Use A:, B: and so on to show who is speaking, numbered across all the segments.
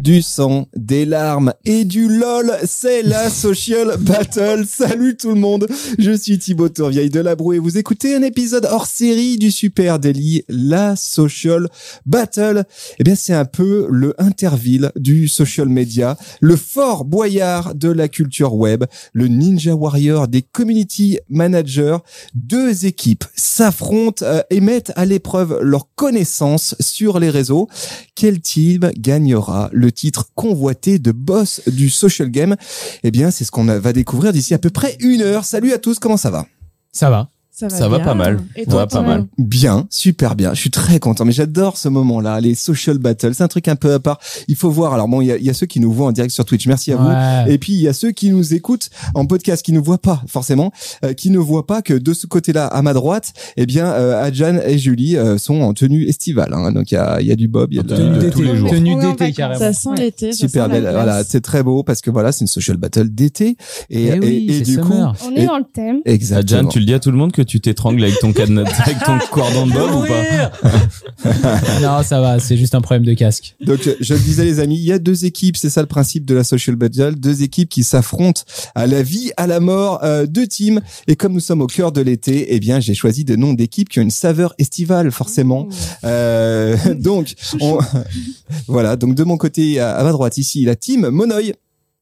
A: Du sang, des larmes et du lol, c'est la Social Battle. Salut tout le monde, je suis Thibaut Tourvieille de La Broue et vous écoutez un épisode hors série du Super Daily, la Social Battle. Eh bien, c'est un peu le Interville du social media, le fort boyard de la culture web, le ninja warrior des community managers. Deux équipes s'affrontent euh, et mettent à l'épreuve leurs connaissances sur les réseaux. Quel team gagnera le titre convoité de boss du social game Eh bien, c'est ce qu'on va découvrir d'ici à peu près une heure. Salut à tous, comment ça va
B: Ça va.
C: Ça va,
D: Ça va
C: bien.
D: pas mal.
C: Et
D: Ça
C: toi,
D: va pas
C: Tom
D: mal.
A: Bien, super bien. Je suis très content, mais j'adore ce moment-là, les social battles. C'est un truc un peu à part. Il faut voir. Alors bon, il y a, il y a ceux qui nous voient en direct sur Twitch. Merci à vous.
B: Ouais.
A: Et puis il y a ceux qui nous écoutent en podcast, qui ne voient pas forcément, euh, qui ne voient pas que de ce côté-là, à ma droite, eh bien, euh, Adjan et Julie euh, sont en tenue estivale. hein. Donc il y a, il y a du bob, il y
E: Ah,
A: a de
D: Tenue
A: la-
D: d'été. tous les jours.
B: Tenue
F: On est en
B: d'été,
F: vacances.
B: carrément.
C: Ça sent l'été. ça
A: super
C: sent la
A: belle.
C: glace.
A: Voilà, c'est très beau parce que voilà, c'est une social battle d'été et,
B: Eh oui,
A: et- et
B: c'est
A: du coup,
B: summer.
F: On
A: Et-
F: est dans le thème.
A: exactement.
B: Ah,
D: Adjan, tu le dis à tout le monde que tu t'étrangles avec ton cadenas, avec ton cordon de bob ou pas
B: non, ça va, c'est juste un problème de casque.
A: Donc, euh, je le disais, les amis, il y a deux équipes, c'est ça le principe de la social battle, deux équipes qui s'affrontent à la vie, à la mort, euh, deux teams. Et comme nous sommes au cœur de l'été, eh bien, j'ai choisi des noms d'équipes qui ont une saveur estivale, forcément. Euh, donc, on- voilà. Donc, de mon côté, à, à ma droite, ici, la team Monoï.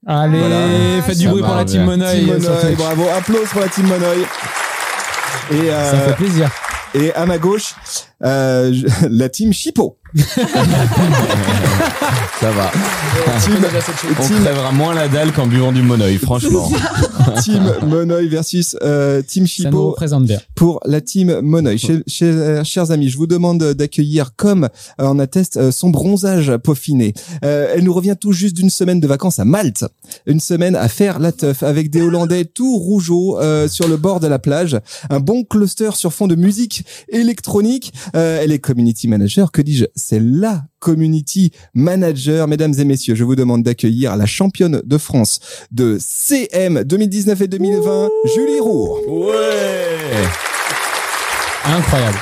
B: Allez,
A: Voilà.
B: faites du
D: Ça
B: bruit pour
D: marche
B: la team
D: bien.
B: Monoï.
A: Team euh, Monoï,
B: surtout.
A: bravo, applause pour la team Monoï. Et,
B: Ça
A: euh,
B: fait plaisir.
A: et à ma gauche, euh, je- la team Chipo.
D: Ça va.
A: Team-
D: On
A: team
D: crèvera moins la dalle qu'en buvant du monoï, franchement.
A: Team Monoï versus euh, Team
B: Ça nous
A: Chipo
B: représente bien.
A: pour la team Monoï. Chez- chez- euh, chers amis, je vous demande d'accueillir comme euh, en atteste euh, son bronzage peaufiné. Euh, elle nous revient tout juste d'une semaine de vacances à Malte, une semaine à faire la teuf avec des Hollandais tout rougeaux euh, sur le bord de la plage, un bon cluster sur fond de musique électronique. Euh, elle est community manager, que dis-je C'est la community manager, mesdames et messieurs. Je vous demande d'accueillir la championne de France de CM 2019 et 2020, Julie Roux.
D: Ouais
B: Incroyable.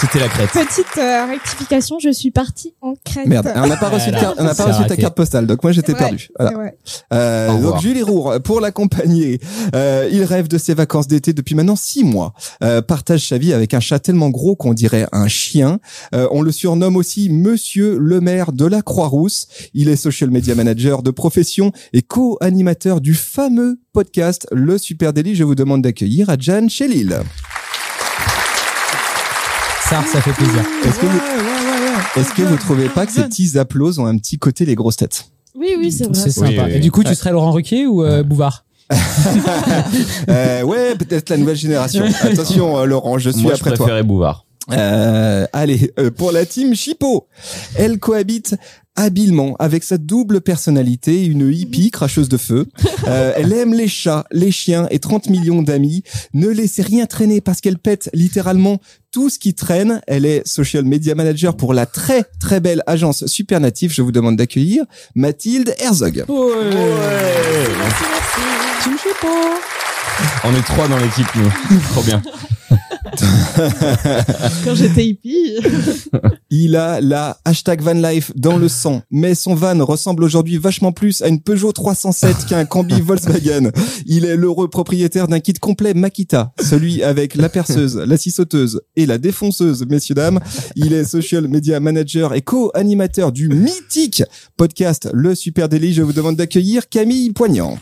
D: C'était la crête.
F: Petite euh, rectification, je suis partie en crête.
A: Merde, on n'a pas reçu,
B: Voilà.
A: ta, on n'a pas
B: C'est
A: reçu ta
B: raté.
A: carte postale, donc moi j'étais
F: C'est vrai.
A: perdu. Voilà.
F: C'est vrai.
A: Euh,
D: Au
A: donc
D: revoir.
A: Julie Roure, pour l'accompagner, euh, il rêve de ses vacances d'été depuis maintenant six mois. Euh, partage sa vie avec un chat tellement gros qu'on dirait un chien. Euh, on le surnomme aussi Monsieur le maire de la Croix-Rousse. Il est social media manager de profession et co-animateur du fameux podcast Le Super Délit. Je vous demande d'accueillir Adjan Chélil.
B: Ça, ça fait plaisir.
A: Est-ce que, vous- est-ce que vous trouvez pas que ces petits applauses ont un petit côté les grosses têtes
C: Oui, oui, c'est vrai.
B: C'est sympa.
D: Oui, oui, oui.
B: Et du coup, tu serais Laurent Ruquier ou euh, Bouvard
A: Euh, ouais, peut-être la nouvelle génération. Attention, euh, Laurent, je suis
D: Moi, je
A: après toi.
D: préférais Bouvard.
A: Euh, allez, euh, pour la team Chipo, elle cohabite habilement avec sa double personnalité, une hippie cracheuse de feu. Euh, elle aime les chats, les chiens et 30 millions d'amis. Ne laissez rien traîner parce qu'elle pète littéralement tout ce qui traîne. Elle est social media manager pour la très très belle agence Supernatif. Je vous demande d'accueillir Mathilde Herzog.
D: Ouais
C: Merci, merci. Tu me fais pas.
D: On est trois dans l'équipe, nous. Trop bien.
A: Euh,
C: Quand j'étais hippie.
A: Il a la hashtag vanlife dans le sang, mais son van ressemble aujourd'hui vachement plus à une Peugeot 307 qu'à un combi Volkswagen. Il est l'heureux propriétaire d'un kit complet Makita, celui avec la perceuse, la scie sauteuse et la défonceuse, messieurs dames. Il est social media manager et co-animateur du mythique podcast Le Super Délit. Je vous demande d'accueillir Camille Poignant.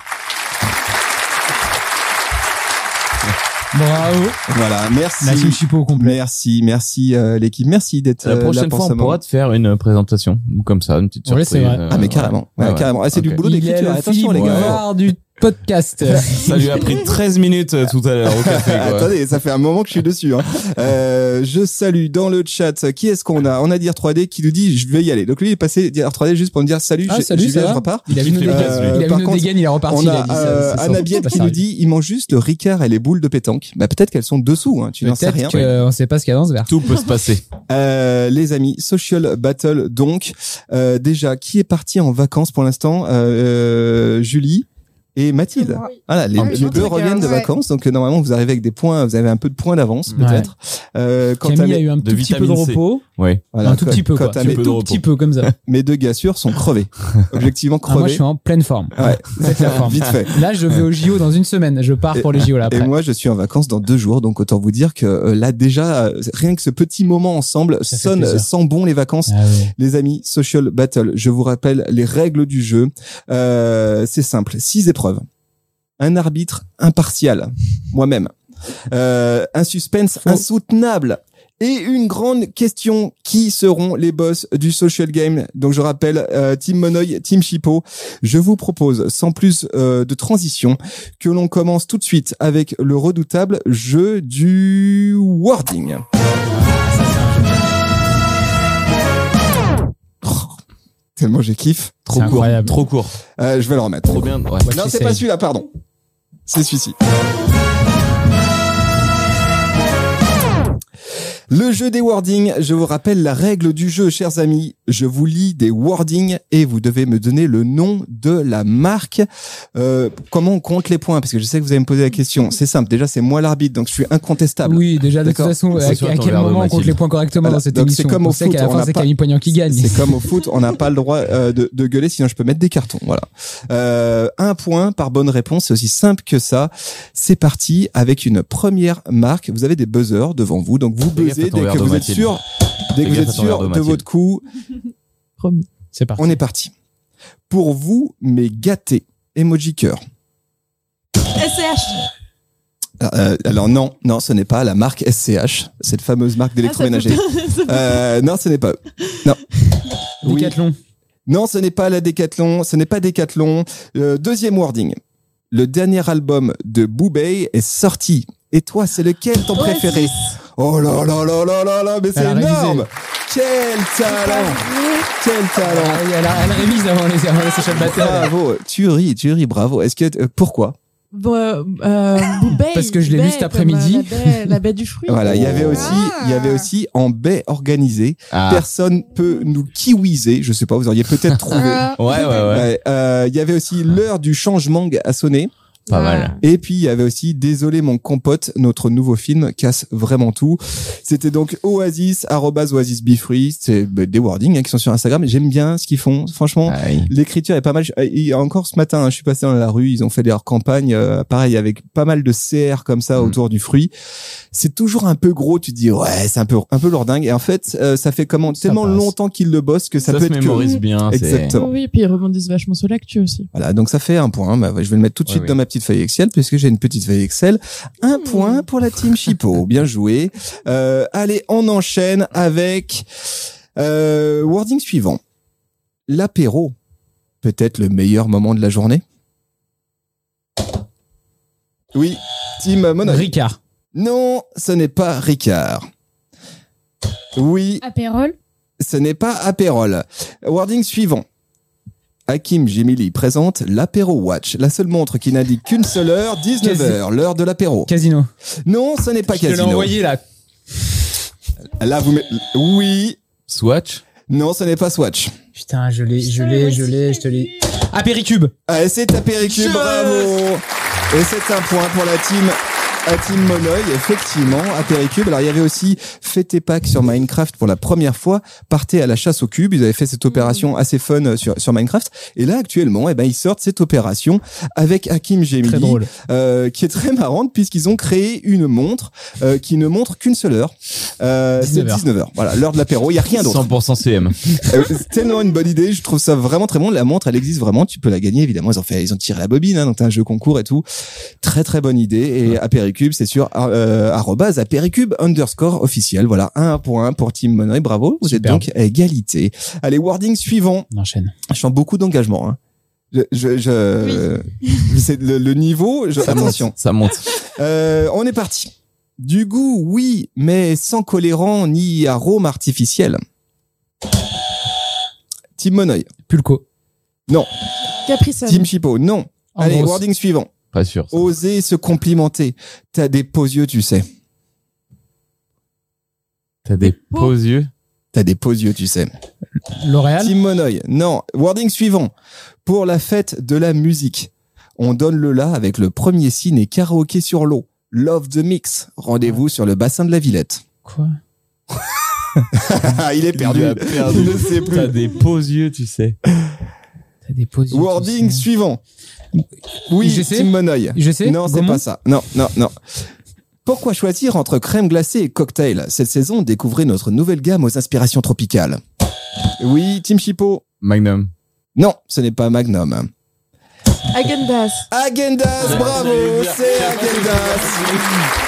B: Bravo.
A: Voilà, merci.
B: La team Chipo au complet.
A: Merci, merci euh, l'équipe, merci d'être
D: La
A: euh, là
D: prochaine
A: pour
D: fois,
A: ce
D: on
A: moment.
D: pourra te faire une euh, présentation. Ou comme ça, une petite
B: Ouais,
D: surprise.
B: c'est vrai.
D: euh,
A: Ah mais
D: ouais.
A: carrément, ouais,
D: Ah ouais.
A: carrément. Ah, c'est du
D: Ok.
A: boulot
B: Il est
A: d'écriture.
B: le
A: Attention les gars.
B: Bouvard du podcast.
D: Ça lui a pris 13 minutes euh, tout à l'heure au café. quoi.
A: Attendez, ça fait un moment que je suis dessus. hein. Euh, je salue dans le chat qui est-ce qu'on a On a dire 3D qui nous dit je vais y aller. Donc lui il est passé dire 3D juste pour me dire salut,
B: Ah,
A: je-
B: salut,
A: j'y
B: ça
A: viens,
B: va
A: je repars.
B: Il a vu nos
D: Il fait
B: dégaines,
D: plaisir.
B: il a vu
A: Par
B: nos
A: contre,
B: dégaines, il est reparti.
A: On
B: il a
A: a
B: dit, ça-
A: euh,
B: ça sort.
A: Anna Biette
B: Bah,
A: qui
B: ça
A: nous
B: arrive.
A: dit il mange juste le Ricard et les boules de pétanque. Bah peut-être qu'elles sont dessous. Hein, tu n'en sais rien.
B: Peut-être qu'on ne sait pas ce qu'il y a dans ce verre.
D: Tout peut se passer.
A: Euh, les amis, social battle donc. Euh, déjà, qui est parti en vacances pour l'instant Euh, euh, Julie. et Mathilde.
F: Oui.
A: Voilà, les,
F: Ah,
A: les
F: je
A: deux
F: vois très
A: reviennent de
F: bien, ouais.
A: vacances, donc euh, normalement vous arrivez avec des points, vous avez un peu de points d'avance
B: Ouais.
A: peut-être. Euh, quant à
E: Camille a
A: mes,
E: eu un
D: de
E: tout petit peu de
D: vitamine C.
E: repos.
D: Ouais.
A: voilà,
E: un tout
A: quand-
E: petit peu,
A: quant
E: quoi.
A: à
E: Un
A: mes,
D: peu de
E: tout
D: repos.
E: petit peu, comme ça.
A: mes deux gars sûrs sont crevés, objectivement
E: Ah, moi, je
A: crevés.
E: suis en pleine forme.
A: Ouais,
E: Très
A: c'est
E: fort.
A: vite fait.
E: Là, je vais au JO dans une semaine. Je pars pour les JO là
A: Et
E: après.
A: moi, je suis en vacances dans deux jours, donc autant vous dire que euh, là déjà, euh, rien que ce petit moment ensemble
E: Ça fait
A: sonne
E: plaisir.
A: sans bon les vacances.
E: Ah ouais.
A: Les amis, Social Battle, je vous rappelle les règles du jeu. Euh, c'est simple, six épreuves. Un arbitre impartial, moi-même. Euh, un suspense insoutenable. Et une grande question, qui seront les boss du social game Donc je rappelle, euh, Team Monoï, Team Chipo, je vous propose, sans plus euh, de transition, que l'on commence tout de suite avec le redoutable jeu du wording. Oh, Tellement je kiffe.
E: C'est
A: Trop court.
E: incroyable.
D: Trop court.
A: Euh, je vais le remettre.
D: Trop bien. Ouais.
E: Moi,
A: Non,
E: qui
A: c'est
E: sais.
A: pas celui-là, pardon. C'est celui-ci. Le jeu des wordings, je vous rappelle la règle du jeu, chers amis. Je vous lis des wordings et vous devez me donner le nom de la marque. Euh, comment on compte les points Parce que je sais que vous allez me poser la question. C'est simple, déjà c'est moi l'arbitre, donc je suis incontestable.
E: Oui, déjà de toute
A: D'accord.
E: façon,
D: Ça
E: à, à
D: soit ton
E: quel
D: verre de
E: moment on compte
D: Mathilde.
E: les points correctement
A: Voilà.
E: dans cette
A: Donc, c'est
E: émission
A: comme au
E: On sait qu'à la
A: foot, on
E: fin,
A: n'a
E: c'est
A: pas-
E: Camille Poignant qui gagne.
A: C'est comme au foot, on n'a pas le droit euh, de, de gueuler, sinon je peux mettre des cartons. Voilà. Euh, un point par bonne réponse, c'est aussi simple que ça. C'est parti avec une première marque. Vous avez des buzzers devant vous, donc vous
D: Fais gaffe à
A: buzzez
D: ton
A: dès
D: verre
A: que
D: d'eau,
A: vous êtes
D: Mathilde.
A: sûr, dès que
D: Fais
A: vous
D: gaffe
A: êtes
D: à ton verre d'eau,
A: sûr de
D: Mathilde.
A: votre coup.
E: Promis. C'est parti.
A: On est parti. Pour vous, mes gâtés. Emoji cœur.
C: SCH.
A: Euh, alors non, non, ce n'est pas la marque SCH, cette fameuse marque d'électroménager. Euh, non, ce n'est pas. eux. Non. Oui.
E: Décathlon.
A: Non, ce n'est pas la Décathlon, ce n'est pas Décathlon. Euh, deuxième wording. Le dernier album de Boobay est sorti. Et toi, c'est lequel ton préféré Oh là là là là là là, mais c'est
E: Elle a révisé.
A: énorme Quel talent Quel
E: Ah
A: talent
E: oui, elle, a- elle révise avant les, avant les social battle.
A: Bravo, tu ris, tu ris, bravo. Est-ce que euh, pourquoi
C: Bon, euh, euh, Boubey,
E: Parce que je l'ai lu
C: Boubey,
E: cet après-midi.
C: comme, euh, La baie, la baie du fruit.
A: Voilà, il y avait
D: Oh.
A: aussi, il y avait aussi en baie organisée.
D: Ah.
A: Personne peut nous kiwiser. Je sais pas, vous auriez peut-être
F: Euh,
A: trouvé.
D: Ouais, ouais, ouais.
A: Ouais, euh, il y avait aussi l'heure du changement à sonner.
D: Pas mal.
A: Et puis il y avait aussi Désolé mon compote, notre nouveau film casse vraiment tout. C'était donc Oasis arrobase Oasis Be Free. c'est bah, des wordings hein, qui sont sur Instagram. J'aime bien ce qu'ils font, franchement.
D: Ah oui.
A: L'écriture est pas mal. Je- euh, il- Encore ce matin, hein, je suis passé dans la rue, ils ont fait leur campagne, euh, pareil, avec pas mal de CR comme ça
D: Mm.
A: autour du fruit. C'est toujours un peu gros, tu te dis, ouais, c'est un peu, un peu lourdingue. Et en fait, euh, ça fait comment, tellement
D: passe.
A: longtemps qu'ils le bossent que ça,
D: Ça,
A: peut
D: se
A: être que-
D: mémorise bien. c'est-
A: Exactement.
C: Oui, et puis ils rebondissent vachement sur l'actu aussi.
A: Voilà, donc ça fait un point. Bah, ouais, je vais le mettre tout de
D: Oui,
A: suite
D: oui.
A: dans ma petite feuille Excel, puisque j'ai une petite feuille Excel. Un point pour la team Chipo. Bien joué. Euh, allez, on enchaîne avec euh, wording suivant. L'apéro, peut-être le meilleur moment de la journée. Oui, team Mono.
E: Ricard.
A: Non, ce n'est pas Ricard. Oui,
F: Apérol.
A: ce n'est pas Apérol. Wording suivant. Hakim Jemili présente l'apéro watch, la seule montre qui n'indique qu'une seule heure, 19h, l'heure de l'apéro.
E: Casino.
A: Non, ce n'est pas
E: Je te l'ai
A: casino.
E: envoyé là.
A: Là, vous met- Oui.
D: Swatch.
A: Non, ce n'est pas Swatch.
E: Putain, je l'ai, je l'ai, je l'ai, je te l'ai. Apéricube.
A: Ah, c'est Apéricube,
E: Je-
A: bravo Et c'est un point pour la team. La team Monoï, effectivement, Apéricube. Alors, il y avait aussi Fêtez Pâques sur Minecraft pour la première fois. Partez à la chasse au cube. Ils avaient fait
E: Mmh.
A: cette opération assez fun euh, sur, sur Minecraft. Et là, actuellement, eh ben, ils sortent cette opération avec Hakim Gemini.
E: Très drôle.
A: euh, qui est très marrante puisqu'ils ont créé une montre euh, qui ne montre qu'une seule heure. Euh, c'est
E: 19h.
A: 19h. Voilà, l'heure de l'apéro, il y a rien d'autre.
D: 100% CM.
A: Euh, c'est tellement une bonne idée, je trouve ça vraiment très bon. La montre, elle existe vraiment, tu peux la gagner évidemment. Ils ont fait ils ont tiré la bobine hein, donc t'as un jeu concours et tout. Très très bonne idée et Apéricube, c'est sur euh, arrobase @apéricube underscore officiel. Voilà, un point pour Team Monoy, bravo. Vous êtes
E: Superbe.
A: donc à égalité. Allez, wording suivant.
E: On enchaîne.
A: Je sens beaucoup d'engagement hein. Je, je, je- c'est le, le niveau. Je,
D: Ça monte,
A: attention.
D: Ça monte.
A: Euh, on est parti. Du goût, oui, mais sans colorant ni arôme artificiel. Team Monoï.
E: Pulco.
C: Capricorne.
A: Team Chipo, non. Allez,
E: Ambrose.
A: wording suivant.
D: Pas sûr. ça.
A: Oser se complimenter. T'as des beaux yeux, tu sais.
D: T'as des
A: Oh.
D: beaux yeux.
A: T'as des beaux yeux, tu sais.
E: L'Oréal.
A: Team Monoï, non. Wording suivant. Pour la fête de la musique. On donne le la avec le premier signe et karaoké sur l'eau. Love the mix. Rendez-vous sur le bassin de la Villette.
E: Quoi
A: il est perdu.
D: Il a perdu.
A: Il ne sait plus.
D: T'as des beaux yeux, tu sais.
E: T'as des positions.
A: Wording
E: tu sais.
A: suivant. Oui,
E: Je sais.
A: Tim Monoï.
E: Je sais.
A: Non, c'est
E: Gaumont
A: pas ça. Non, non, non. Pourquoi choisir entre crème glacée et cocktail Cette saison, découvrez notre nouvelle gamme aux inspirations tropicales. Oui, Tim Chipo.
D: Magnum.
A: Non, ce n'est pas Magnum.
C: Agendas.
A: Agendas, bravo, c'est Agendas.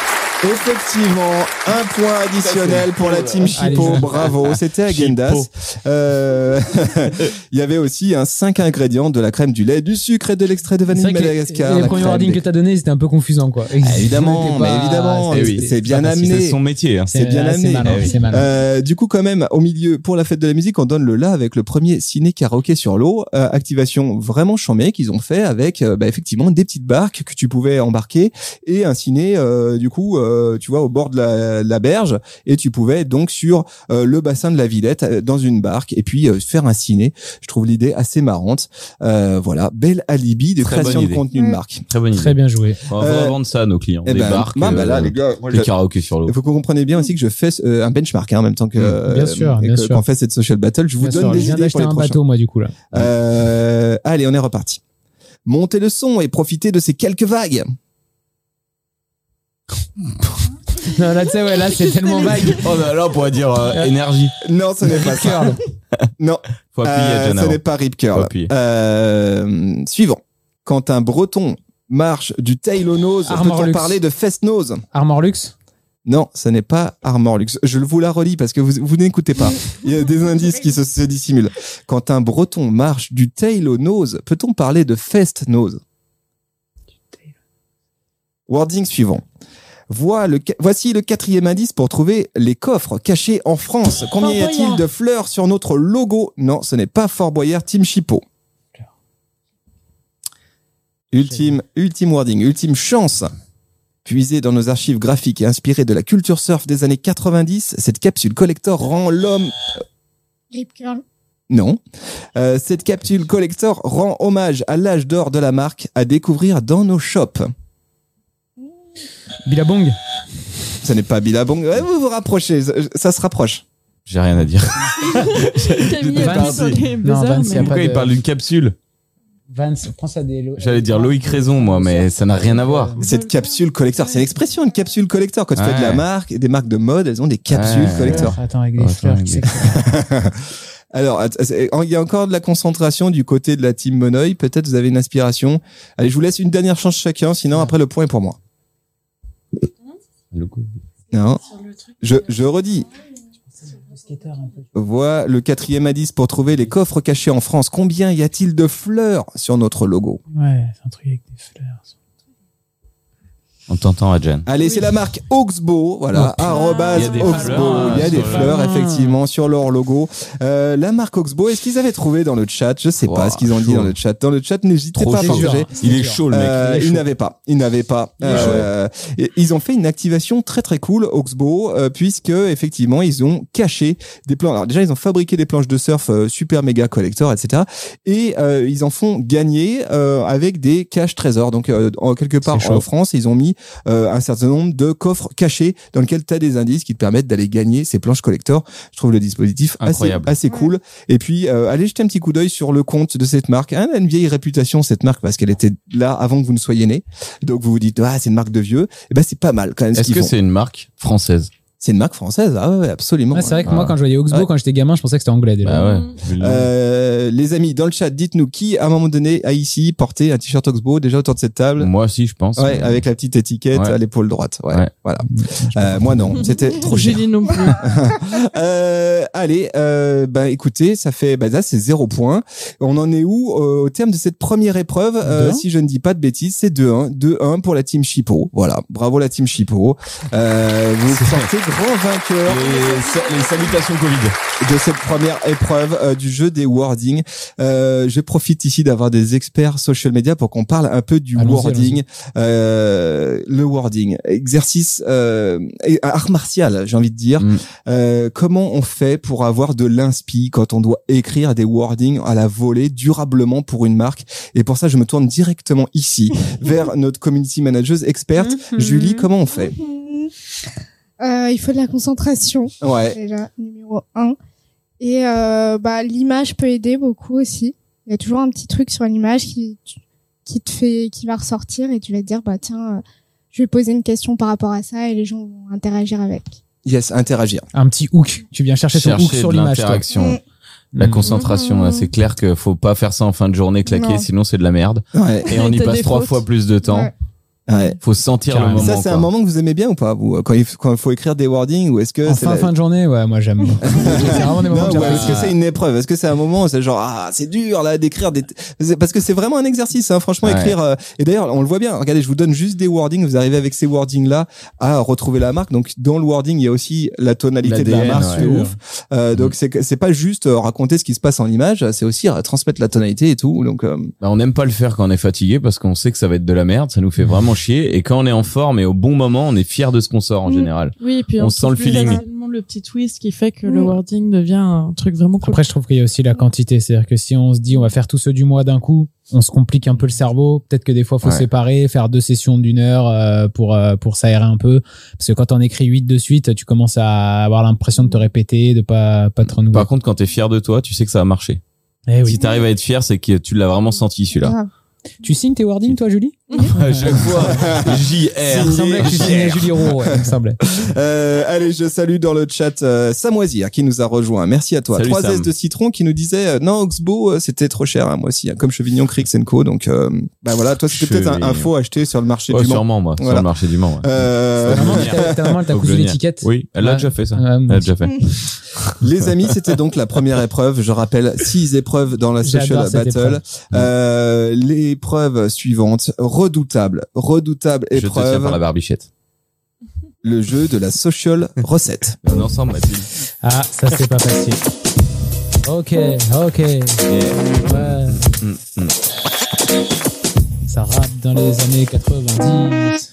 A: Effectivement, un point additionnel pour la team Chipo.
E: Allez.
A: Bravo, c'était Agendas.
D: Chipo.
A: Euh, il y avait aussi un cinq ingrédients de la crème du lait, du sucre et de l'extrait de
E: C'est
A: vanille
E: vrai que
A: Madagascar.
E: Les,
A: la
E: les premiers
A: crème
E: wordings
A: des-
E: que t'as donnés, c'était un peu confusant, quoi.
A: Ah, évidemment,
E: C'était
A: mais
E: pas-
A: évidemment,
E: c'était-
D: eh oui,
E: c'était
A: Oh, c'est bien
E: pas facile.
A: amené.
D: C'est son métier. hein.
A: c'est bien
E: ah,
A: amené.
E: C'est malin,
D: Eh oui.
E: c'est malin.
A: Euh, du coup, quand même, au milieu, pour la fête de la musique, on donne le la avec le premier ciné karaoké sur l'eau. Euh, activation vraiment chambée qu'ils ont fait avec euh, bah, effectivement des petites barques que tu pouvais embarquer et un ciné euh, du coup, euh, tu vois, au bord de la, de la berge et tu pouvais être donc sur euh, le bassin de la Villette euh, dans une barque et puis euh, faire un ciné. Je trouve l'idée assez marrante. Euh, voilà, bel alibi de
D: Très
A: création
D: bonne
A: de
D: idée.
A: contenu de
F: Mm.
A: marque.
D: Très bonne idée.
E: Très bien joué.
D: On va
A: Euh,
D: vendre ça à nos clients.
A: Eh
D: des
A: ben,
D: barques,
A: bah, bah, là,
D: euh,
A: les gars, moi,
D: des
A: je-
D: karaokés sur l'eau.
A: il faut que vous compreniez bien aussi que je fais euh, un benchmark hein, en même temps que
E: Mmh, bien
A: euh,
E: sûr,
A: et
E: bien
A: que-
E: sûr.
A: qu'en fait cette social battle. Je vous
E: Bien
A: donne
E: sûr, je
A: des
E: viens
A: idées
E: d'acheter
A: pour les
E: un
A: prochains.
E: bateau, moi, du coup, là.
A: Euh, allez, on est reparti. Montez le son et profitez de ces quelques vagues.
E: Non, là, tu sais, ouais, là, c'est tellement vague.
D: Oh là là, on pourrait dire euh, énergie.
A: Non, ce n'est pas ça. Non,
D: Faut appuyer, hein.
A: euh,
D: John,
A: ce
D: avant.
A: n'est pas Rip
D: Faut
A: Curl.
D: appuyer.
A: Euh, suivant. Quand un breton marche du tail au nose,
E: Armor
A: peut-on
E: Luxe.
A: parler de fest nose
E: Armor Luxe.
A: Non, ce n'est pas Armor Lux. Je le vous la relis parce que vous, vous n'écoutez pas. Il y a des indices qui se, se dissimulent. Quand un breton marche du tail au nose, peut-on parler de fest nose Wording suivant. Vois le ca- voici le quatrième indice pour trouver les coffres cachés en France. Combien y
C: Fort
A: a-t-il
C: Boyard.
A: de fleurs sur notre logo Non, ce n'est pas Fort Boyard, Team Chipot. Ultime, ultime wording, ultime chance. Puisée dans nos archives graphiques et inspirée de la culture surf des années 90, cette capsule collector rend l'homme...
F: Rip Curl.
A: Non. Euh, cette capsule collector rend hommage à l'âge d'or de la marque à découvrir dans nos shops.
E: Billabong.
A: Ce n'est pas Billabong. Ouais, vous vous rapprochez, ça- ça se rapproche.
D: J'ai rien à dire.
C: Camille
D: J'étais
C: a mis
D: parti.
C: sur les
E: Non,
C: buzzers,
E: Vance, il y a
C: mais-
E: pas-
D: Pourquoi
E: de-
D: il parle d'une capsule
E: Vance, pense à des.
D: J'allais dire Loïc Raison, moi, mais ça n'a rien à voir.
A: Cette capsule collector, c'est l'expression, une capsule collector. Quand tu fais de la
D: Ouais.
A: marque, des marques de mode, elles ont des capsules
D: Ouais.
A: collector.
E: Attends, avec
D: Ouais,
E: des fleurs.
D: attends,
E: qui c'est
D: avec
E: que-
A: Alors, att- c'est- il y a encore de la concentration du côté de la team Monoï. Peut-être vous avez une inspiration. Allez, je vous laisse une dernière chance chacun, sinon après le point est pour moi.
D: Le coup.
A: Non. Je, je redis. Vois le quatrième indice pour trouver les coffres cachés en France. Combien y a-t-il de fleurs sur notre logo
E: Ouais, c'est un truc avec des fleurs.
D: On t'entend, Adjan.
A: Allez, c'est la marque Oxbow. Voilà,
E: Oh, putain.
A: arrobase
D: Il y a des
A: Oxbow.
D: fleurs,
A: Il y a
D: hein,
A: des
D: sur le-
A: fleurs,
E: Ah.
A: effectivement, sur leur logo. Euh, la marque Oxbow, est-ce qu'ils avaient trouvé dans le chat Je sais pas
D: Ouah,
A: ce qu'ils ont dit
D: chaud.
A: dans le chat. Dans le chat, n'hésitez
D: Trop
A: pas à
D: chaud.
A: partager.
D: Il est chaud, le mec.
A: Euh,
D: Il est
A: ils
D: chaud.
A: n'avaient pas, ils n'avaient pas.
E: Il est chaud.
A: Euh, et ils ont fait une activation très très cool, Oxbow, euh, puisque effectivement ils ont caché des planches. Alors déjà ils ont fabriqué des planches de surf euh, super méga collector, etc. Et euh, ils en font gagner euh, avec des caches trésors. Donc euh, en quelque part
E: C'est chaud.
A: en France, ils ont mis euh, un certain nombre de coffres cachés dans lesquels tu as des indices qui te permettent d'aller gagner ces planches collector. Je trouve le dispositif assez,
D: Incroyable.
A: assez cool. Et puis, euh, allez jeter un petit coup d'œil sur le compte de cette marque. Hein, Elle a une vieille réputation, cette marque, parce qu'elle était là avant que vous ne soyez né. Donc, vous vous dites, ah, c'est une marque de vieux. Et ben, c'est pas mal quand même ce
D: Est-ce
A: qu'ils
D: que
A: font.
D: c'est une marque française
A: C'est une marque française. Ah ouais, absolument.
E: Ouais, c'est vrai que
D: Ah.
E: moi, quand je voyais Oxbow,
A: Ouais.
E: quand j'étais gamin, je pensais que c'était anglais déjà.
D: Bah ouais.
A: Euh, les amis, dans le chat, dites-nous qui, à un moment donné, a ici porté un t-shirt Oxbow déjà autour de cette table.
D: Moi aussi, je pense.
A: Ouais, avec la petite étiquette
D: Mm. Ouais.
A: à l'épaule droite. Ouais,
D: Ouais.
A: voilà. Euh, moi non, c'était trop cher.
C: Julie non plus.
A: Euh, allez, euh, bah écoutez, ça fait bah là c'est zéro point. On en est où euh, au terme de cette première épreuve euh,
E: Deux-un
A: Si je ne dis pas de bêtises, c'est 2-1, 2-1 pour la team Chipo. Voilà, bravo la team Chipo. Euh, vous sortez grand vainqueur
D: Les, sa- les salutations Covid.
A: de cette première épreuve euh, du jeu des wordings. Euh, je profite ici d'avoir des experts social media pour qu'on parle un peu du
E: Allons-y,
A: wording. Euh, le wording, exercice euh, et- art martial, j'ai envie de dire.
D: Mm.
A: Euh, comment on fait pour avoir de l'inspi quand on doit écrire des wordings à la volée durablement pour une marque Et pour ça, je me tourne directement ici vers notre community manageuse experte. Julie, comment on fait
F: Euh, il faut de la concentration,
A: Ouais.
F: déjà, numéro un. Et euh, bah, l'image peut aider beaucoup aussi. Il y a toujours un petit truc sur l'image qui, qui te fait, qui va ressortir et tu vas te dire, bah, tiens, euh, je vais poser une question par rapport à ça et les gens vont interagir avec.
A: Yes, interagir.
E: Un petit hook. Tu viens chercher ton hook
D: Chercher
E: sur
D: de
E: l'image. toi.
D: l'interaction. La
E: Mm.
D: concentration, là, c'est clair que faut pas faire ça en fin de journée, claquer,
F: Non.
D: sinon c'est de la merde.
A: Ouais.
D: Et on y
C: T'as
D: passe
C: des
D: trois
C: fautes.
D: fois plus de temps.
F: Ouais.
A: ouais.
D: Faut sentir le
E: Carrément.
D: moment.
A: Ça, c'est
D: quoi.
A: un moment que vous aimez bien ou pas vous quand il, quand il faut écrire des wordings ou est-ce que
E: En
A: c'est
E: fin,
A: la-
E: fin de journée, ouais, moi j'aime. c'est vraiment des
A: Non,
E: moments que
A: ou
E: j'apprécie.
A: est-ce que c'est une épreuve Est-ce que c'est un moment où c'est genre ah c'est dur là d'écrire des c'est- parce que c'est vraiment un exercice hein, franchement
D: Ouais.
A: écrire euh, et d'ailleurs on le voit bien regardez je vous donne juste des wordings vous arrivez avec ces wordings là à retrouver la marque donc dans le wording il y a aussi la tonalité de la
D: L'ADN,
A: marque de
E: ouais.
A: ouf Euh,
D: Mm.
A: donc c'est que- c'est pas juste euh, raconter ce qui se passe en image c'est aussi euh, transmettre la tonalité et tout donc euh,
D: Bah, on n'aime pas le faire quand on est fatigué parce qu'on sait que ça va être de la merde, ça nous fait vraiment chier. Et quand on est en forme et au bon moment, on est fier de ce qu'on sort en
C: Mm.
D: général.
C: Oui, et puis
D: On
C: on,
D: sent le
C: trouve
D: feeling.
C: généralement le petit twist qui fait que le
F: Mm.
C: wording devient un truc vraiment cool.
E: Après, je trouve qu'il y a aussi la quantité. C'est-à-dire que si on se dit on va faire tous ceux du mois d'un coup, on se complique un peu le cerveau. Peut-être que des fois, faut
D: Ouais.
E: séparer, faire deux sessions d'une heure euh, pour euh, pour s'aérer un peu. Parce que quand on écrit huit de suite, tu commences à avoir l'impression de te répéter, de pas pas te renouveler.
D: Par contre, quand t'es fier de toi, tu sais que ça a marché.
E: Eh
D: Si
E: oui.
D: t'arrives à être fier, c'est que tu l'as vraiment senti celui-là.
F: Grave.
E: Tu signes tes wordings, toi, Julie
D: À chaque fois,
E: Il me semblait que tu signais
D: JR.
E: Julie Roux. ouais, il me semblait.
A: Euh, allez, je salue dans le chat euh, Samoisir qui nous a rejoint. Merci à toi.
D: Salut,
A: 3
D: Sam.
A: S de citron qui nous disait euh, non Oxbow euh, c'était trop cher hein, moi aussi hein, comme Chevignon Crix Co donc euh, bah voilà toi c'était peut-être un, un
D: Chevignon.
A: faux acheté sur le marché
D: Ouais,
A: du Mans.
D: sûrement, moi. Sur
A: Voilà.
D: le marché du Mans. ouais.
A: Euh,
D: Vraiment,
E: Maman, t'as- Ta maman, elle t'a
D: Faut
E: cousu
D: que je le
E: l'étiquette. Euh,
D: Oui, elle l'a
E: Ouais.
D: déjà fait, ça.
E: Ouais,
D: Elle
E: moi
D: l'a
E: aussi.
D: déjà fait.
A: les amis, c'était donc la première épreuve. Je rappelle six épreuves dans la social
E: J'adore cette
A: battle.
E: épreuve.
A: Euh, L'épreuve suivante, redoutable, redoutable
D: Je te tiens par
A: épreuve,
D: la barbichette.
A: le jeu de la social recette.
D: On est ensemble, Mathilde.
E: Ah, ça c'est pas facile. Ok, ok. Ouais.
D: Mm, mm.
E: Ça rappe dans les années 90.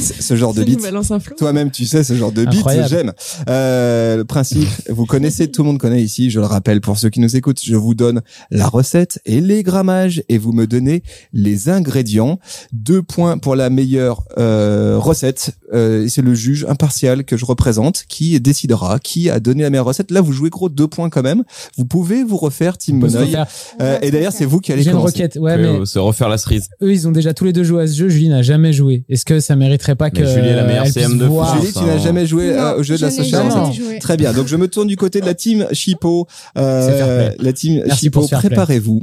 A: C'est Ce genre de
C: C'est
A: beat.
C: une balance un flot.
A: Toi-même, tu sais ce genre de beat,
E: Incroyable.
A: j'aime. Euh, le principe, vous connaissez, tout le monde connaît ici. Je le rappelle pour ceux qui nous écoutent, je vous donne la recette et les grammages et vous me donnez les ingrédients. Deux points pour la meilleure euh, recette. Euh, C'est le juge impartial que je représente qui décidera qui a donné la meilleure recette. Là, vous jouez gros deux points quand même. Vous pouvez vous refaire Team
E: Peut se
A: Monoï.
E: faire.
A: Euh, et d'ailleurs, c'est vous qui allez
E: J'ai une
A: commencer.
E: requête. Ouais,
D: Faut
E: mais
D: se refaire la cerise.
E: eux, ils ont déjà tous les deux joué à ce jeu. Julie n'a jamais joué. Est-ce que ça mériterait pas que.
D: Mais Julie est la meilleure
E: elle puisse
D: CM de
E: voir
D: France.
A: Julie, tu n'as jamais joué euh,
F: Ah, Non,
A: au jeu de la
F: je n'ai
A: social
F: jamais
E: Non.
F: joué.
A: Très bien. Donc je me tourne du côté de la team Chipo.
E: C'est
A: Euh,
E: fair
A: la team
E: Merci
A: Chipo,
E: pour ce fair play.
A: préparez-vous.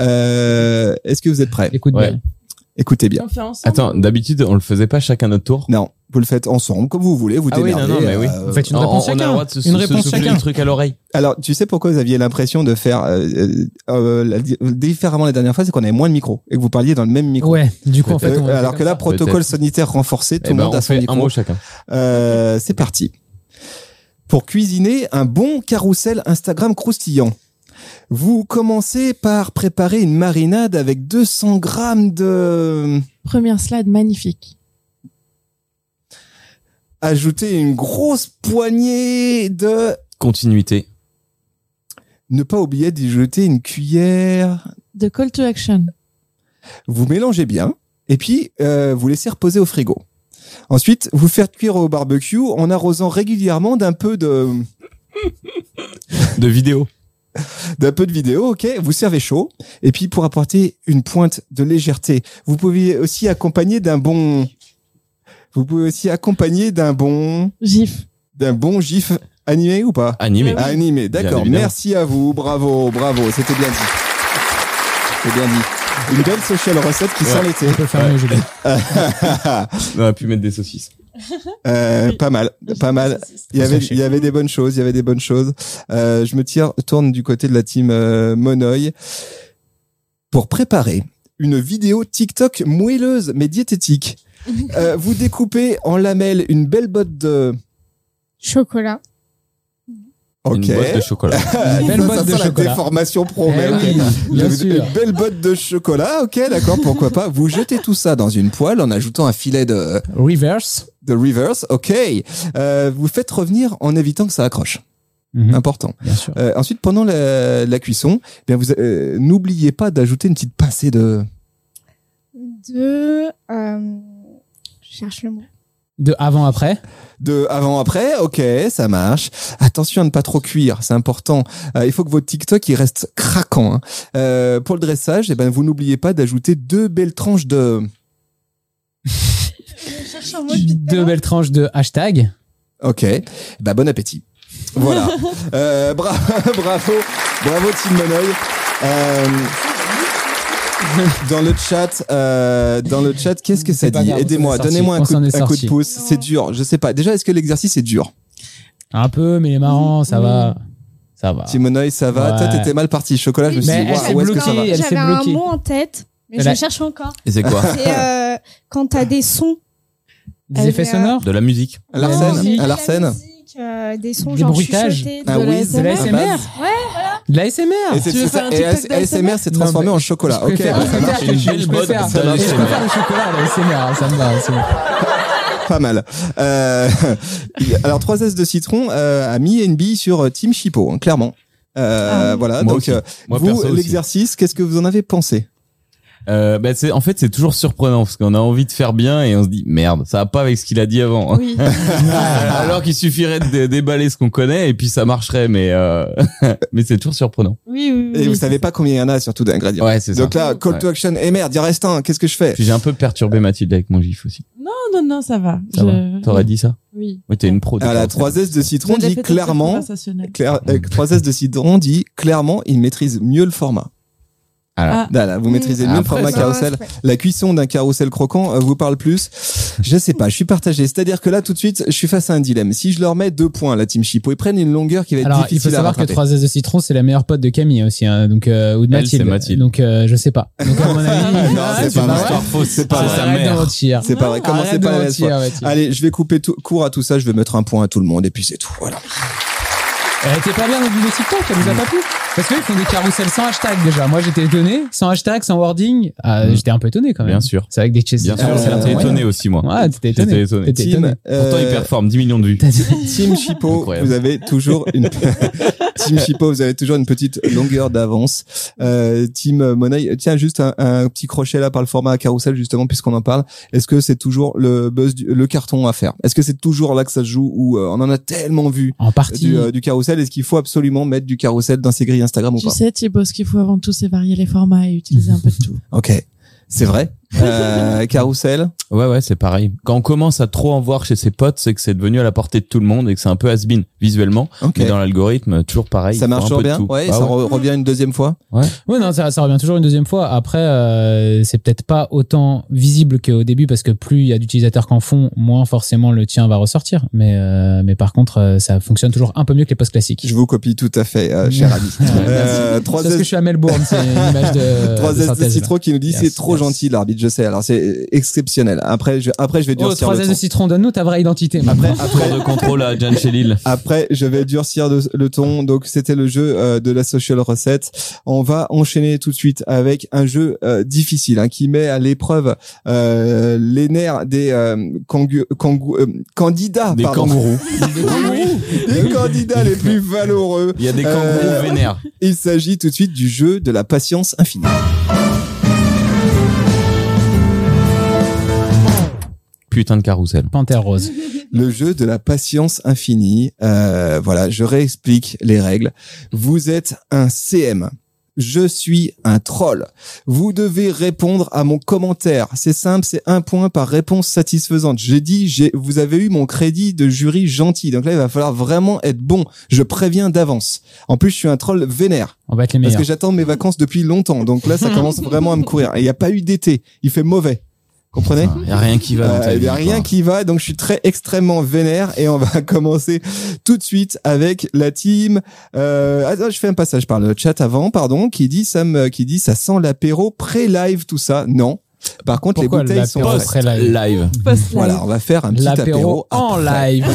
A: Euh, Est-ce que vous êtes prêts
E: Écoute
D: Ouais.
E: bien.
A: Écoutez bien.
C: On fait ensemble.
D: Attends, d'habitude, on le faisait pas chacun notre tour.
A: Non, vous le faites ensemble comme vous voulez. Vous
D: Ah oui,
A: démerdez.
D: non, non, mais oui.
A: Euh,
E: Vous faites une
D: On-
E: réponse
D: on a le
E: chacun.
D: droit de se,
E: Une
D: se
E: réponse
D: souffler
E: chacun.
D: le truc à l'oreille.
A: Alors, tu sais pourquoi vous aviez l'impression de faire euh, euh, euh, la- différemment la dernière fois, c'est qu'on avait moins de micros et que vous parliez dans le même micro.
E: Ouais, du coup, en fait.
A: Euh,
E: on-
A: alors que là, protocole
D: Peut-être.
A: sanitaire renforcé, tout
D: Eh
A: le
D: ben,
A: monde
D: on
A: a son
D: fait un
A: micro.
D: mot chacun.
A: Euh, C'est parti. Pour cuisiner un bon carrousel Instagram croustillant, vous commencez par préparer une marinade avec 200 grammes de...
C: Première slide magnifique.
A: Ajouter une grosse poignée de...
D: Continuité.
A: Ne pas oublier d'y jeter une cuillère.
C: De call to action.
A: Vous mélangez bien et puis euh, vous laissez reposer au frigo. Ensuite, vous faites cuire au barbecue en arrosant régulièrement d'un peu de...
D: De vidéo.
A: d'un peu de vidéo, ok, vous servez chaud. Et puis pour apporter une pointe de légèreté, vous pouvez aussi accompagner d'un bon, vous pouvez aussi accompagner d'un bon,
C: GIF.
A: d'un bon gif animé ou pas
D: Animé.
C: Ah oui.
A: Animé, d'accord.
D: évidemment.
A: Merci à vous, bravo, bravo, c'était bien dit. C'était bien dit. Une belle social recette qui
D: Ouais.
A: sent l'été.
E: On peut faire mieux, Julie.
D: On aurait pu mettre des saucisses.
A: Euh, pas mal, pas mal. Il y avait, il y avait des bonnes choses, il y avait des bonnes choses. Euh, je me tire, tourne du côté de la team euh, Monoï pour préparer une vidéo TikTok moelleuse mais diététique. Euh, vous découpez en lamelles une belle botte de
F: Chocolat.
A: Ok.
D: Une boîte de chocolat.
E: Une belle
A: Ça,
E: boîte
A: ça
E: de
A: sent la
E: chocolat.
A: déformation pro.
E: Eh
A: mais ok.
E: oui, bien
A: Une-
E: sûr.
A: Une belle botte de chocolat, ok, d'accord, pourquoi pas. Vous jetez tout ça dans une poêle en ajoutant un filet de,
E: Reverse.
A: de reverse, ok. Euh, vous faites revenir en évitant que ça accroche.
E: Mhm,
A: Important.
E: Bien sûr.
A: Euh, ensuite, pendant la, la cuisson, eh bien vous euh, n'oubliez pas d'ajouter une petite pincée de
F: De. euh, je cherche le mot.
E: De avant après.
A: de avant après. Ok, ça marche. Attention à ne pas trop cuire, c'est important. Euh, il faut que votre TikTok il reste craquant. hein. Euh, pour le dressage, eh ben vous n'oubliez pas d'ajouter deux belles tranches de
F: Je cherche un
E: Deux belles tranches de hashtag.
A: Ok, bah bon appétit. Voilà. euh, bra- bravo, bravo Team Monoï. Euh, dans le chat, euh, dans le chat, qu'est-ce que ça
E: C'est pas
A: dit
E: grave, on s'en
A: Aidez-moi,
E: est sorti.
A: donnez-moi un,
E: On
A: coup,
E: s'en est
A: un coup de
E: sorti.
A: pouce. C'est dur, je sais pas. Déjà, est-ce que l'exercice est dur
E: Un peu, mais il est marrant, ça va. Ça va.
A: Team Monoï, ça va
E: Ah. Ouais.
A: Toi, t'étais mal parti. Chocolat, je me suis
E: Mais
A: dit,
E: elle
A: waouh,
E: s'est
A: où est-ce que ça va
E: bloquée. elle s'est
F: J'avais un
E: bloquée.
F: mot en tête, mais
E: Elle
F: je
E: a-
F: cherche encore.
D: Et c'est quoi
F: C'est euh, quand t'as des sons.
E: Des effets
F: Elle est, euh,
E: sonores.
D: De la musique.
A: À l'arsène
E: musique,
A: À l'arsène
F: euh, des sons
E: Des
F: genre
E: bruitages.
F: chuchotés,
A: Ah
F: de
A: oui,
F: la
E: De la
F: SMR.
A: SMR.
E: SMR. De la SMR.
A: Et c'est-
C: Tu veux
A: c'est
C: faire
A: ça.
C: un
A: Et
C: TikTok
A: AS- ASMR s'est
E: Non,
A: transformé
E: mais
A: en chocolat.
E: Je
A: Ok,
E: préfère-
A: bah, ça marche.
E: je préfère-
D: Une
E: je
D: bonne
E: préfère-
D: bonne
E: je
D: SMR.
E: préfère le chocolat à la SMR, hein, ça me va. c'est bon.
A: pas mal. Euh, alors 3 S de citron euh, a mis une bille sur euh, Team Chipo, hein, clairement. Euh,
C: Ah.
A: Voilà,
D: Moi
A: donc
D: aussi.
A: euh,
D: Moi,
A: vous,
D: perso aussi.
A: l'exercice, qu'est-ce que vous en avez pensé
D: Euh, bah, c'est- en fait, c'est toujours surprenant parce qu'on a envie de faire bien et on se dit merde, ça va pas avec ce qu'il a dit avant. hein.
C: Oui.
D: Alors qu'il suffirait de dé- déballer ce qu'on connaît et puis ça marcherait, mais euh, mais c'est toujours surprenant.
C: Oui, oui, oui.
A: Et vous savez pas combien il y en a surtout d'ingrédients.
D: Ouais, c'est ça.
A: donc là, call to action, eh merde, il reste un, qu'est-ce que je fais
D: Puis j'ai un peu perturbé Mathilde avec mon gif aussi.
C: Non, non, non, ça va.
D: Ça
C: Je-
D: va. T'aurais dit ça
C: Oui.
D: Oui, t'es une pro.
A: Ah,
D: d'accord.
A: La 3S de citron
C: J'ai déjà
A: dit
C: fait des
A: clairement,
C: conversationnels.
A: clair, euh, 3S de citron dit clairement, il maîtrise mieux le format.
D: Ah.
A: Là, là, vous maîtrisez
D: Ah,
A: mieux le
D: après,
A: format
D: ça-
A: carousel. La cuisson d'un carrousel croquant euh, vous parle plus Je sais pas, je suis partagé. C'est-à-dire que là, tout de suite, je suis face à un dilemme. Si je leur mets deux points, la team Chipo, ils prennent une longueur qui va être
E: Alors, il faut
A: difficile à
E: savoir que
A: rattraper.
E: 3 S de citron, c'est la meilleure pote de Camille aussi, hein, donc, euh, ou de
D: Elle,
E: Mathilde.
D: c'est Mathilde.
E: Donc, euh, je sais pas. Donc, à mon avis,
A: Non, c'est pas vrai.
D: fausse. Ah,
A: C'est pas vrai.
D: sa
E: Arrête de
D: mère.
E: mentir.
A: C'est pas vrai. Comment
E: Arrête
A: c'est
E: de
A: pas la
E: mentir, Mathilde.
A: Allez, je vais couper tout, court à tout ça. Je vais mettre un point à tout le monde et puis c'est tout. Voilà.
E: Elle était pas bien dans le vidéo TikTok, elle nous a pas plu. Parce qu'ils font des carousels sans hashtag déjà. Moi, j'étais étonné. Sans hashtag, sans wording. Ah,
D: Mm.
E: J'étais un peu étonné quand même.
D: Bien sûr.
E: C'est avec des Ah, chaises.
D: Bien
A: Euh,
D: sûr, j'étais étonné aussi moi.
E: Ouais, t'étais
D: J'étais
E: étonné.
D: étonné.
E: T'étais étonné.
D: Pourtant, il
A: euh,
D: performe 10 millions de vues.
E: T'as dit-
A: Team Chipo,
D: Incroyable.
A: vous avez toujours une Team Chipo, vous avez toujours une petite longueur d'avance. Euh, team Monaï, tiens juste un, un petit crochet là par le format à carousel justement puisqu'on en parle. Est-ce que c'est toujours le buzz, du- le carton à faire Est-ce que c'est toujours là que ça se joue ou euh, on en a tellement vu
E: En partie.
A: du, euh, du carrousel Est-ce qu'il faut absolument mettre du carrousel dans ses grilles Instagram ou
C: Tu
A: pas
C: sais, Thibaut, ce qu'il faut avant tout, c'est varier les formats et utiliser un peu de tout.
A: Ok, c'est vrai. Euh, carrousel.
D: Ouais, ouais, c'est pareil. Quand on commence à trop en voir chez ses potes, c'est que c'est devenu à la portée de tout le monde et que c'est un peu has-been visuellement.
A: Ok.
D: Mais dans l'algorithme, toujours pareil.
A: Ça
D: il faut
A: marche
D: un
A: toujours
D: peu de
A: bien.
D: tout.
A: Ouais,
D: Ah
A: ça
D: ouais.
A: re- revient une deuxième fois.
E: Ouais, non, ça, ça revient toujours une deuxième fois. Après, euh, c'est peut-être pas autant visible qu'au début parce que plus il y a d'utilisateurs qu'en font, moins forcément le tien va ressortir. Mais, euh, mais par contre, euh, ça fonctionne toujours un peu mieux que les posts classiques.
A: Je vous copie tout à fait, euh, cher ami. Euh, trois
E: parce que je suis à Melbourne, c'est une image de.
A: 3
E: Euh, de
A: S de
E: synthèse, là.
A: citron qui nous dit
E: Yes,
A: c'est trop
E: yes.
A: gentil l'arbitre, je sais. Alors c'est exceptionnel. Après je, après je vais
E: Oh,
A: durcir
E: 3
A: le
E: S
A: ton.
E: de citron, donne-nous ta vraie identité.
A: Après
D: Tour
A: après
D: de contrôle à Jan Chelil.
A: après je vais durcir de- le ton. Donc c'était le jeu euh, de la social recette. On va enchaîner tout de suite avec un jeu euh, difficile hein, qui met à l'épreuve euh, les nerfs des euh, kangu- kangu- euh, candidats
D: Des
A: pardon.
D: kangourous.
A: Des kangourous. Des candidats les plus valeureux.
D: Il y a des kangourous
A: Euh,
D: vénères.
A: Il s'agit tout de suite du jeu de la patience infinie.
D: Putain de carrousel.
E: Panthère rose.
A: le jeu de la patience infinie. Euh, voilà, je réexplique les règles. Vous êtes un CM. Je suis un troll. Vous devez répondre à mon commentaire. C'est simple, c'est un point par réponse satisfaisante. J'ai dit, j'ai, vous avez eu mon crédit de jury gentil. Donc là, il va falloir vraiment être bon. Je préviens d'avance. En plus, je suis un troll vénère.
E: On va être les
A: Parce
E: meilleurs.
A: que j'attends mes vacances depuis longtemps. Donc là, ça commence vraiment à me courir. Et il n'y a pas eu d'été. Il fait mauvais. Comprenez?
D: Il y a rien qui va. dans ta
A: Il n'y a
D: vie,
A: Euh, eh rien
D: quoi.
A: qui va, donc je suis très extrêmement vénère et on va commencer tout de suite avec la team. Euh, attends, je fais un passage par le chat avant, pardon, qui dit ça me, qui dit ça sent l'apéro pré-live tout ça. Non, Par contre,
E: Pourquoi
A: les bouteilles sont
E: l'apéro
A: restes.
E: serait live
D: Live.
C: Post-live.
A: Voilà, on va faire un petit apéro.
E: L'apéro en live.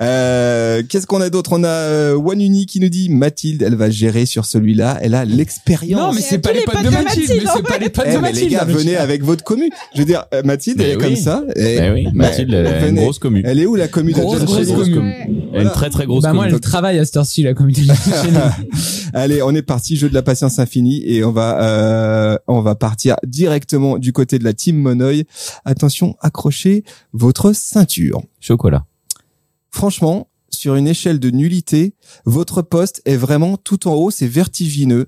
A: Euh, Qu'est-ce qu'on a d'autre On a euh, Wanuni qui nous dit Mathilde, elle va gérer sur celui-là. Elle a l'expérience.
E: Non, mais
C: Il y
E: c'est
C: a
E: pas
C: tous
E: les
C: les
E: potes
C: potes
E: de
C: de
E: Mathilde,
C: Mathilde,
E: mais
C: en
E: c'est pas
C: fait.
E: les potes
A: Eh,
E: de
A: mais les
E: Mathilde.
A: gars,
E: le
A: venez
E: chat.
A: avec votre commu. Je veux dire, euh, Mathilde, elle est
D: Mais
A: comme
D: oui.
A: ça. Et
D: Eh oui, Mathilde, elle a une
A: venez.
D: grosse commu.
A: Elle est où la commu de
E: Grosse,
A: John
E: grosse
A: Shelley
E: commu.
D: Elle a une très très grosse
E: Bah, moi,
D: commu.
E: elle travaille à cette heure-ci, la communauté. chez nous.
A: Allez, on est parti, jeu de la patience infinie, et on va euh, on va partir directement du côté de la team Monoï. Attention, accrochez votre ceinture.
D: Chocolat.
A: Franchement, sur une échelle de nullité, votre poste est vraiment tout en haut, c'est vertigineux.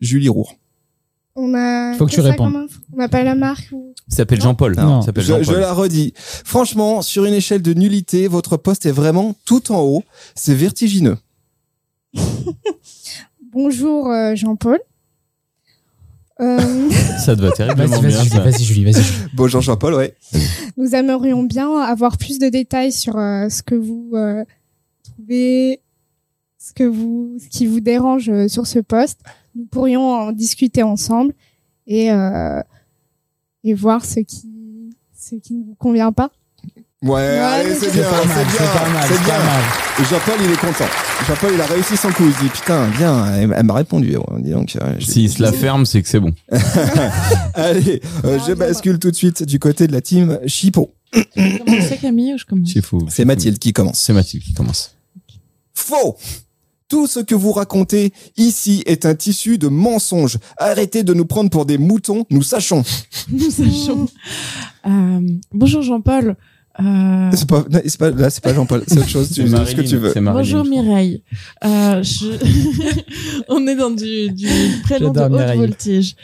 A: Julie Roux.
F: On a.
E: Faut que tu
F: qu'est-ce ça
E: répondes.
F: comme info On n'a pas la marque ou.
D: Il s'appelle Jean-Paul.
E: Non.
D: Il s'appelle
A: Je, je
D: Jean-Paul.
A: la redis. Franchement, sur une échelle de nullité, votre poste est vraiment tout en haut, c'est vertigineux.
F: Bonjour euh, Jean-Paul. Euh,
D: Ça te va
E: Vas-y,
D: terriblement bien.
E: vas-y, Julie,
D: ça.
E: vas-y, Julie, vas-y. Julie.
A: Bonjour Jean-Paul, ouais.
F: nous aimerions bien avoir plus de détails sur euh, ce que vous euh, trouvez, ce que vous, ce qui vous dérange euh, sur ce poste. Nous pourrions en discuter ensemble et euh, et voir ce qui, ce qui ne vous convient pas.
A: Ouais, allez, c'est
F: c'est
A: bien,
E: pas mal,
A: c'est bien,
E: c'est pas mal,
A: c'est
E: c'est
A: bien.
E: pas mal.
A: Et Jean-Paul, il est content. Jean-Paul, il a réussi son coup. Il se dit, putain, bien, elle, elle m'a répondu. Ouais, Dis donc, euh, j'ai-
D: S'il se la ferme, c'est que c'est bon.
A: Allez, euh,
F: Ah,
A: je
F: bien.
A: bascule tout de suite du côté de la team Chipon.
C: Tu commences, Camille, ou je commence
D: C'est fou.
A: C'est Mathilde qui commence.
D: C'est Mathilde qui commence.
A: Faux tout ce que vous racontez ici est un tissu de mensonges. Arrêtez de nous prendre pour des moutons, nous sachons.
C: Nous sachons. Euh, bonjour Jean-Paul. Euh,
A: C'est pas, non, c'est pas, là, c'est pas Jean-Paul, c'est autre chose, tu
D: Ah. C'est
A: dis ce que tu veux.
D: C'est Marilyn.
C: Bonjour Mireille. Euh, je- On est dans du, du prénom de
E: J'adore
C: haute
E: Mireille.
C: voltige.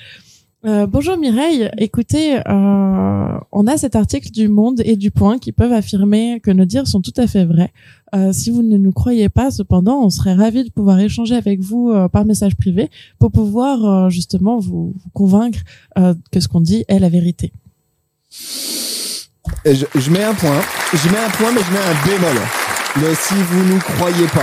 C: Euh, bonjour Mireille. Écoutez, euh, on a cet article du Monde et du Point qui peuvent affirmer que nos dires sont tout à fait vrais. Euh, si vous ne nous croyez pas, cependant, on serait ravis de pouvoir échanger avec vous euh, par message privé pour pouvoir euh, justement vous, vous convaincre euh, que ce qu'on dit est la vérité.
A: Et Je, je mets un point, je mets un point, mais je mets un bémol. Le si vous nous croyez pas.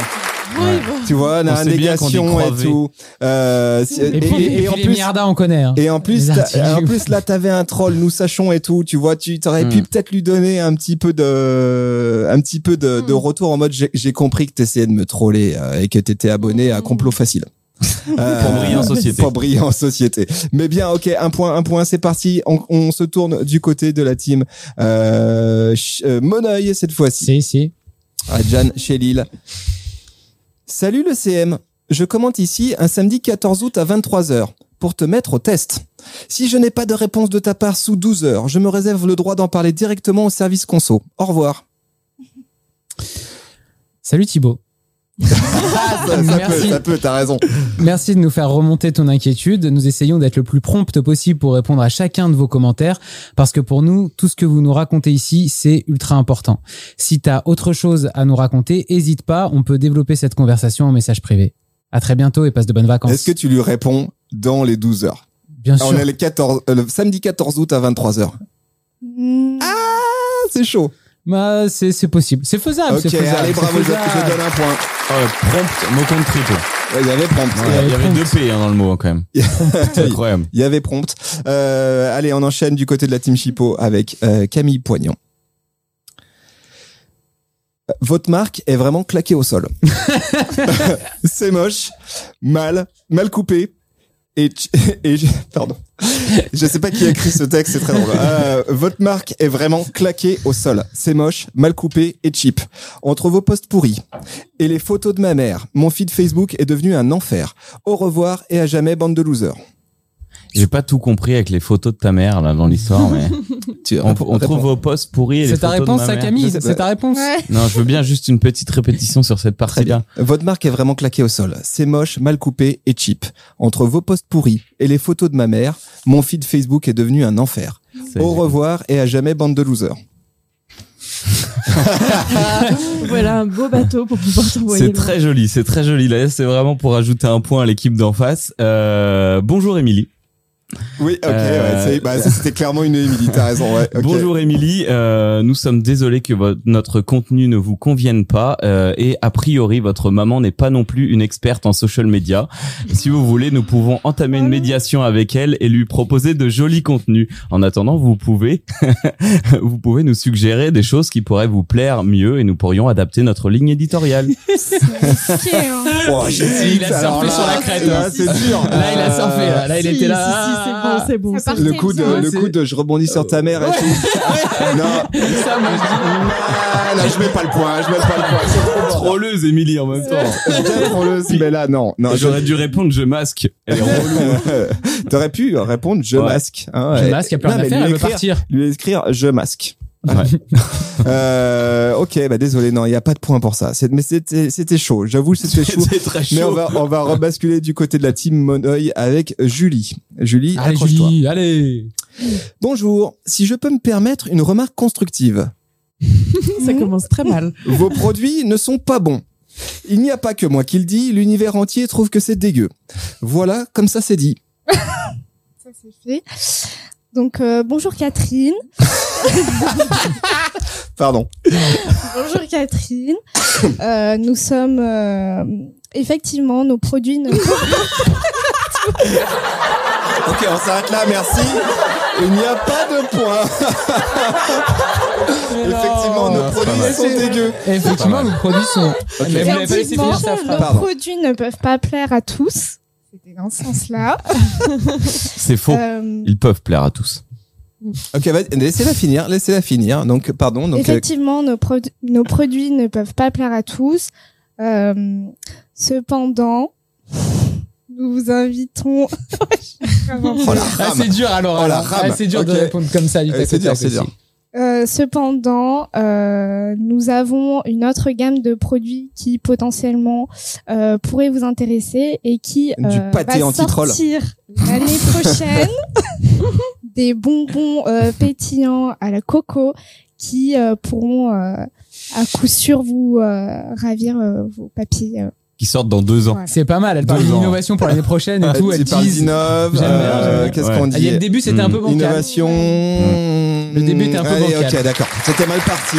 D: Ouais.
C: Oui, bon.
A: Tu vois, la
D: On sait bien qu'on dit
A: négation et
D: croiser.
A: tout. Euh, si-
E: Et, puis, et puis les milliardards, on connaît. hein.
A: Et en plus,
E: Les
A: t'as-
E: articles.
A: en plus là, t'avais un troll, nous sachons et tout. Tu vois, tu t'aurais pu
D: Hmm.
A: peut-être lui donner un petit peu de, un petit peu de, de
F: Hmm.
A: retour en mode j'ai- j'ai compris que t'essayais de me troller euh, et que t'étais abonné à complot facile. Euh,
D: Pour briller en société.
A: Pour briller en société. Mais bien, ok, un point, un point, c'est parti. On, on se tourne du côté de la team euh, Ch- euh, Monoï cette fois-ci.
E: Si, si.
A: Adjan chez Lille. Salut le CM. Je commente ici un samedi 14 août à 23h pour te mettre au test. Si je n'ai pas de réponse de ta part sous 12 heures, je me réserve le droit d'en parler directement au service conso. Au revoir.
E: Salut Thibaut.
A: Ah,
E: Merci.
A: peut, t'as raison.
E: Merci de nous faire remonter ton inquiétude. Nous essayons d'être le plus prompt possible pour répondre à chacun de vos commentaires parce que pour nous, tout ce que vous nous racontez ici, c'est ultra important. Si t'as autre chose à nous raconter, hésite pas, on peut développer cette conversation en message privé. À très bientôt et passe de bonnes vacances.
A: Est-ce que tu lui réponds dans les 12 heures
E: Bien
A: Ah,
E: sûr.
A: On est le, 14, euh, le samedi 14 août à 23h. Ah,
F: Hmm.
E: Ah,
A: c'est chaud.
E: Bah, c'est c'est possible. C'est faisable,
A: ok,
E: Ah, c'est faisable.
A: allez,
E: c'est
A: bravo, je,
E: faisable.
A: je donne un point.
D: Euh, prompt, mot contre triple.
A: Ouais, Il y avait prompt.
D: Voilà, il y avait
E: prompt.
D: deux P hein, dans le mot hein, quand même. C'est incroyable.
A: Il y avait prompt. Euh, allez, on enchaîne du côté de la team Chipo avec euh, Camille Poignant. Euh, Votre marque est vraiment claquée au sol. C'est moche, mal, mal coupé. Et, tu- et je- pardon, je sais pas qui a écrit ce texte, c'est très drôle. Euh, votre marque est vraiment claquée au sol. C'est moche, mal coupé et cheap. Entre vos posts pourris et les photos de ma mère, mon feed Facebook est devenu un enfer. Au revoir et à jamais bande de losers.
D: J'ai pas tout compris avec les photos de ta mère là dans l'histoire, mais
A: Tu-
D: on, on
A: répond.
D: trouve vos postes pourris. et les
E: C'est ta
D: photos de
E: réponse,
D: ma
E: ça,
D: mère.
A: Je
E: Camille.
A: sais
E: C'est
A: pas.
E: ta réponse.
F: Ouais.
D: Non, je veux bien juste une petite répétition sur cette
A: Très
D: partie-là.
A: bien. Votre marque est vraiment claquée au sol. C'est moche, mal coupé et cheap. Entre vos posts pourris et les photos de ma mère, mon feed Facebook est devenu un enfer.
D: C'est-
A: Au revoir et à jamais bande de losers.
C: Ah, Voilà un beau bateau pour pouvoir t'envoyer.
D: C'est
C: loin.
D: très joli, c'est très joli. Là, c'est vraiment pour ajouter un point à l'équipe d'en face. Euh, bonjour Émilie.
A: Oui, ok,
D: Euh,
A: ouais, c'est- bah, ça, c'était clairement une Émilie, t'as raison. Ouais, ok.
D: Bonjour Émilie, Euh, nous sommes désolés que vo- notre contenu ne vous convienne pas euh, et a priori votre maman n'est pas non plus une experte en social media. Si vous voulez, nous pouvons entamer
A: Ah
D: une médiation avec elle et lui proposer de jolis contenus. En attendant, vous pouvez vous pouvez nous suggérer des choses qui pourraient vous plaire mieux et nous pourrions adapter notre ligne éditoriale.
F: Ok, hein.
A: Oh, j'hésite,
E: Il a
A: alors
E: surfé
A: là,
E: sur la crête,
A: c'est-
E: hein.
A: C'est dur. Euh,
E: Là, il a surfé. Bah, Là, Là, il
C: Si,
E: était
C: si,
E: là.
C: si, c'est bon, c'est
F: Ça
C: bon.
F: part.
C: c'est
A: Le
C: bon.
A: coup de,
F: Ouais,
A: le
E: c'est-
A: coup de, je rebondis sur ta mère et tout. non,
E: Ça, moi, je dis-
A: Ah, non, je mets pas le point, je mets pas le point. C'est trop bon.
D: Trolleuse Émilie en même temps.
A: J'étais trolleuse, mais là, non, non, je-
D: J'aurais dû répondre je masque. Elle est relou.
A: T'aurais pu répondre je
D: Ouais.
A: masque. hein,
E: hein. Je
A: et-
E: masque, il y a plein
A: Non, mais
E: d'affaires,
A: lui
E: elle veut
A: écrire-
E: partir.
A: Lui écrire je masque.
D: Ouais.
A: Euh, ok, bah désolé, non, il n'y a pas de point pour ça. C'est- Mais c'était c'était chaud, j'avoue, c'était chaud.
D: C'était très chaud.
A: Mais on va, on va rebasculer du côté de la team Monoeil avec Julie. Julie,
E: Allez,
A: accroche-toi.
E: Julie, allez.
A: Bonjour, si je peux me permettre une remarque constructive.
C: Ça commence très mal.
A: Vos produits ne sont pas bons. Il n'y a pas que moi qui le dis, l'univers entier trouve que c'est dégueu. Voilà, comme ça c'est dit.
F: Ça, c'est fait. Donc, euh, bonjour Catherine.
A: Pardon.
F: Bonjour Catherine. Euh, nous sommes euh, effectivement nos produits. ne-
A: Ok, on s'arrête là, merci. Il n'y a pas de point. Effectivement, nos produits sont dégueux.
E: Effectivement, nos produits sont.
A: Ok.
E: Mais vous l'avez pas laissé
F: Effectivement,
E: finir sa phrase.
F: nos
A: Pardon.
F: produits ne peuvent pas plaire à tous. C'était dans ce sens-là.
D: C'est faux.
F: Euh,
D: Ils peuvent plaire à tous.
A: Ok, vas-y, laissez-la finir, laissez-la finir. Donc, pardon. Donc, euh,
F: Effectivement, nos, produ- nos produits ne peuvent pas plaire à tous. Euh, cependant, nous vous invitons. Vraiment.
A: oh la
E: Ah,
A: rame.
E: c'est dur alors.
A: Oh, la
E: alors.
A: rame.
E: Ah, c'est dur de
A: Ok.
E: répondre comme ça. du
A: Euh,
E: tac
A: c'est
E: au
A: dur,
E: tac
A: c'est
E: aussi.
A: dur.
F: Euh, cependant, euh, nous avons une autre gamme de produits qui potentiellement euh, pourrait vous intéresser et qui
A: Du
F: euh,
A: pâté
F: va
A: anti-troll.
F: sortir l'année prochaine des bonbons euh, pétillants à la coco qui euh, pourront euh, à coup sûr vous euh, ravir euh, vos papilles. euh.
D: Qui sortent dans deux ans.
F: Ouais.
E: C'est pas mal. Elle parle
A: Deux ans.
E: d'innovation pour l'année prochaine et tout.
A: Euh,
E: Elle
A: tu parles
E: tease.
A: d'innov,
E: J'aime bien,
A: euh,
E: j'aime bien.
A: Qu'est-ce
D: Ouais.
A: qu'on
E: Ah, Il y
A: dit
E: a le début, c'était un peu bancal.
A: Innovation.
D: Mm.
A: Le
E: début était un peu
A: Allez,
E: bancal.
A: Ok, d'accord. C'était mal parti.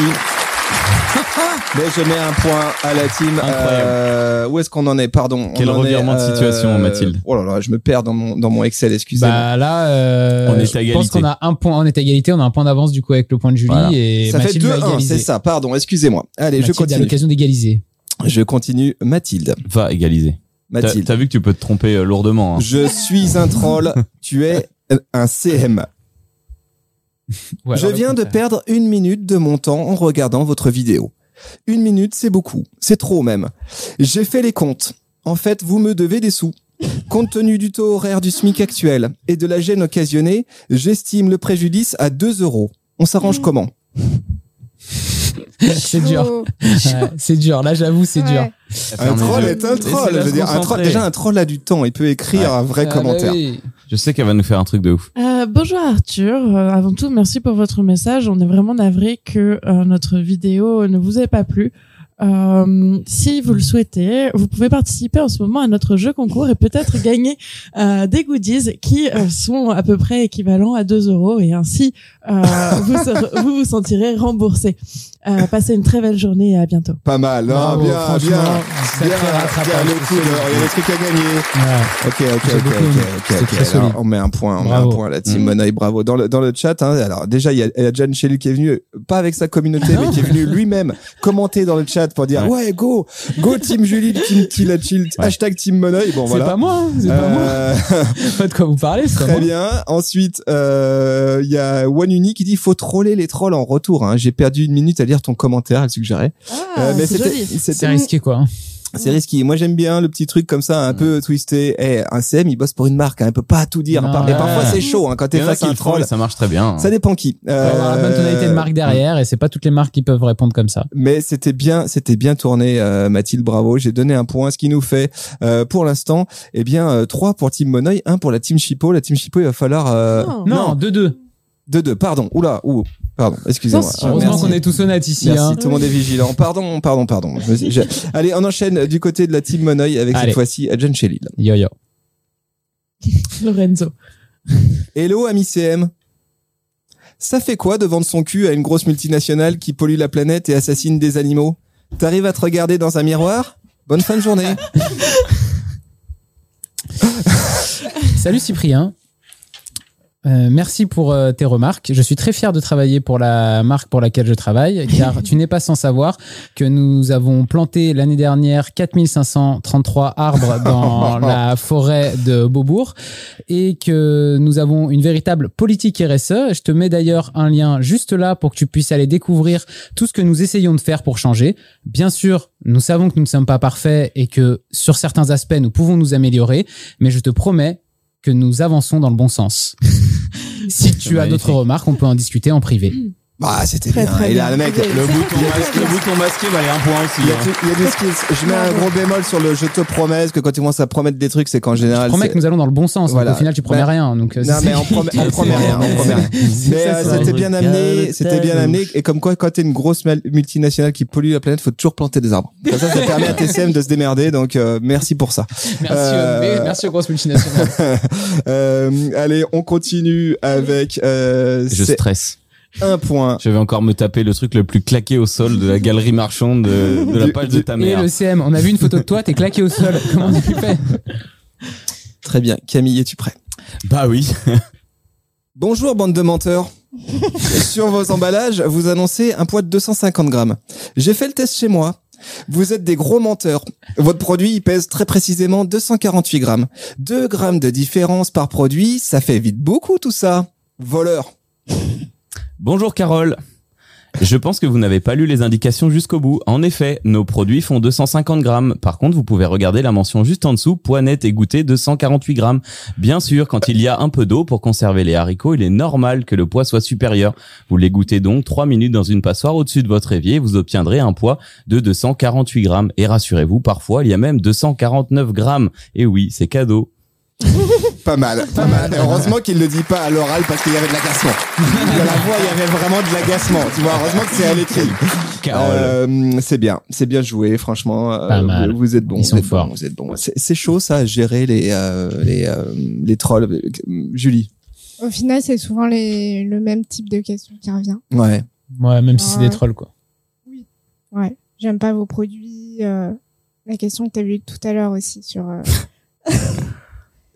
A: Mais je mets un point à la team.
D: Incroyable.
A: Euh, où est-ce qu'on en est Pardon. on
D: Quel
A: en est,
D: revirement de situation, Mathilde.
A: Oh là là, je me perds dans mon, dans mon Excel, excusez-moi.
E: Bah là, euh,
D: On est à
E: je pense
D: égalité.
E: qu'on a un point, on est à égalité, on a un point d'avance du coup avec le point de Julie
D: Voilà.
E: et
A: ça fait
E: Bah, Mathilde va
A: 2-1,
E: égaliser.
A: c'est ça, pardon, excusez-moi. Allez,
E: Mathilde
A: je
E: a
A: continue.
E: l'occasion d'égaliser.
A: Je continue. Mathilde.
D: Va égaliser. T'as
A: Mathilde.
D: t'as vu que tu peux te tromper euh, lourdement. hein.
A: Je suis un troll, tu es euh, un CM.
E: Ouais,
A: je
E: alors,
A: viens
E: le
A: de
E: contraire.
A: perdre une minute de mon temps en regardant votre vidéo. Une minute, c'est beaucoup. C'est trop même. J'ai fait les comptes. En fait, vous me devez des sous. Compte tenu du taux horaire du SMIC actuel et de la gêne occasionnée, j'estime le préjudice à 2 euros. On s'arrange comment
E: C'est dur.
F: Chaud.
E: Ouais, c'est dur. Là, j'avoue, c'est dur.
F: Ouais.
A: Un troll est un troll. Je
D: Laissez-la
A: veux dire, un
D: se
A: troll,
D: concentrer.
A: déjà, un troll a du temps. Il peut écrire
D: Ouais.
A: un vrai
E: Ah,
A: commentaire.
E: bah oui.
D: Je sais qu'elle va nous faire un truc de ouf.
C: Euh, bonjour Arthur. Euh, avant tout, merci pour votre message. On est vraiment navré que euh, notre vidéo ne vous ait pas plu. Euh, si vous le souhaitez, vous pouvez participer en ce moment à notre jeu concours et peut-être gagner euh, des goodies qui euh, sont à peu près équivalents à 2 euros et ainsi euh, vous, serez- vous vous sentirez remboursé. Euh, passez une très belle journée et à bientôt.
A: Pas mal. hein,
E: Bravo,
A: bien,
E: franchement,
A: bien.
E: sacré
A: Bien,
E: rattrapage.
A: bien hein, le coup d'heure. Il y a des trucs à gagner. Ok, ok,
E: Ouais.
A: ok,
E: J'ai beaucoup aimé.
A: ok, ok,
E: C'était
A: ok.
E: très
A: Alors,
E: solide.
A: on met un point, on
E: Bravo.
A: met un point à la team
D: Mm.
A: Monoï, bravo. Dans le, dans le chat, hein, alors déjà, il y a, il y a John Shelley qui est venu, euh, pas avec sa communauté, mais qui est venu lui-même commenter dans le chat pour dire, ouais, go, go team Julie, team Tila Chill,
D: Ouais.
A: hashtag team Monoï, bon
E: C'est
A: voilà.
E: pas moi, hein, c'est pas moi.
A: Euh,
E: Je sais Pas de quoi vous parlez, c'est pas
A: Très
E: moi.
A: bien. Ensuite, euh, il y a One Uni qui dit faut troller les trolls en retour. hein. J'ai perdu une minute à lire ton commentaire, elle suggérait. Euh, mais
C: Ah, c'est
A: c'était-
C: joli.
E: C'est
A: c'était
E: risqué quoi. hein.
A: c'est risqué. Moi, j'aime bien le petit truc comme ça, un
D: Mm.
A: peu twisté. Eh, un CM, il bosse pour une marque, hein, il peut pas tout dire.
E: Non,
A: Par- Et
E: ouais.
A: parfois, c'est chaud hein, quand
D: Il
A: t'es
D: y en a
A: face
D: qui
A: à un
D: le font
A: troll.
D: et ça marche très bien. hein.
A: Ça dépend qui. Euh,
E: Faut avoir la bonne tonalité de marque derrière et c'est pas toutes les marques qui peuvent répondre comme ça.
A: Mais c'était bien, c'était bien tourné, euh, Mathilde. Bravo. J'ai donné un point, ce qui nous fait euh, pour l'instant, eh bien, euh, trois pour Team Monoï, un pour la Team Chipo. La Team Chipo, il va falloir euh,
C: Non.
E: Non, 2-2.
A: deux, deux. Pardon. Oula, ou pardon. Excusez-moi.
C: Non,
E: Heureusement
A: Ah, Merci.
E: qu'on est tous honnêtes ici.
A: Merci,
E: hein.
A: tout le monde est vigilant. Pardon, pardon, pardon. Je me suis- je- Allez, on enchaîne du côté de la team Monoï avec
E: Allez.
A: cette fois-ci John Shelley.
E: Yo yo.
C: Lorenzo.
A: Hello, ami CM. Ça fait quoi de vendre son cul à une grosse multinationale qui pollue la planète et assassine des animaux T'arrives à te regarder dans un miroir Bonne fin de journée.
E: Salut Cyprien. Euh, merci pour euh, tes remarques. Je suis très fier de travailler pour la marque pour laquelle je travaille, car tu n'es pas sans savoir que nous avons planté l'année dernière 4533 arbres dans la forêt de Beaubourg et que nous avons une véritable politique RSE. Je te mets d'ailleurs un lien juste là pour que tu puisses aller découvrir tout ce que nous essayons de faire pour changer. Bien sûr, nous savons que nous ne sommes pas parfaits et que sur certains aspects, nous pouvons nous améliorer, mais je te promets que nous avançons dans le bon sens. si tu as d'autres
D: Magnifique.
E: remarques, on peut en discuter en privé.
A: Bah, c'était
C: Très,
A: bien.
C: très
A: Et là,
C: bien.
A: le mec,
D: Le bouton,
C: Mhm.
D: masqué, le bouton masqué valait un point aussi.
A: Il y, a
D: hein.
A: tout- il y a des skills. Je mets un gros bémol sur le je te promets, parce que quand tu commences à promettre des trucs, c'est qu'en
E: Je
A: général.
E: promets
A: Ah, c'est-
E: que nous allons dans le bon sens.
A: Voilà.
E: Donc, au final, tu promets
A: Ben,
E: rien. Donc,
A: Non, mais on promet, on promet rien, on promet rien. Mais
E: ça,
A: euh,
E: c'est
A: c'était
E: vrai.
A: bien amené, c'était bien amené. Et comme quoi, quand t'es une grosse mal- multinationale qui pollue la planète, faut toujours planter des arbres. Comme ça, ça permet à TCM de se démerder. Donc, euh, merci pour ça.
E: Merci,
A: Euh, mais
E: merci aux grosses multinationales.
A: Euh, allez, on continue avec. Euh,
D: Je
A: c'est
D: stresse.
A: un point.
D: Je vais encore me taper le truc le plus claqué au sol de la galerie marchande de, de la
A: Du-
D: page
A: du-
D: de ta
E: Et
D: mère.
E: le CM, on a vu une photo de toi, t'es claqué au sol. Comment tu fais
A: Très bien. Camille, es-tu prêt
D: Bah oui.
A: Bonjour bande de menteurs. Sur vos emballages, vous annoncez un poids de 250 grammes. J'ai fait le test chez moi. Vous êtes des gros menteurs. Votre produit il pèse très précisément 248 grammes. 2 grammes de différence par produit, ça fait vite beaucoup tout ça. Voleur.
D: Bonjour Carole. Je pense que vous n'avez pas lu les indications jusqu'au bout. En effet, nos produits font 250 grammes. Par contre, vous pouvez regarder la mention juste en dessous, poids net et goûter 248 grammes. Bien sûr, quand il y a un peu d'eau pour conserver les haricots, il est normal que le poids soit supérieur. Vous les goûtez donc 3 minutes dans une passoire au-dessus de votre évier, vous obtiendrez un poids de 248 grammes. Et rassurez-vous, parfois, il y a même 249 grammes. Et oui, c'est cadeau.
A: Pas mal, pas mal. Et heureusement qu'il ne le dit pas à l'oral parce qu'il y avait de l'agacement. De la voix, il y avait vraiment de l'agacement. Tu vois, heureusement que c'est à l'écrit. Euh, c'est bien, c'est bien joué, franchement. Euh,
E: Pas mal.
A: Vous, vous êtes bon.
E: Ils sont
A: vous êtes
E: forts.
A: bons, vous êtes bon. C'est c'est chaud ça, à gérer les euh, les euh, les trolls. Euh, Julie.
F: Au final, c'est souvent les, le même type de question qui revient.
A: Ouais.
E: Ouais, même si c'est des
F: Ouais.
E: trolls, quoi.
F: Ouais, j'aime pas vos produits. euh, la question que tu avais eue tout à l'heure aussi sur, euh,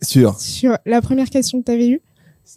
A: Sûr.
F: sur la première question que tu avais eue.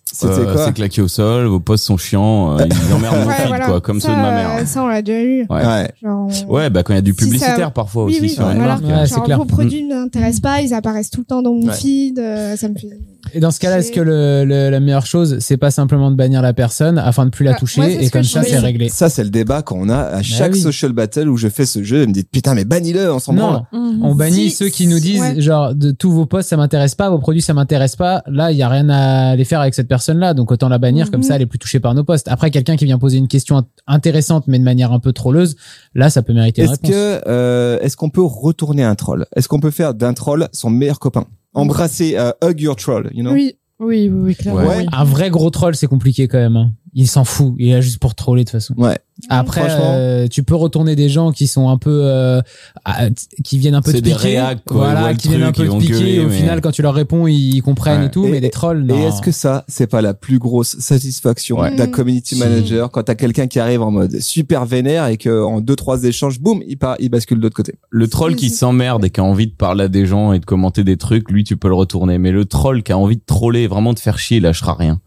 A: C'était
D: Euh,
A: quoi
D: C'est claqué au sol, vos posts sont chiants, euh, ils emmerdent mon
F: Ouais,
D: feed,
F: voilà.
D: quoi, comme
F: ça,
D: ceux de ma
F: euh,
D: mère.
F: Ça, on l'a déjà eu.
D: Ouais.
A: Ouais.
F: Genre, on-
D: Ouais, bah quand il y a du
F: Si ça-
D: publicitaire parfois
F: Oui,
D: aussi
F: oui,
D: sur une
F: voilà.
D: marque.
E: Ouais, c'est
F: Genre,
E: clair. Mm.
F: vos produits ne m'intéressent pas, ils apparaissent tout le temps dans mon
A: Ouais.
F: feed. euh, ça me fait...
E: Et dans ce cas-là, est-ce que le- le- la meilleure chose, c'est pas simplement de bannir la personne afin de plus la
F: Bah, moi, c'est
E: toucher et
F: ce que
E: comme
F: je
E: ça,
F: voulais
E: c'est
F: dire.
E: réglé Bah
A: Ça c'est le débat qu'on a à chaque
E: oui.
A: social battle où je fais ce jeu. Et me dit putain mais bannis-le, on s'en branle.
E: Non, on bannit
F: Si-
E: ceux qui nous disent
F: ouais.
E: genre de tous vos posts ça m'intéresse pas, vos produits ça m'intéresse pas. Là, il y a rien à les faire avec cette personne-là, donc autant la bannir comme
F: Mhm.
E: ça elle est plus touchée par nos posts. Après quelqu'un qui vient poser une question int- intéressante mais de manière un peu trolleuse, là ça peut mériter une
A: Est-ce
E: réponse.
A: que euh, est-ce qu'on peut retourner un troll Est-ce qu'on peut faire d'un troll son meilleur copain Embrasser, euh, hug your troll, you know
F: Oui,
C: Oui, oui, oui, clairement.
A: Ouais.
C: oui.
E: Un vrai gros troll, c'est compliqué quand même. hein. Il s'en fout, il est là juste pour troller de toute façon.
A: Ouais.
E: Après,
A: Franchement.
E: euh, tu peux retourner des gens qui sont un peu, euh, à- qui viennent un peu te
D: C'est
E: piquer.
D: des réacs, quoi, ils voient
E: voilà,
D: le
E: qui viennent un
D: truc,
E: peu
D: ils
E: te
D: vont
E: piquer.
D: gueuler,
E: au
D: mais-
E: final, quand tu leur réponds, ils comprennent
D: Ouais.
E: et tout,
A: Et-
E: mais des trolls.
A: Et
E: non.
A: est-ce que ça, c'est pas la plus grosse satisfaction
F: Ouais.
A: d'un
F: Mm.
A: community
F: Si.
A: manager quand t'as quelqu'un qui arrive en mode super vénère et que en deux trois échanges, boum, il part, il bascule de l'autre côté.
D: Le troll qui
F: Si, si.
D: s'emmerde et qui a envie de parler à des gens et de commenter des trucs, lui tu peux le retourner. Mais le troll qui a envie de troller, vraiment de faire chier, il lâchera rien.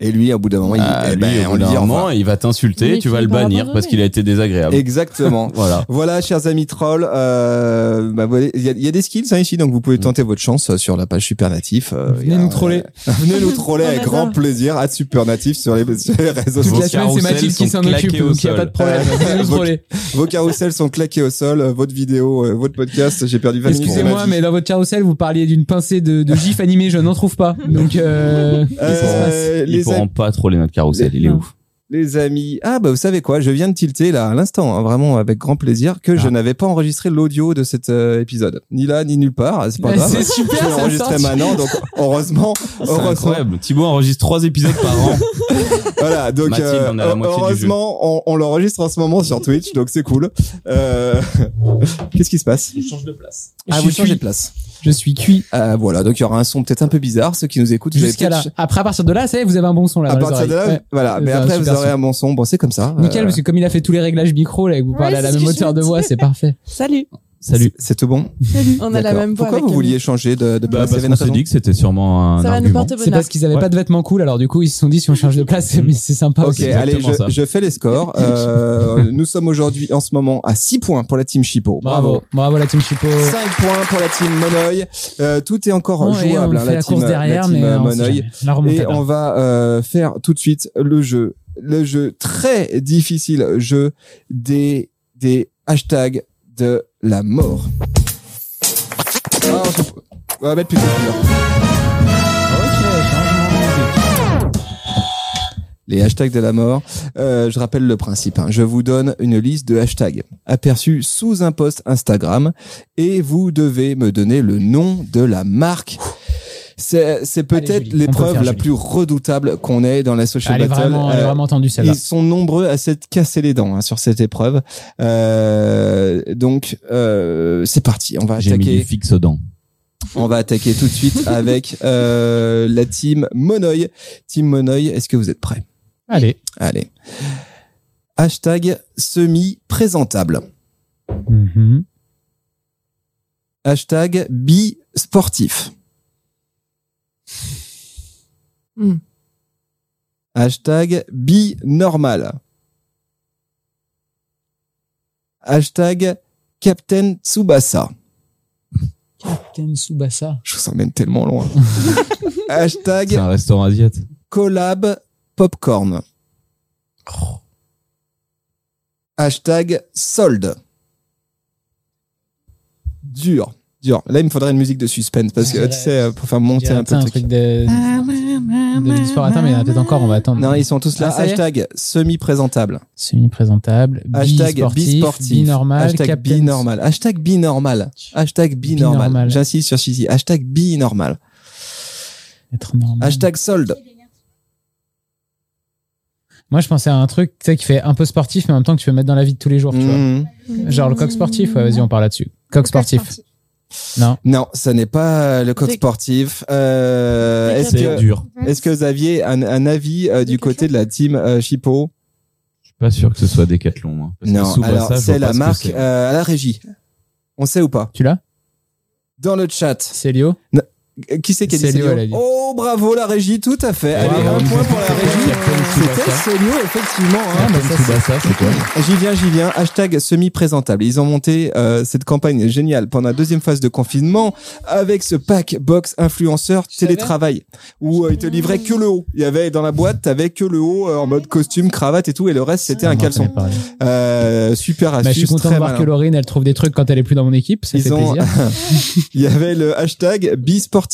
A: Et lui, au bout d'un moment, il,
D: Ah,
A: eh
D: lui,
A: ben,
D: au
A: on
D: bout
A: lui
D: d'un
A: dit au
D: moment,
A: revoir.
D: il va t'insulter,
C: Mais
D: tu
C: il
D: vas le
C: va
D: bannir
C: l'abandonner.
D: parce qu'il a été désagréable.
A: Exactement.
D: Voilà.
A: Voilà, chers amis trolls, euh, bah, voilà, il y, a- il y a des skills hein, ici, donc vous
D: Mm.
A: pouvez tenter votre chance euh, sur la page Supernatif. euh, il y
E: Venez
A: a-
E: nous troller.
A: Venez nous troller
C: On
A: avec
C: adore.
A: grand plaisir à Supernatif sur les, sur les réseaux
D: Toute
E: Toute
A: sociaux.
D: Vos
E: la semaine, c'est
D: carousels
E: Mathilde qui
D: sont
E: s'en
D: claqués
E: occupe,
D: au
E: donc il n'y a pas
D: sol.
E: de problème. Venez nous
A: Vos-
E: troller.
A: Vos carousels sont claqués au sol, euh, votre vidéo, euh, votre podcast, j'ai perdu 20 minutes. de ma
E: Excusez-moi,
A: vie.
E: mais dans votre carousel, vous parliez d'une pincée de, de gifs animés, je n'en trouve pas. Donc, euh, qu'est-ce qui se passe
A: Euh,
D: Il
A: les
D: pourront pas troller notre carrousel, il est
C: Non.
D: ouf.
A: Les amis, ah bah vous savez quoi, je viens de tilter là à l'instant, hein, vraiment avec grand plaisir, que je
E: Ah.
A: n'avais pas enregistré l'audio de cet euh, épisode, ni là ni nulle part, c'est pas
E: Mais
A: grave.
E: c'est super,
A: je
E: ça me
A: l'ai enregistré
E: sort.
A: maintenant, donc heureusement,
D: C'est
A: heureusement,
D: incroyable. Thibaut enregistre trois épisodes par an. Bah,
A: voilà, donc
D: Mathilde,
A: euh,
D: on est à la moitié du
A: heureusement, on, on l'enregistre en ce moment sur Twitch, donc c'est cool. Euh, Qu'est-ce qui se passe
D: Je change de place.
A: Ah
E: Je
A: vous
E: suis-
A: changez de place.
E: Je suis cuit.
A: Euh, voilà, donc il y aura un son peut-être un peu bizarre, ceux qui nous écoutent. vous avez
E: Jusqu'à là.
A: peut-être-
E: Après, à partir de là, c'est vous avez un bon son là.
A: À
E: dans les
A: partir de là,
E: oreilles. Ouais.
A: voilà. Mais
E: C'est un
A: après, vous
E: super
A: aurez
E: son.
A: un bon son. Bon, c'est comme ça.
E: Nickel,
A: Euh,
E: parce que comme il a fait tous les réglages micro, là, et que vous parlez
F: Ouais,
E: à la
F: c'est ce
E: même
F: que je
E: hauteur de
F: me
E: voix,
F: disais.
E: c'est parfait.
C: Salut.
D: Salut.
A: c'est tout bon.
C: On a la
A: D'accord.
C: même voix.
A: Pourquoi
C: avec
A: vous
C: Camille.
A: vouliez changer de, de
D: Bah,
A: place Il y
D: parce
A: avait
D: qu'on
A: une
D: s'est
A: raison
D: dit que c'était sûrement un
C: Ça va nous
D: argument.
C: porter
E: C'est
C: bonheur.
E: parce qu'ils avaient
D: Ouais.
E: pas de vêtements cool, alors du coup, ils se sont dit si on change de place, mais c'est sympa
A: Mm. Ok,
E: aussi.
D: c'est
A: allez,
D: exactement
A: je,
D: ça.
A: je fais les scores. Euh, nous sommes aujourd'hui en ce moment à 6 points pour la team Chipo.
E: Bravo. Bravo la team Chipo.
A: 5 points pour la team Monoï. Euh, tout est encore
E: Bon, et
A: jouable,
E: on
A: hein,
E: fait
A: la,
E: la
A: team,
E: course
A: la
E: derrière,
A: team
E: mais
A: euh,
E: on hein. sait
A: Monoï.
E: jamais.
A: Et
E: la remontada.
A: on va euh, faire tout de suite le jeu. Le jeu très difficile, jeu des, des hashtags de la mort. Ah, on, se- on va mettre plutôt celui-là. les hashtags de la mort. Euh, je rappelle le principe. hein. Je vous donne une liste de hashtags aperçus sous un post Instagram et vous devez me donner le nom de la marque. C'est c'est
E: Allez,
A: peut-être
E: Julie, on peut le
A: l'épreuve
E: faire,
A: la
E: Julie.
A: plus redoutable qu'on ait dans la social
E: Elle est
A: battle.
E: vraiment, elle est
A: Euh,
E: vraiment tendue celle-là.
A: ils sont nombreux à s'être cassés les dents hein, sur cette épreuve. Euh, donc euh, c'est parti, on va
D: J'ai mis du
A: attaquer.
D: fixe dents.
A: On va attaquer tout de suite avec euh, la team Monoï. Team Monoï, est-ce que vous êtes prêts
E: Allez.
A: Allez. Hashtag semi-présentable.
E: Mhm.
A: Hashtag bi-sportif.
C: Hmm.
A: Hashtag bi-normal. Hashtag Captain Tsubasa.
E: Ken Tsubasa.
A: Je vous emmène tellement loin.
D: C'est
A: Hashtag
D: un restaurant asiatique.
A: collab popcorn. Hashtag solde. Dur, dur. Là, il me faudrait une musique de suspense parce que
E: Je
A: tu
E: dirais-
A: sais, euh, pour faire monter un peu
E: un
A: le
E: truc
A: truc.
E: de, de l'histoire. Attends, mais il y en a peut-être encore, on va attendre.
A: Non, ils sont tous là.
E: Ah, ça y est
A: Hashtag semi-présentable.
E: Semi-présentable.
A: Hashtag
E: bi-sportif.
A: bisportif.
E: Bi-normal.
A: Hashtag
E: Captain-
A: binormal. Hashtag binormal. Hashtag binormal.
E: Binormal.
A: J'insiste sur ceci. Hashtag binormal.
E: Être normal.
A: Hashtag solde.
E: Moi, je pensais à un truc, tu sais, qui fait un peu sportif, mais en même temps que tu peux mettre dans la vie de tous les jours, tu vois.
A: Mhm.
E: Genre le coq sportif, ouais, vas-y, on parle là-dessus. Mm. Coq sportif.
A: Non, ce n'est pas euh, le coq
C: C'est-
A: sportif. Euh,
C: C'est
A: Est-ce
C: Captain-
D: C'est
A: que,
D: dur.
A: est que vous aviez un, un avis euh, du
F: quelque
A: côté
F: chose
A: de la team euh, Chipo
D: Je suis pas sûr que ce soit Decathlon. moi. Parce que
A: Non,
D: sous
A: alors
D: passage, je
A: c'est
D: vois pas
A: la
D: ce que
A: marque
D: c'est.
A: euh, à la régie. On sait ou pas
E: Tu l'as
A: Dans le chat.
E: Célio
A: Euh, Qui c'est qui a dit
E: Célio,
A: Célio
E: elle a dit.
A: Oh, bravo la régie, tout à fait. Allez,
E: Bravo.
A: un point pour la régie.
E: Captain
A: C'était
E: Tsubasa.
A: Célio, effectivement. hein.
E: Ah, mais ça, c'est-
D: Tsubasa, c'est quoi
A: J'y viens, j'y viens. Hashtag semi-présentable. Ils ont monté euh, cette campagne géniale pendant la deuxième phase de confinement avec ce pack box influenceur
E: savais
A: télétravail où euh, ils te livraient que le haut. Il y avait dans la boîte, t'avais que le haut euh, en mode costume, cravate et tout, et le reste c'était un
E: Non,
A: caleçon.
E: j'en ai parlé.
A: Euh, super astuce,
E: Bah, je suis content de
A: très
E: voir
A: malin.
E: que Laurine, elle trouve des trucs quand elle est plus dans mon équipe. Ça
A: Ils
E: fait
A: ont-
E: plaisir.
A: Il y avait le hashtag bisportif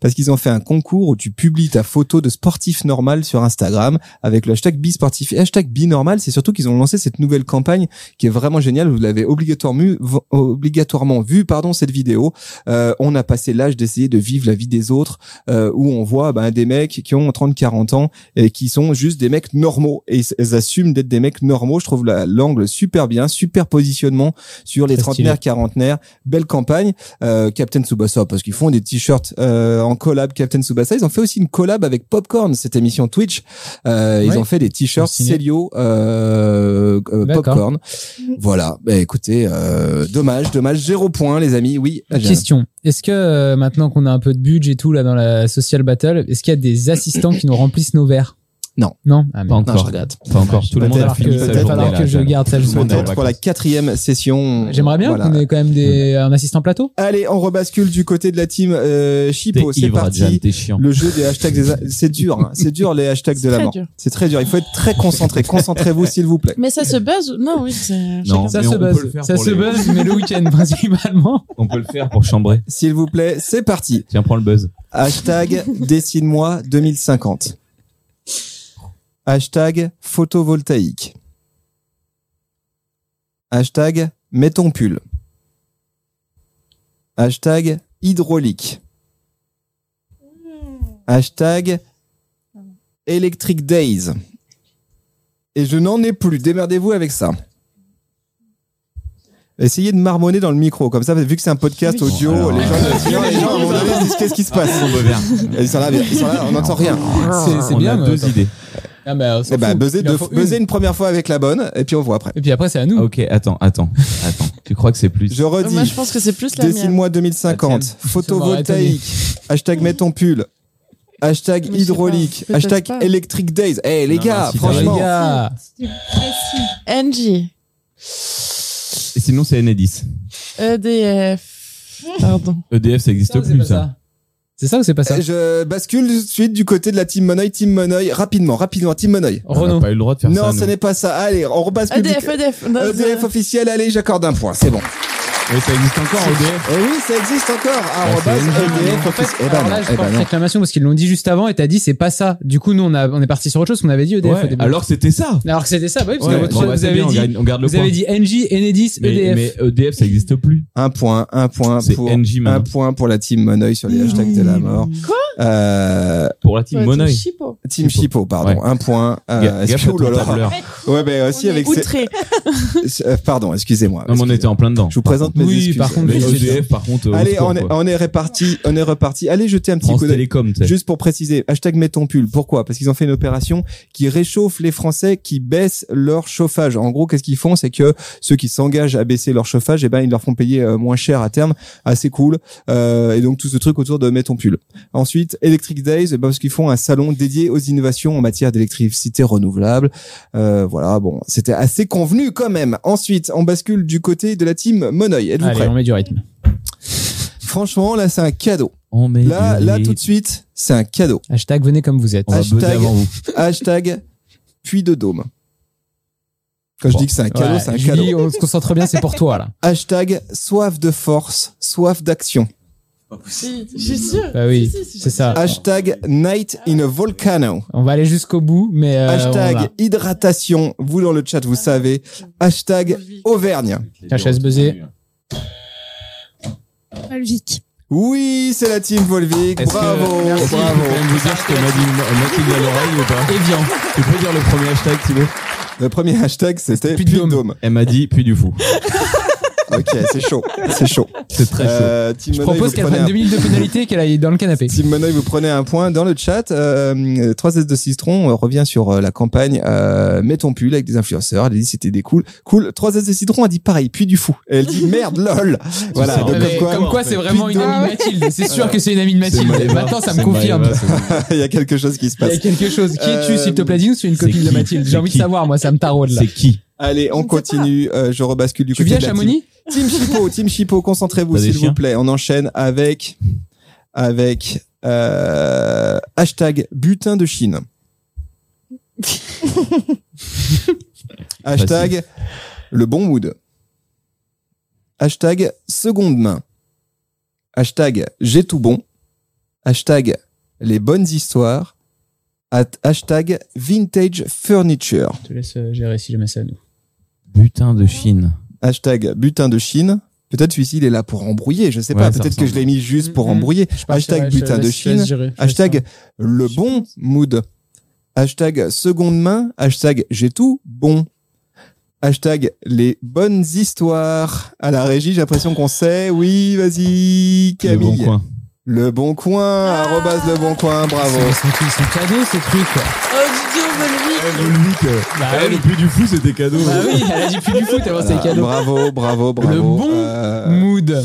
A: parce qu'ils ont fait un concours où tu publies ta photo de sportif normal sur Instagram avec le hashtag bisportif et hashtag binormal. C'est surtout qu'ils ont lancé cette nouvelle campagne qui est vraiment géniale. Vous l'avez obligatoirement, vu- vo- obligatoirement vu, pardon, cette vidéo. Euh, on a passé l'âge d'essayer de vivre la vie des autres euh, où on voit ben, des mecs qui ont 30, 40 ans et qui sont juste des mecs normaux et ils, ils assument d'être des mecs normaux. Je trouve la- l'angle super bien, super positionnement sur les
E: Très stylé.
A: trentenaires, quarantenaires. Belle campagne euh, Captain Tsubasa parce qu'ils font des t-shirts euh, en collab Captain Tsubasa. Ils ont fait aussi une collab avec Popcorn, cette émission Twitch. Euh,
E: Ouais.
A: Ils ont fait des t-shirts
E: Ciné.
A: Célio euh, euh,
E: D'accord.
A: Popcorn.
C: Mm.
F: Mhm.
A: Voilà. Bah, écoutez, euh, dommage, dommage, zéro point les amis. Oui. j'ai-
E: Question. Est-ce que euh, maintenant qu'on a un peu de budget et tout là dans la social battle, est-ce qu'il y a des assistants qui nous remplissent nos verres
A: Non.
E: Non. Ah, mais
D: Pas
A: Non, je
D: encore.
A: regrette.
D: Pas encore. Tout le monde
A: Peut-être
D: a
E: falloir
D: fini
E: que,
D: sa
E: peut-être
D: journée.
E: falloir
D: là,
E: que je
D: Jeanne.
E: garde ça
D: Tout le
E: jusqu'au
D: monde est en
A: Peut-être pour la
D: vacances.
A: quatrième session.
E: J'aimerais bien
A: Voilà.
E: qu'on ait quand même des, un assistant plateau.
A: Allez, on rebascule du côté de la team euh,
D: T'es
A: Chipo. C'est
D: ivre, Jeanne,
A: parti.
D: t'es chiant.
A: Le jeu des hashtags, des a- c'est dur, hein. c'est dur les hashtags
C: C'est
A: de la
C: très
A: mort.
C: dur.
A: C'est très dur. Il faut être très concentré. Concentrez-vous s'il vous plaît.
C: Mais ça se buzz ou- Non, oui, c'est.
D: Non.
E: Ça
D: mais
E: se
D: on peut
E: buzz.
D: le faire
E: Ça
D: pour
E: se
D: les-
E: buzz, mais le week-end principalement.
D: On peut le faire pour chambrer.
A: S'il vous plaît, c'est parti.
D: Tiens, prends le buzz.
A: Hashtag dessine-moi 2050. Hashtag photovoltaïque. Hashtag mets ton pull. Hashtag hydraulique. Hashtag electric days. Et je n'en ai plus. Démerdez-vous avec ça. Essayez de marmonner dans le micro, comme ça, vu que c'est un podcast
C: Oui.
A: audio,
D: Alors,
A: les gens, sinon, les gens, à un moment donné, se disent qu'est-ce qui se passe Ils sont là, ils sont là, on n'entend rien.
E: C'est- c'est
D: Ah. On
E: bien,
D: a
E: mais
D: deux
E: attends.
D: idées.
E: Ah, mais, euh, on s'en
A: Eh ben,
E: fout.
A: buzzer,
E: Il en
A: deux-
E: faut une.
A: buzzer une première fois avec la bonne, et puis on voit après.
E: Et puis après, c'est à nous.
D: Ok, attends, attends, attends. Tu crois que c'est plus
A: Je redis,
C: Moi, je pense que c'est plus la mienne.
A: dessine-moi
E: La
A: 2050,
E: tienne.
A: photovoltaïque, hashtag mets ton pull, hashtag
C: Mais je sais
A: hydraulique,
C: pas, peut-être
A: hashtag
C: pas.
A: electric days. Eh les
D: Non,
A: gars,
D: non, si,
A: franchement,
E: les gars.
F: C'était précis.
C: Engie,
D: Et Sinon, c'est Enedis.
C: E EDF. Pardon.
D: EDF,
E: C'est
D: ça
E: ça
D: n'existe
E: ou c'est
D: plus,
E: pas
D: ça.
E: ça C'est ça ou c'est pas ça
A: Eh, je bascule tout de suite du côté de la team Monoï, team Monoï, rapidement, rapidement, team Monoï.
D: On n'a
E: Renault.
D: pas eu le droit de faire ça.
A: Non,
D: nous.
A: ce n'est pas ça. Allez, on rebascule. du-
C: EDF, EDF. E non,
A: EDF
C: c'est-
A: officiel, allez, j'accorde un point, c'est bon.
D: Mais ça existe encore, EDF.
A: Et oui, ça existe encore.
D: c'est
A: Arrobase
D: énorme.
A: EDF
E: En fait,
A: officiel. Eh ben
E: alors
A: non,
E: là, je
A: eh ben
E: porte
A: non.
E: réclamation parce qu'ils l'ont dit juste avant et t'as dit c'est pas ça. Du coup, nous, on, a, on est parti sur autre chose qu'on avait dit EDF
D: Ouais,
E: au début.
D: Alors que c'était ça.
E: Alors que c'était ça, bah oui, parce
D: Ouais,
E: que votre-
D: bon, bah,
E: vous,
D: c'est
E: avez
D: bien, on
E: dit,
D: garde- on garde le
E: vous avez
D: point.
E: dit NJ, Enedis, E
D: Mais
E: EDF.
D: mais EDF, ça n'existe plus.
A: Un point, un point
D: C'est
A: pour.
D: NJ
A: Un
D: maintenant.
A: point pour la team Monoï sur les hashtags de la mort. Euh,
D: Pour la team
C: Ouais,
D: Monoï.
C: tu chipo.
A: team
D: Chippo.
A: Chipo, pardon. Un point. Euh,
D: Ga-
A: est-ce
D: Gaffe
A: que-
D: à ton
A: oh là là.
D: tableur.
A: Ouais, mais aussi
F: On est
A: avec. ces-
C: Outré.
A: euh, Pardon, excusez-moi.
D: Non, mais on était en plein dedans.
A: Je vous présente mes
E: Oui,
A: excuses.
E: par contre,
D: Mais
E: Oui, c'est
D: EDF, par contre. au
A: Allez,
D: secours,
A: on est,
D: quoi.
A: on est réparti, on est reparti. Allez jeter un petit
D: France
A: coup d'œil.
D: Télécom, tu sais.
A: Juste pour préciser, hashtag mets ton pull. Pourquoi Parce qu'ils ont fait une opération qui réchauffe les Français qui baissent leur chauffage. En gros, qu'est-ce qu'ils font C'est que ceux qui s'engagent à baisser leur chauffage, eh ben, ils leur font payer euh, moins cher à terme. Assez cool. Euh, et donc, tout ce truc autour de mets ton pull. Ensuite, Electric Days, eh ben, parce qu'ils font un salon dédié aux innovations en matière d'électricité renouvelable. Euh, voilà, bon, c'était assez convenu quand même. Ensuite, on bascule du côté de la team Monoï. Êtes-vous
E: Allez,
A: prêts
E: on met du rythme.
A: Franchement, là, c'est un cadeau.
D: On
E: Eh
D: met
A: Là,
D: des-
A: là, tout de suite, c'est un cadeau.
E: Hashtag venez comme vous êtes.
D: On va buzzer
A: hashtag-
D: avant vous.
A: Hashtag Puy de Dôme. Quand je
D: Bon.
A: dis que c'est un cadeau,
E: Voilà,
A: c'est un
E: Julie,
A: cadeau.
E: on se concentre bien, c'est pour toi là.
A: Hashtag soif de force, soif d'action.
C: Si, Je suis sûre.
E: Bah oui,
C: Si, si, si,
E: c'est
C: si.
E: ça.
A: Hashtag night in a volcano.
E: On va aller jusqu'au bout, mais euh, on
A: Hashtag
E: va.
A: hydratation. Vous dans le chat, vous savez. Hashtag Auvergne.
E: HS buzzer.
F: Belgique.
A: Oui, c'est la team Volvic.
D: Est-ce que-
A: Bravo,
D: Merci,
A: bravo.
D: Je peux même vous dire que Mathilde à l'oreille ou pas
E: Evian.
D: Tu peux dire le premier hashtag, Thibaut
A: Le premier hashtag, c'était
E: Puy
A: Puy
E: de
A: de
E: Dôme.
A: Dôme.
D: Elle m'a dit, Eh, puis du fou.
A: Ok, c'est chaud. C'est chaud.
D: C'est très chaud.
A: Euh, team
E: Je
A: Monoï,
E: propose
A: vous
E: qu'elle
A: prenez
E: prenne
A: un-
E: deux minutes de pénalité et qu'elle aille dans le canapé.
A: Si Monoï, vous prenez un point dans le chat. Euh, 3S de Citron euh, revient sur euh, la campagne euh, Mets ton pull avec des influenceurs. Elle a dit c'était des cool. Cool. 3S de Citron a dit pareil, puis du fou. Et elle dit merde, lol. voilà.
D: ça.
A: donc
E: Ouais,
A: comme
E: mais
A: quoi,
E: comme quoi, c'est vraiment une
A: Puy de
E: amie de Mathilde. C'est sûr que c'est une amie de
D: Ah C'est
E: Mathilde.
D: Maëva,
E: Maintenant, ça me
D: c'est
E: confirme.
D: Maëva, c'est Maëva.
A: Il y a quelque chose qui se
E: Il y a
A: passe.
E: quelque chose. Qui es-tu, s'il te plaît Dis-nous, si tu es une
D: Euh, C'est
E: copine de
D: qui
E: Mathilde. J'ai
D: C'est
E: envie de
D: qui
E: savoir, moi, ça me taraude là.
D: C'est qui
A: Allez, on
F: ne sais
A: continue. Euh, je rebascule du
E: Tu
A: côté
E: viens à
A: de la
E: Chamonix
A: team. Team Chipo, Team Chipo, concentrez-vous
D: T'as des
A: s'il vous
D: chiens
A: plaît. On enchaîne avec avec euh, hashtag butin de Chine. hashtag le bon mood. Hashtag seconde main. Hashtag j'ai tout bon. Hashtag les bonnes histoires. At- Hashtag vintage furniture.
E: Je te laisse euh, gérer si jamais ça nous.
D: Butin de Chine.
A: Hashtag butin de Chine. Peut-être celui-ci, il est là pour embrouiller. Je sais
D: Ouais,
A: pas.
D: ça
A: Peut-être que je
D: ressemble.
A: l'ai mis juste pour
E: Mhm.
A: embrouiller. Hashtag butin de Chine. Hashtag le
E: Je
A: bon mood. Hashtag seconde main. Hashtag j'ai tout bon. Hashtag les bonnes histoires. À la régie, j'ai l'impression qu'on sait. Oui, vas-y,
D: Le bon
A: Camille.
D: coin.
A: Le bon coin.
E: Ah
A: Arrobase le bon coin. Bravo.
E: Ils sont, ils sont cadeaux ces trucs. quoi.
C: Oh, Didier,
A: Ah
C: Volvic.
E: Bah
A: Eh
E: oui.
D: euh, plus du fou, c'était cadeau.
E: Bah oui, elle a dit plus du foot, alors Oh, c'est
A: Voilà,
E: cadeau.
A: bravo, bravo, bravo. Ah,
E: bon
A: bah, Euh,
E: Mood.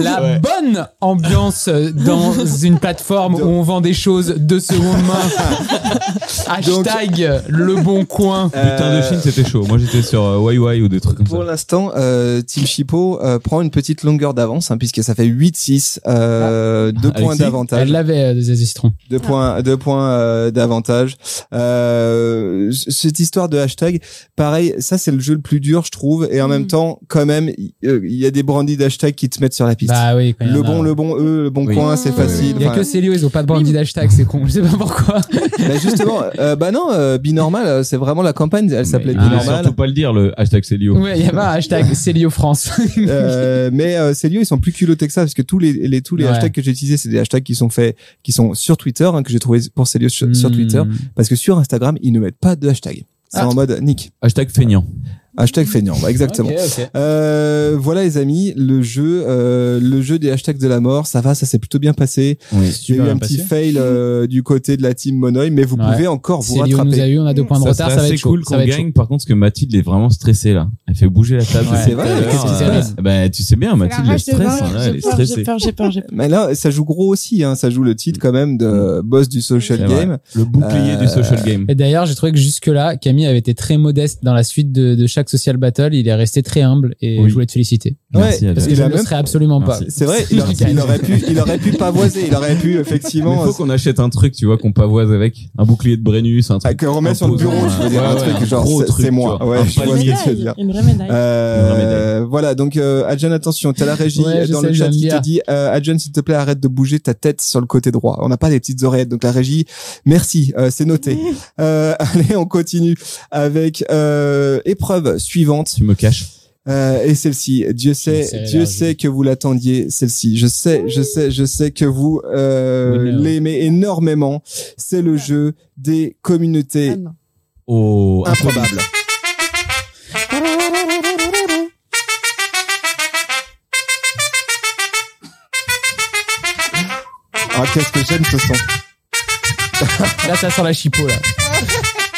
E: La
D: Ouais.
E: bonne ambiance euh, dans une plateforme
A: Donc-
E: où on vend des choses de seconde main. Hashtag le bon coin.
D: Butin de
A: euh,
D: Chine, c'était chaud. Moi, j'étais sur euh, YY ou des trucs comme
A: Pour
D: ça.
A: l'instant, euh, Team Chipo euh, prend une petite longueur d'avance, hein, puisque ça fait 8-6, euh, deux points
D: Alexis,
E: Ah. Elle
A: d'avantage,
E: l'avait euh, des citrons.
A: deux
C: Ah.
A: points, deux points euh, d'avantage. Euh, c- cette histoire de hashtag, pareil, ça c'est le jeu le plus dur, je trouve, et en
C: Mm.
A: même temps, quand même, il euh, il y a des brandis d'hashtag qui te mettent sur la piste.
E: Bah oui, quand il y
A: le
E: en a.
A: bon, le bon, eux, le bon
D: Oui.
A: coin, c'est
C: Oui,
A: facile.
E: Il y a
A: Enfin,
E: que Célio, ils ont pas de bandit d'hashtag, c'est con. Je sais pas pourquoi.
A: bah justement, euh, bah non, euh, binormal, euh, c'est vraiment la campagne, elle s'appelait
D: Mais
E: Ah,
D: il faut
A: binormal.
D: surtout pas le dire, le hashtag Célio.
E: Ouais, il y a pas un hashtag Célio France.
A: Euh, mais euh, ces lieux ils sont plus culottés que ça parce que tous les, les- tous les
E: Ouais.
A: hashtags que j'ai utilisés c'est des hashtags qui sont faits qui sont sur Twitter hein, que j'ai trouvé pour ces lieux sur, sur Twitter
E: Hmm.
A: parce que sur Instagram ils ne mettent pas de hashtag c'est
E: Ah.
A: en mode nick
D: Hashtag feignant.
A: Hashtag feignant, bah, exactement.
E: Ok, ok.
A: Euh, voilà les amis, le jeu, euh, le jeu des hashtags de la mort, ça va, ça s'est plutôt bien passé. J'ai eu
E: Super
A: un
E: bien
A: petit
E: passé.
A: fail euh, du côté de la team Monoï, mais vous
E: Ouais.
A: pouvez encore vous
E: C'est Lyon nous a
A: rattraper.
E: eu, on a deux points de
D: Ça
E: retard,
D: serait
E: ça va
D: assez
E: être
D: cool
E: cool, ça
D: qu'on
E: va être chaud.
D: gagne. Par contre, parce que Mathilde est vraiment stressée là. Elle fait bouger la table.
E: Ouais.
D: depuis
A: C'est
D: tout
A: vrai,
D: à l'heure.
A: qu'est-ce qui se
D: Euh,
A: passe
D: bah, tu sais bien, Mathilde,
F: rage
D: le
F: de
D: stress,
F: vaincre,
D: hein, là, elle est
C: j'ai peur, j'ai
D: stressée.
C: peur, j'ai peur, j'ai peur.
A: Mais là, ça joue gros aussi, hein, ça joue le titre quand même
E: Mm.
A: de boss du social
D: C'est vrai.
A: game.
D: Le bouclier
A: Euh,
D: du social game.
E: Et d'ailleurs, j'ai trouvé que jusque-là, Camille avait été très modeste dans la suite de, de chaque social battle. Il est resté très humble et
D: Oui.
E: je voulais te féliciter.
D: Merci,
A: ouais,
D: Adèle.
E: Parce que
A: Il
E: je
A: a
E: ne le
A: même-
E: serais absolument
D: Merci.
E: pas.
A: C'est vrai, il, aurait- il aurait pu, il aurait pu pavoiser, il aurait pu
D: Mais
A: effectivement.
D: faut qu'on achète un truc, tu vois, qu'on pavoise avec. Un bouclier de Brennus, un
A: Ah,
D: truc.
A: que remettre sur le
D: pose,
A: bureau,
D: ouais.
A: je veux dire,
D: Ouais,
A: un
D: ouais,
A: truc
D: un
A: genre,
D: gros
A: c'est-
D: truc,
A: c'est
D: tu
A: moi.
D: vois,
A: Ouais,
D: un
A: je vois
D: palier.
A: ce que tu veux dire.
C: Médaille, une vraie médaille.
D: Une vraie
A: Euh,
D: médaille.
A: voilà, donc euh, Adjan, attention, t'as la régie
E: Ouais,
A: euh,
E: je
A: dans
E: sais,
A: le chat
E: j'aime
A: qui te
E: bien.
A: dit euh, Adjan, s'il te plaît, arrête de bouger ta tête sur le côté droit. On n'a pas des petites oreillettes, donc la régie, merci, euh, c'est noté. Euh, allez, on continue avec euh, épreuve suivante.
D: Tu me caches.
A: Euh, et celle-ci, Dieu sait,
E: sais,
A: Dieu
E: la
A: sait
E: régie.
A: que vous l'attendiez, celle-ci. Je sais, je sais, je sais que vous euh,
E: Winner.
A: l'aimez énormément. C'est le jeu des communautés
C: Ah non.
D: Oh,
A: Ah,
D: un peu-
A: improbables. Ah, qu'est-ce que j'aime ce son.
E: Là, ça sent la chipot, là.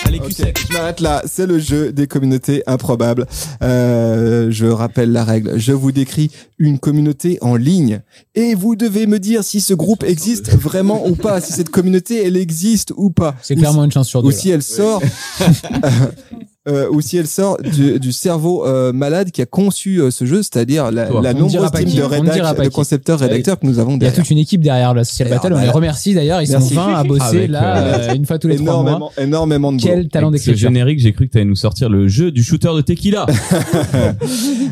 D: Allez,
A: Ok,
D: cul sec.
A: je m'arrête là. C'est le jeu des communautés improbables. Euh, je rappelle la règle. Je vous décris une communauté en ligne et vous devez me dire si ce groupe existe vraiment ou pas, si cette communauté elle existe ou pas,
E: C'est
A: Ou
E: clairement une chance sur
A: si- ou
E: deux.
A: si elle sort, euh, ou si elle sort du, du cerveau euh, malade qui a conçu euh, ce jeu, c'est-à-dire la,
D: Toi.
A: la
E: On ne
A: nombreuse
E: dira pas
A: team
E: qui.
A: de
E: On ne dira
A: rédacteurs,
E: pas
A: de
E: qui.
A: concepteurs, rédacteurs que nous avons
E: Il y a
A: derrière.
E: toute une équipe derrière la Social
A: Alors,
E: Battle. On
A: bah,
E: les
A: là-
E: remercie d'ailleurs. Ils
A: Merci.
E: sont 20 à bosser
D: Avec,
E: là, euh, une fois tous les trois mois.
A: énormément, énormément de boulot.
E: Quel talent
D: Avec ce
E: d'écriture.
D: générique, j'ai cru que t'allais nous sortir le jeu du shooter de tequila.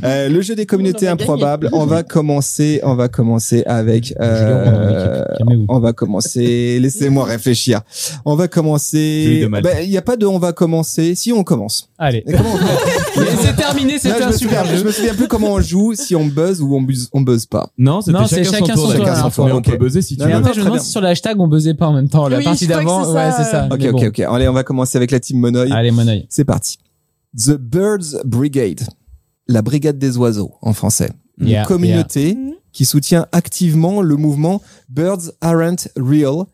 A: Euh, le jeu des communautés
C: On aurait gagné.
A: improbables. On va commencer, on va commencer avec. euh,
E: Calmez-vous.
A: on va commencer. Laissez-moi réfléchir. On va
D: J'ai eu
A: commencer.
D: de
A: Ben,
D: mal.
A: Il n'y a pas de. On va commencer. Si on commence.
E: Allez.
A: Mais comment on commence
E: C'est terminé,
A: Là,
E: c'était
A: je,
E: un
A: me souviens,
E: super
A: je
E: jeu.
A: me souviens plus comment on joue. Si on buzz ou on buzz, on buzz pas.
D: Non, c'était
E: Non, c'est chacun son tour, hein.
D: Chacun
A: chacun son
D: son tour. Mais
A: tour,
D: on peut
A: ok.
D: buzzer si tu
A: Non,
E: Mais
D: veux.
A: non,
E: après,
A: très
E: je me demande
A: bien.
E: si sur le hashtag on buzzait pas en même temps. La
C: Oui,
E: partie
C: je crois que
E: d'avant,
C: c'est
E: ouais,
C: ça,
E: c'est ça.
C: euh,
A: Ok,
E: Mais bon.
A: ok, ok. Allez, on va commencer avec la team Monoï.
E: Allez, mon oeil.
A: C'est parti. The Birds Brigade, la brigade des oiseaux en français. Une
E: Yeah,
A: communauté qui soutient activement le mouvement Birds Aren't Real.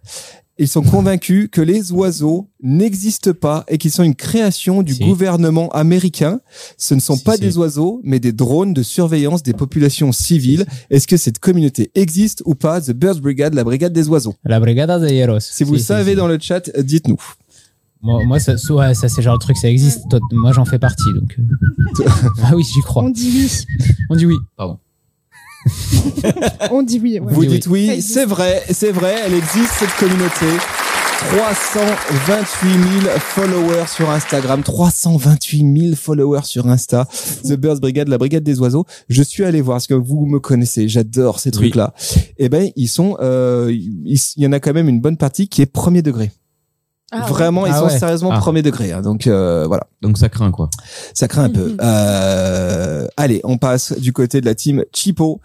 A: Ils sont convaincus que les oiseaux n'existent pas et qu'ils sont une création du
E: Si.
A: gouvernement américain. Ce ne sont
E: Si,
A: pas
E: si.
A: des oiseaux, mais des drones de surveillance des populations civiles. Est-ce que cette communauté existe ou pas The Birds Brigade, la brigade des oiseaux.
E: La Brigada de Hieros.
A: Si vous le savez dans le chat, dites-nous.
E: Moi, moi, ça, ouais, ça c'est genre le truc, ça existe. Toi, moi, j'en fais partie, donc. euh. ah oui, j'y crois.
F: On dit oui.
E: On dit oui.
F: On dit oui. ouais.
A: Vous
E: Oui, oui.
A: dites oui,
F: Ça existe.
A: c'est vrai, c'est vrai, elle existe cette communauté. 328 000 followers sur Instagram, 328 000 followers sur Insta. The Birds Brigade, la brigade des oiseaux. Je suis allé voir parce que vous me connaissez, j'adore ces
D: Oui.
A: trucs-là. Eh ben, ils sont, euh, ils- il y en a quand même une bonne partie qui est premier degré.
C: Ah, ouais.
A: Vraiment, ils
E: Ah
A: sont
E: ouais.
A: sérieusement
D: Ah.
A: premier degré. hein. donc euh, voilà
D: Donc ça craint, quoi.
A: ça craint un peu.
C: Mhm.
A: Euh, allez, on passe du côté de la team Chipo.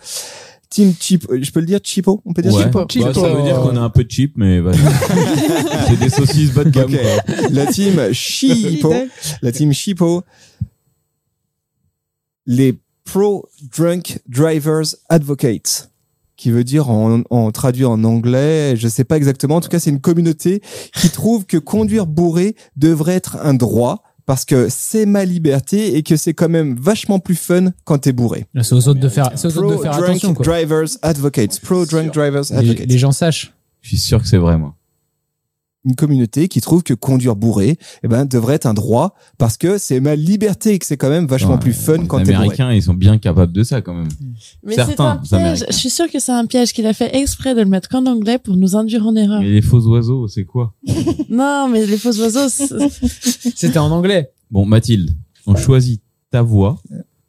A: Team Chipo, je peux le dire Chipo On peut dire
D: Ouais.
A: Chipo
D: Bah, ça veut dire qu'on est un peu cheap, mais vas-y. c'est des saucisses bas de gamme.
A: Ok.
D: quoi.
A: La team Chipo. la team Chipo. Les Pro Drunk Drivers Advocates. Qui veut dire en, en traduit en anglais, je sais pas exactement. En tout cas, c'est une communauté qui trouve que conduire bourré devrait être un droit parce que c'est ma liberté et que c'est quand même vachement plus fun quand t'es bourré.
E: C'est aux autres de faire, c'est aux autres
A: Pro
E: de faire
A: Drunk
E: attention, quoi.
A: Drivers Advocates. Pro Drunk Drivers
E: Les,
A: Advocates.
E: les gens sachent.
D: Je suis sûr que c'est vrai, moi.
A: Une communauté qui trouve que conduire bourré, eh ben, devrait être un droit parce que c'est ma liberté et que c'est quand même vachement
D: Ouais,
A: plus fun quand
D: Les
A: t'es bourré.
D: Américains, ils sont bien capables de ça, quand même.
C: Mais c'est un
D: Certains
C: piège.
D: Américains.
C: Je suis sûre que c'est un piège qu'il a fait exprès de le mettre qu'en anglais pour nous induire en erreur.
D: Mais les faux oiseaux, c'est quoi
C: Non, mais les faux oiseaux, c'est-
E: C'était en anglais.
D: Bon, Mathilde, on choisit ta voix,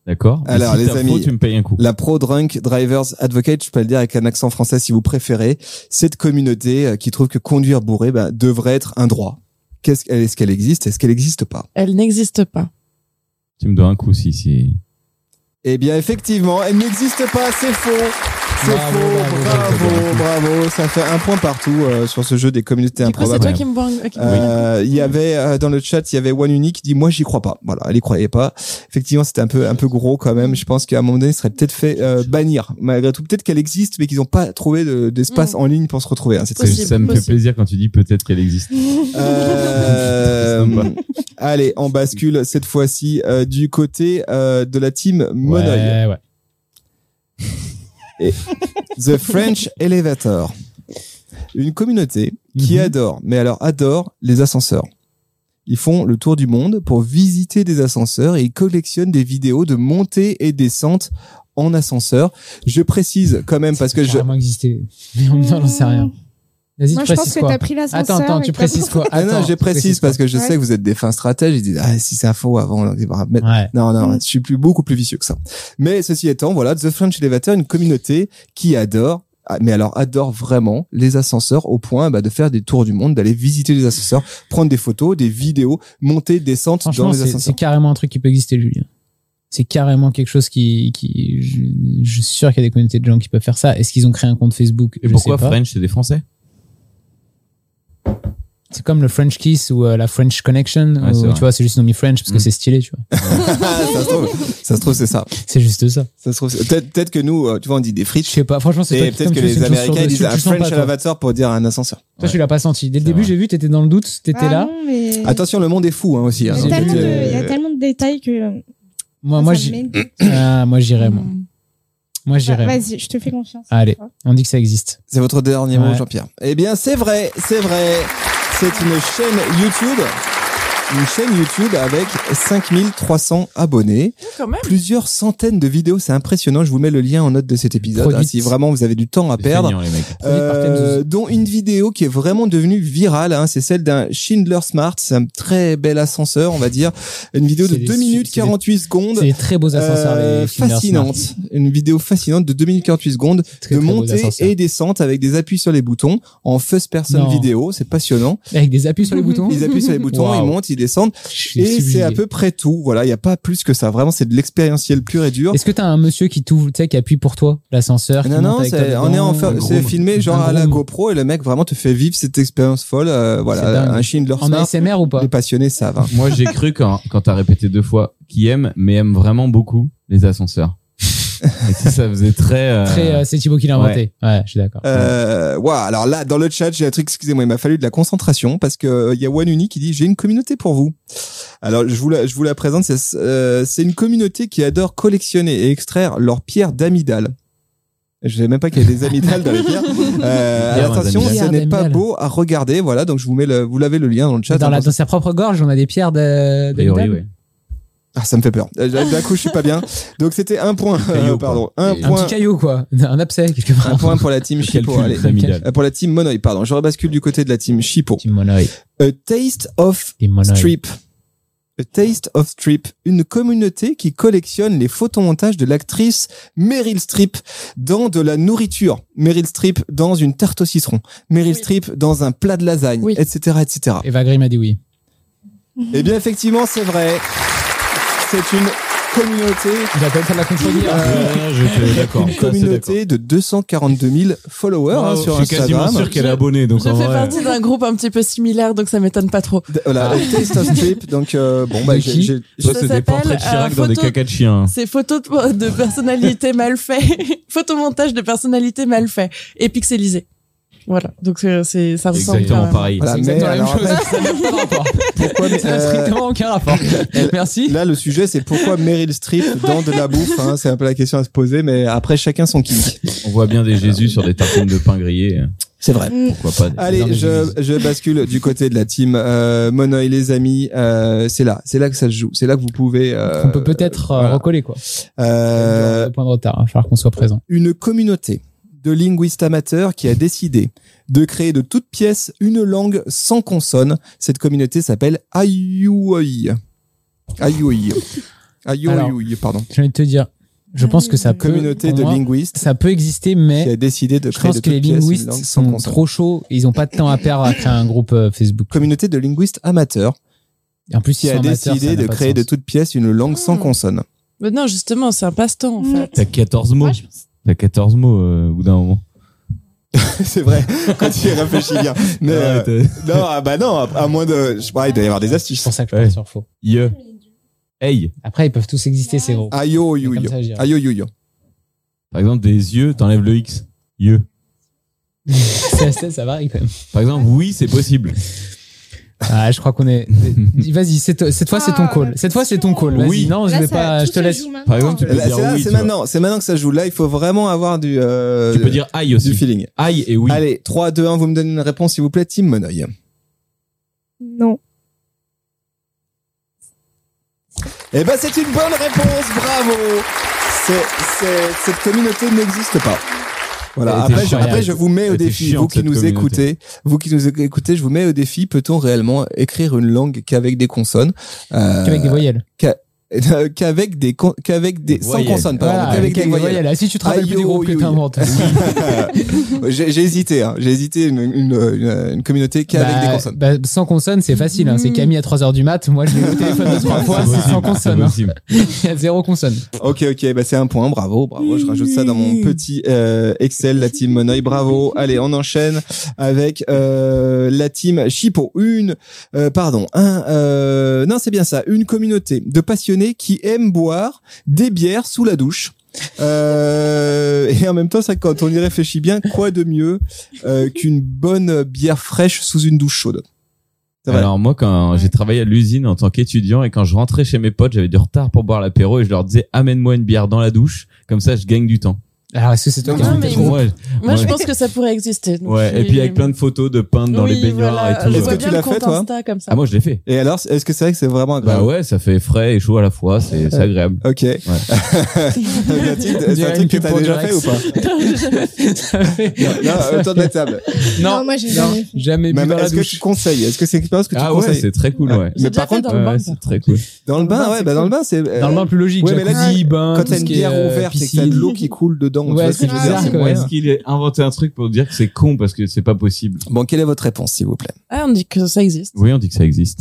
D: d'accord Mais
A: Alors,
D: si
A: les
D: t'as
A: amis,
D: faux, tu me payes un coup.
A: La Pro Drunk Drivers Advocate, je peux le dire avec un accent français si vous préférez, cette communauté euh, qui trouve que conduire bourré ben, devrait être un droit. Qu'est-ce, qu'elle- est-ce qu'elle existe Est-ce qu'elle n'existe pas
C: elle n'existe pas.
D: Tu me dois un coup si, si.
A: Eh bien, effectivement, elle n'existe pas, c'est faux C'est
E: Bravo,
A: faux,
E: bravo,
A: bravo, bravo, Ça fait un point partout euh, sur ce jeu des communautés
C: Du coup, c'est
A: improbables.
C: toi qui me vois. en- qui me-
A: Euh, il y avait euh, dans le chat, il y avait One Unique qui dit moi j'y crois pas. Voilà, elle y croyait pas. Effectivement, c'était un peu un peu gros quand même. Je pense qu'à un moment donné, il serait peut-être fait euh, bannir. Malgré tout, peut-être qu'elle existe, mais qu'ils n'ont pas trouvé de- d'espace
C: Mm.
A: en ligne pour se retrouver. hein, cette
C: Possible,
A: série.
D: ça me fait
C: possible.
D: plaisir quand tu dis peut-être qu'elle existe.
A: Euh, allez, on bascule cette fois-ci euh, du côté euh, de la team Monoï.
E: Ouais, ouais.
A: The French Elevator. Une communauté qui
E: Mhm.
A: adore, mais alors adore les ascenseurs. Ils font le tour du monde pour visiter des ascenseurs et ils collectionnent des vidéos de montées et descentes en ascenseur. Je précise quand même parce que je...
E: Carrément existé. Mais on n'en sait rien. Vas-y,
F: Moi,
E: tu
F: je pense
E: précises
F: que t'as
E: quoi
F: pris l'ascenseur.
E: Attends, attends,
F: et
E: tu
F: que t'as-
E: précises quoi
A: Ah
E: Attends,
A: non, je
E: tu
A: précise
E: précises
A: parce que je
F: Ouais.
A: sais que vous êtes des fins stratèges. Ils disent, ah, si c'est un faux avant, on va
E: quoi.
A: mettre
E: Ouais.
A: non, non,
F: Mm.
A: je suis plus, beaucoup plus vicieux que ça. Mais ceci étant, voilà, The French Elevator, une communauté qui adore, ah, mais alors adore vraiment les ascenseurs au point bah, de faire des tours du monde, d'aller visiter les ascenseurs, prendre des photos, des vidéos, monter, descendre dans
E: Franchement,
A: les
E: c'est c'est
A: ascenseurs.
E: carrément un truc qui peut exister, Julien. C'est carrément quelque chose qui, qui je, je suis sûr qu'il y a des communautés de gens qui peuvent faire ça. Est-ce qu'ils ont créé un compte Facebook
D: Et
E: Je
D: pourquoi
E: sais pas.
D: French, c'est des Français
E: C'est comme le French Kiss ou euh, la French Connection.
D: Ouais,
E: ou,
D: c'est vrai.
E: tu vois, c'est juste ils ont mis French parce que
D: Mm.
E: c'est stylé, tu vois.
A: ça se trouve, ça se trouve, c'est ça.
E: C'est juste ça.
A: Ça se trouve, c'est- peut-être peut-être que nous, euh, tu vois, on dit des
E: Je
A: frites.
E: sais pas. Franchement, c'est toi
A: Et
E: qui-
A: peut-être
E: comme
A: que
E: tu fais
A: les
E: une chose sur
A: Américains ils
E: deux, tu-
A: disent
E: tu
A: un
E: le sens pas,
A: French
E: toi.
A: Elevator pour dire un ascenseur.
E: Toi, tu l'as pas senti. Dès le
D: C'est
E: début,
D: vrai.
E: j'ai vu, t'étais dans le doute, t'étais
F: Ah
E: là.
F: non, mais-
A: Attention, le monde est fou hein, aussi.
F: Il y,
A: hein.
F: a
E: j'ai
F: tellement
E: vu,
F: de,
E: euh,
F: il y a tellement de détails que.
E: Moi,
F: ça
E: moi,
F: me
E: j'y-
F: met-
E: Ah, moi, j'irai, moi.
C: Mm.
E: Moi,
F: Bah,
E: j'irai.
F: Vas-y, je te fais confiance.
E: Allez. On dit que ça existe.
A: C'est votre dernier mot,
E: Ouais.
A: Jean-Pierre. Eh bien, c'est vrai, c'est vrai. C'est une chaîne YouTube. Une chaîne YouTube avec 5300 abonnés,
C: Quand même.
A: plusieurs centaines de vidéos, c'est impressionnant, je vous mets le lien en note de cet épisode,
E: Produite.
A: hein, si vraiment vous avez du temps à
D: Des
A: perdre.
D: feignants, les mecs.
E: Produite par
A: Euh,
E: Tenzos.
A: dont une vidéo qui est vraiment devenue virale, hein, c'est celle d'un Schindler Smart, c'est un très bel ascenseur, on va dire, une vidéo de
E: C'est des
A: 2 minutes
E: su- c'est des-
A: 48 secondes,
E: C'est des très beaux ascenseurs,
A: bah, euh,
E: les Finders
A: fascinante,
E: Smart.
A: une vidéo fascinante de 2 minutes 48 secondes,
E: Très,
A: de
E: très beaux
A: montée
E: ascenseurs.
A: et descente avec des appuis sur les boutons en first person
E: Non.
A: vidéo. C'est passionnant.
E: Avec des appuis sur les boutons.
A: Ils appuient sur les boutons,
E: Waouh.
A: ils montent, ils descendent.
E: Je suis
A: Et c'est
E: subjugué.
A: à peu près tout. Voilà, il n'y a pas plus que ça. Vraiment, c'est de l'expérientiel pur et dur.
E: Est-ce que t'as un monsieur qui t'ouvre, tu sais, qui appuie pour toi l'ascenseur qui
A: Non,
E: monte
A: non,
E: avec toi
A: c'est- on est en
E: dedans,
A: fir-
E: un
A: c'est
E: groom.
A: filmé genre
E: Un
A: à la
E: groom.
A: GoPro et le mec vraiment te fait vivre cette expérience folle. Euh,
E: C'est dingue.
A: voilà, un Schindler
E: En
A: Smart.
E: ASMR ou pas
A: Les passionnés savent. hein.
D: Moi, j'ai cru quand, quand t'as répété deux fois qui aime, mais aime vraiment beaucoup les ascenseurs. Et ça, ça faisait très. euh,
E: Très, euh, c'est Thibaut qui l'a
D: ouais.
E: inventé. Ouais, je suis d'accord.
A: Euh, waouh, alors là, dans le chat, j'ai un truc, excusez-moi, il m'a fallu de la concentration parce que euh, il y a Wanuni qui dit j'ai une communauté pour vous. Alors je vous la, je vous la présente, c'est euh, c'est une communauté qui adore collectionner et extraire leurs pierres d'amidale. Je savais même pas qu'il y a des amygdales dans les pierres. Euh,
D: Pierres
A: alors, attention,
D: d'amygdale.
A: ce n'est pas
E: Pierres
A: beau à regarder. Voilà, donc je vous mets le, vous l'avez le lien dans le chat.
E: dans,
A: hein,
E: la,
A: pour-
E: dans sa propre gorge, on a des pierres de.
D: a
E: de
D: priori,
E: Lidl.
D: ouais.
A: Ah, ça me fait peur. Euh, D'un coup, je suis pas bien. Donc c'était un point.
D: Caillou,
A: euh, pardon,
D: quoi.
A: un
D: Et-
E: Un
A: point,
E: petit caillou, quoi. Un abcès, quelque
A: un
E: part.
A: point pour la team
D: Le
A: Chipo.
D: calcul
A: Allez.
D: des amygdales.
A: Euh, pour la team Monoï, pardon. Je rebascule du côté de la team Chipo.
E: Petit monoï.
A: A Taste of
E: Petit monoï.
A: Strip. A Taste of Strip, une communauté qui collectionne les photomontages de l'actrice Meryl Streep dans de la nourriture. Meryl Streep dans une tarte au citron. Meryl
C: Oui.
A: Streep dans un plat de lasagne,
C: Oui. Mhm.
A: etc., etc.
E: Eva Grimm a dit oui.
A: Eh bien, effectivement, c'est vrai. C'est une communauté,
E: J'appelle ça de la contredire.
A: Euh,
D: Ouais, j'étais d'accord.
A: une communauté de 242 000 followers hein, sur
D: je suis quasiment
A: Instagram.
D: sûr qu'elle est abonnée. Donc
C: Je
D: en
C: fais
D: vrai,
C: partie d'un groupe un petit peu similaire, donc ça m'étonne pas trop.
A: D- Voilà, A Taste of Strip. Donc, euh, bon, bah,
E: De
A: j'ai-
E: qui
A: j'ai-
D: Toi,
C: Ça
D: Ah. c'est des
C: s'appelle,
D: portraits de
C: euh,
D: Chirac dans des
C: photo-
D: cacas de hein. chiens.
C: C'est photo de, de personnalité mal fait, photomontage de personnalité mal fait et pixelisé. Voilà, donc euh, c'est ça ressemble quand
D: Exactement
C: même.
D: pareil.
A: voilà,
E: C'est
A: mais
E: exactement la même
A: alors,
E: chose. Ça n'a pas de rapport.
A: pourquoi, mais,
E: Ça n'a
A: euh,
E: strictement aucun rapport. Merci.
A: Là, le sujet, c'est pourquoi Meryl Streep dans de la bouffe. hein. c'est un peu la question à se poser, mais après, chacun son kick.
D: On voit bien des Jésus sur des tartines de pain grillé. hein.
A: C'est vrai.
F: Mm.
D: Pourquoi pas des-
E: Dans
A: Allez,
E: les
A: je,
E: églises.
A: je bascule du côté de la team euh, Monoï, les amis. euh, c'est là, c'est là que ça se joue. C'est là que vous pouvez. euh,
E: On peut peut-être euh,
A: voilà.
E: recoller, quoi.
A: euh,
E: Deux points de retard. hein. Il va falloir qu'on soit présent.
A: une communauté de linguistes amateurs qui a décidé de créer de toutes pièces une langue sans consonne. Cette communauté s'appelle Ayuoi. Ayuoi. Ayuoi, pardon.
E: J'ai envie de te dire, je pense que ça peut.
A: Communauté
E: pour
A: de
E: moi,
A: linguistes.
E: Ça peut exister,
A: qui
E: mais
A: a décidé de
E: je
A: créer de
E: pense que
A: toutes
E: les
A: pièces une
E: linguistes
A: langue sans
E: sont
A: consonne.
E: trop chauds. et Ils n'ont pas de temps à perdre à créer un groupe euh, Facebook.
A: Communauté de linguistes amateurs
E: Et en plus,
A: qui
E: ils
A: a
E: sont amateurs,
A: décidé
E: ça n'a
A: de
E: pas
A: créer de
E: sens.
A: toutes pièces une langue sans
F: Mm.
A: consonne.
C: Mais non, justement, c'est un passe-temps en
F: Mm.
C: fait.
D: T'as 14 mots.
F: Moi, je pense-
D: T'as 14 mots euh, au bout d'un moment.
A: c'est vrai, quand tu y réfléchis bien. Mais, euh,
D: Ouais, t'as-
A: non, ah bah non, à, à moins de. Je sais pas, il doit y avoir des astuces.
E: C'est pour ça que Ah, je
D: Ouais.
E: parle sur faux.
D: Ye. Hey.
E: Après, ils peuvent tous exister, ces gros.
A: Aïe, yo, yo,
E: Comme
A: yo.
E: ça, je dirais.
A: Aïe, yo, yo, yo.
D: Par exemple, des yeux, t'enlèves le X. Ye.
A: Ah,
E: ça, ça, ça varie quand même.
D: Par exemple, oui, c'est possible.
E: Ah, je crois qu'on est. Ah, Vas-y, c'est to- cette fois, c'est ton call. Cette fois, c'est ton call. Vas-y,
D: Oui.
E: Non, je
F: Là,
E: vais
F: ça-
E: pas.
F: tout
E: Je te
F: se
E: laisse.
F: joue maintenant.
D: Par exemple, tu peux
A: Là,
D: dire
A: c'est là,
D: oui.
A: c'est
D: tu vois.
A: maintenant, c'est maintenant que ça joue. Là, il faut vraiment avoir du, euh,
D: Tu peux dire aïe
A: du
D: aussi.
A: feeling.
D: Aïe et oui.
A: Allez, 3, 2, 1, vous me donnez une réponse, s'il vous plaît, Tim Monoï.
F: Non.
A: Eh ben, c'est une bonne réponse, bravo C'est- c'est- Cette communauté n'existe pas. Voilà.
D: Elle était
A: Après, je,
D: incroyable.
A: après, je vous mets au
D: Elle était
A: défi.
D: chiante,
A: vous qui
D: cette
A: nous
D: communauté.
A: écoutez, vous qui nous écoutez, je vous mets au défi. Peut-on réellement écrire une langue qu'avec des consonnes euh,
E: Avec des voyelles.
A: euh, Qu'avec des con- qu'avec des sans
D: Voyelles.
A: consonnes, pardon,
E: Voilà,
A: qu'avec des voyelles.
E: Ah, si tu te rappelles
A: Aïe,
E: plus du
A: yo,
E: groupe que
A: yo, yo.
E: t'inventes.
A: j'ai j'ai hésité, hein. j'ai hésité une, une, une- une communauté qu'avec
E: Bah,
A: des consonnes.
E: bah, sans consonne, c'est facile. hein. C'est Camille à 3h du mat. Moi, je l'ai eu au téléphone
A: Ah,
E: deux, trois fois. C'est sans consonne. hein.
D: possible.
E: Il y a zéro consonne.
A: Ok, ok, bah c'est un point, bravo, bravo. Je rajoute ça dans mon petit euh, Excel, la team Monoï, bravo. Allez, on enchaîne avec euh, la team Chipo. Une, euh, pardon, un, euh, non, c'est bien ça, une communauté de passionnés qui aiment boire des bières sous la douche. Euh, et en même temps, ça, quand on y réfléchit bien, quoi de mieux euh, qu'une bonne bière fraîche sous une douche chaude Ça va.
D: Alors moi, quand j'ai travaillé à l'usine en tant qu'étudiant et quand je rentrais chez mes potes, j'avais du retard pour boire l'apéro et je leur disais amène-moi une bière dans la douche, comme ça je gagne du temps.
E: Alors, est-ce que c'est toi qui
C: Non,
E: as inventé
C: mais
E: le
C: il
E: groupe
D: Ouais,
C: Moi, je
D: Ouais.
C: pense que ça pourrait exister. donc je
D: ouais. Et
C: suis-
D: puis avec plein de photos de peintes dans
C: Oui,
D: les baignoires
C: voilà,
D: et tout.
C: je
A: Est-ce
C: vois
A: que
D: ouais.
A: tu
C: bien
A: l'as
C: le
A: fait,
C: compte
A: toi
C: Insta comme ça.
D: Ah moi je l'ai fait.
A: Et alors, est-ce que c'est vrai que c'est vraiment
D: Bah
A: agréable
D: ouais, ça fait frais et chaud à la fois, c'est c'est agréable.
A: Ok. Mathilde, c'est un
E: Dirait
A: truc que
E: une pub
A: t'as
E: pour
A: déjà fait
E: Durex.
A: ou pas
E: Ça fait-
A: Non, non, autour de la table.
F: Non,
E: Non,
F: moi j'ai
A: Non.
F: jamais fait.
E: jamais bu
A: Même,
E: dans la
A: est-ce que tu
E: douche.
A: conseilles Est-ce que c'est une expérience que tu
D: Ah ouais,
A: conseilles
D: c'est très cool, ouais.
A: Mais
C: J'ai
A: par
C: déjà fait
A: contre,
C: dans le
D: Ouais,
C: bain.
D: c'est très cool.
A: dans le bain, ouais, bah dans le bain, c'est. euh,
E: Dans le bain plus logique.
A: Ouais, mais là,
E: jacuzzi, bain,
A: Quand
E: tout
A: t'as
E: ce
A: une
E: qui est,
A: bière
E: euh,
A: ouverte et que t'as
E: piscine.
A: de l'eau qui coule dedans, tu
E: Ouais,
A: vois ce
E: c'est
A: que je veux dire,
E: bizarre,
A: c'est
E: quand
A: moyen.
E: même.
D: Est-ce qu'il a inventé un truc pour dire que c'est con parce que c'est pas possible
A: Bon, quelle est votre réponse, s'il vous plaît
C: Ah, on dit que ça existe.
D: Oui, on dit que ça existe.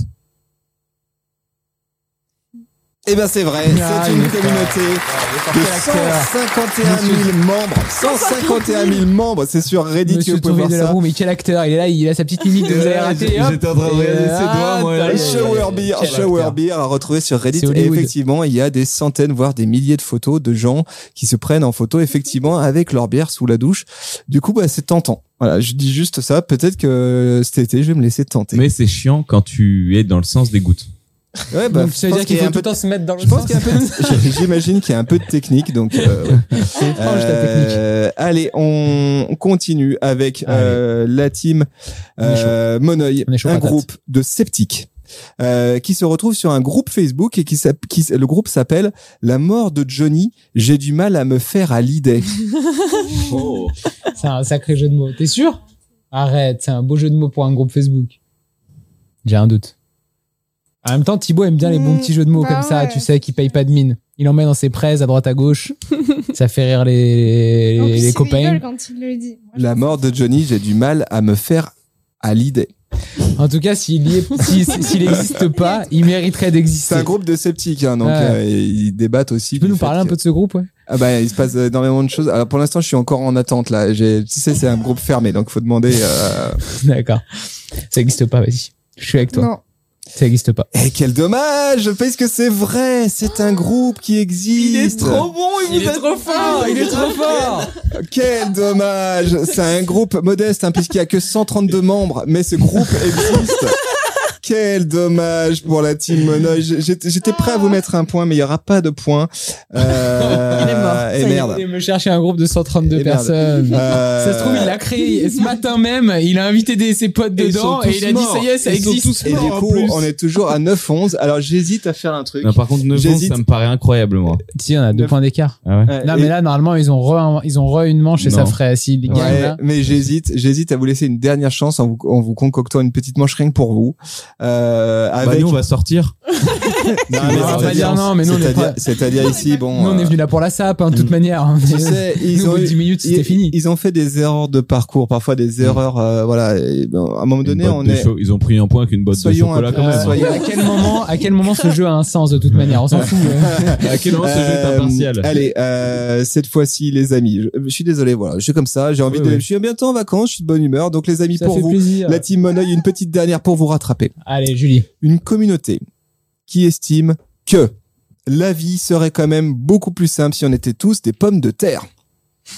A: Eh ben, c'est vrai,
E: Ah,
A: c'est
E: il
A: une
E: est fort.
A: communauté de
E: Quel acteur.
A: 151 000 membres. 151 000 membres, c'est sur Reddit que
E: Monsieur
A: vous pouvez
E: Tomé
A: voir
E: de la
A: ça.
E: roue, mais quel acteur Il est là, il a sa petite mimique de vous avez raté. hop.
D: J'étais en train de regarder
E: Et,
D: ses
E: euh,
D: doigts, moi.
E: attends,
D: là.
A: Et
E: Aïe, aïe, aïe,
A: Shower
E: aïe.
A: Beer,
E: Quel
A: Shower
E: acteur.
A: Beer à retrouver sur Reddit.
E: C'est
A: Et
E: Hollywood.
A: effectivement, il y a des centaines, voire des milliers de photos de gens qui se prennent en photo, effectivement, avec leur bière sous la douche. Du coup, bah, c'est tentant. Voilà, je dis juste ça. Peut-être que cet été, je vais me laisser tenter.
D: Mais c'est chiant quand tu es dans le sens des gouttes.
A: ouais, bah,
E: Donc,
A: je
E: ça veut
A: pense qu'il
E: dire qu'il
A: y a un
E: faut tout
A: peu
E: le temps se mettre dans le
A: je pense
E: sens.
A: qu'il y a un peu de- j'imagine qu'il y a un peu de technique, donc, euh, ouais.
E: C'est étrange ta technique.
A: Euh, allez, on on continue avec euh, la team
E: On est chaud.
A: euh, Monoï,
E: On est chaud
A: un
E: patate.
A: groupe de sceptiques. euh, qui se retrouve sur un groupe Facebook et qui, s'app- qui s- le groupe s'appelle La mort de Johnny. J'ai du mal à me faire à l'idée.
D: Oh.
E: C'est un sacré jeu de mots. T'es sûr Arrête, c'est un beau jeu de mots pour un groupe Facebook. J'ai un doute. En même temps, Thibaut aime bien les bons
F: Mmh,
E: petits jeux de mots
F: bah
E: comme ça,
F: ouais.
E: tu sais, qui paye pas de mine. Il en met dans ses prêts à droite à gauche. ça fait rire les,
F: En
E: les,
F: plus,
E: les
F: il
E: copains.
F: rigole quand il le dit. Moi, je
A: La mort de Johnny. J'ai du mal à me faire à l'idée.
E: En tout cas, s'il y est- si- si- s'il n'existe pas, il mériterait
A: C'est
E: d'exister.
A: un groupe de sceptiques, hein, donc
E: Ouais.
A: euh, ils débattent aussi.
E: Tu peux nous parler un peu de ce groupe ouais
A: Ah bah, il se passe énormément de choses. Alors pour l'instant, je suis encore en attente là. J'ai- Tu sais, c'est un groupe fermé, donc faut demander. euh,
E: D'accord. Ça n'existe pas, vas-y. Je suis avec toi.
F: Non.
E: Ça n'existe pas.
A: Eh, quel dommage Parce que c'est vrai, c'est un groupe qui existe. Ah,
E: bon, il, est trop fort, il est trop fort.
A: Quel dommage C'est un groupe modeste, hein, puisqu'il y a que 132 membres, mais ce groupe existe. Quel dommage pour la team Monoï. J- J'étais j'étais prêt à vous mettre un point, mais il n'y aura pas de point. Euh,
C: Il est mort, ça y
A: Et
C: est.
E: Il
A: merde.
E: est me chercher un groupe de 132
A: Et merde.
E: personnes.
A: Euh,
E: Ça se trouve, il l'a créé ce matin même. Il a invité des, ses potes
D: Et ils
E: dedans
D: sont
E: et
D: tous
E: il a dit
D: morts.
E: ça y est, ça
D: Ils sont
E: existe.
D: tous
A: Et du
D: morts, en
A: coup,
D: plus.
A: on est toujours à 9-11. Alors j'hésite à faire un truc.
D: Non, par contre, 9 ans,
A: J'hésite.
D: ça me paraît incroyable, moi.
E: Si, on a deux
A: Neuf.
E: points d'écart.
D: Ah ouais.
A: Ouais,
E: Non,
A: et-
E: mais là, normalement, ils ont re, ils ont re une manche et
D: Non.
E: ça ferait s'il gagne
A: Ouais,
E: là.
A: mais j'hésite, j'hésite à vous laisser une dernière chance en vous, en vous concoctant une petite manche rien que pour vous. Euh,
D: Bah,
A: avec,
D: nous, on va sortir.
A: Non,
E: On va pas dire non, mais nous, on est
A: Ah, c'est-à-dire-
E: pas-
A: C'est-à-dire ici, bon.
E: Nous, on est
A: euh,
E: venus là pour la sape, hein, de toute
D: Mm.
E: manière.
A: tu sais, ils ont eu-
E: 10 minutes, c'était
A: ils-
E: fini.
A: Ils ont fait des erreurs de parcours, parfois des erreurs, euh, voilà. et, bon, à un moment donné, on est.
G: Ils ont pris un point qu'une botte
A: Soyons
G: de chocolat
A: un peu-
G: quand même.
A: soyons-
E: Euh, à quel moment, à quel moment ce jeu a un sens de toute manière On s'en fout. hein.
G: À quel moment ce jeu est
A: Euh,
G: impartial
A: Allez, euh, cette fois-ci, les amis, je, je suis désolé, voilà, je suis comme ça, j'ai envie
G: Oui,
A: de.
G: oui.
A: Je suis bientôt en vacances, je suis de bonne humeur, donc les amis,
E: Ça
A: pour
E: fait
A: vous,
E: plaisir.
A: la team Monoï, une petite dernière pour vous rattraper.
E: Allez, Julie.
A: Une communauté qui estime que la vie serait quand même beaucoup plus simple si on était tous des pommes de terre.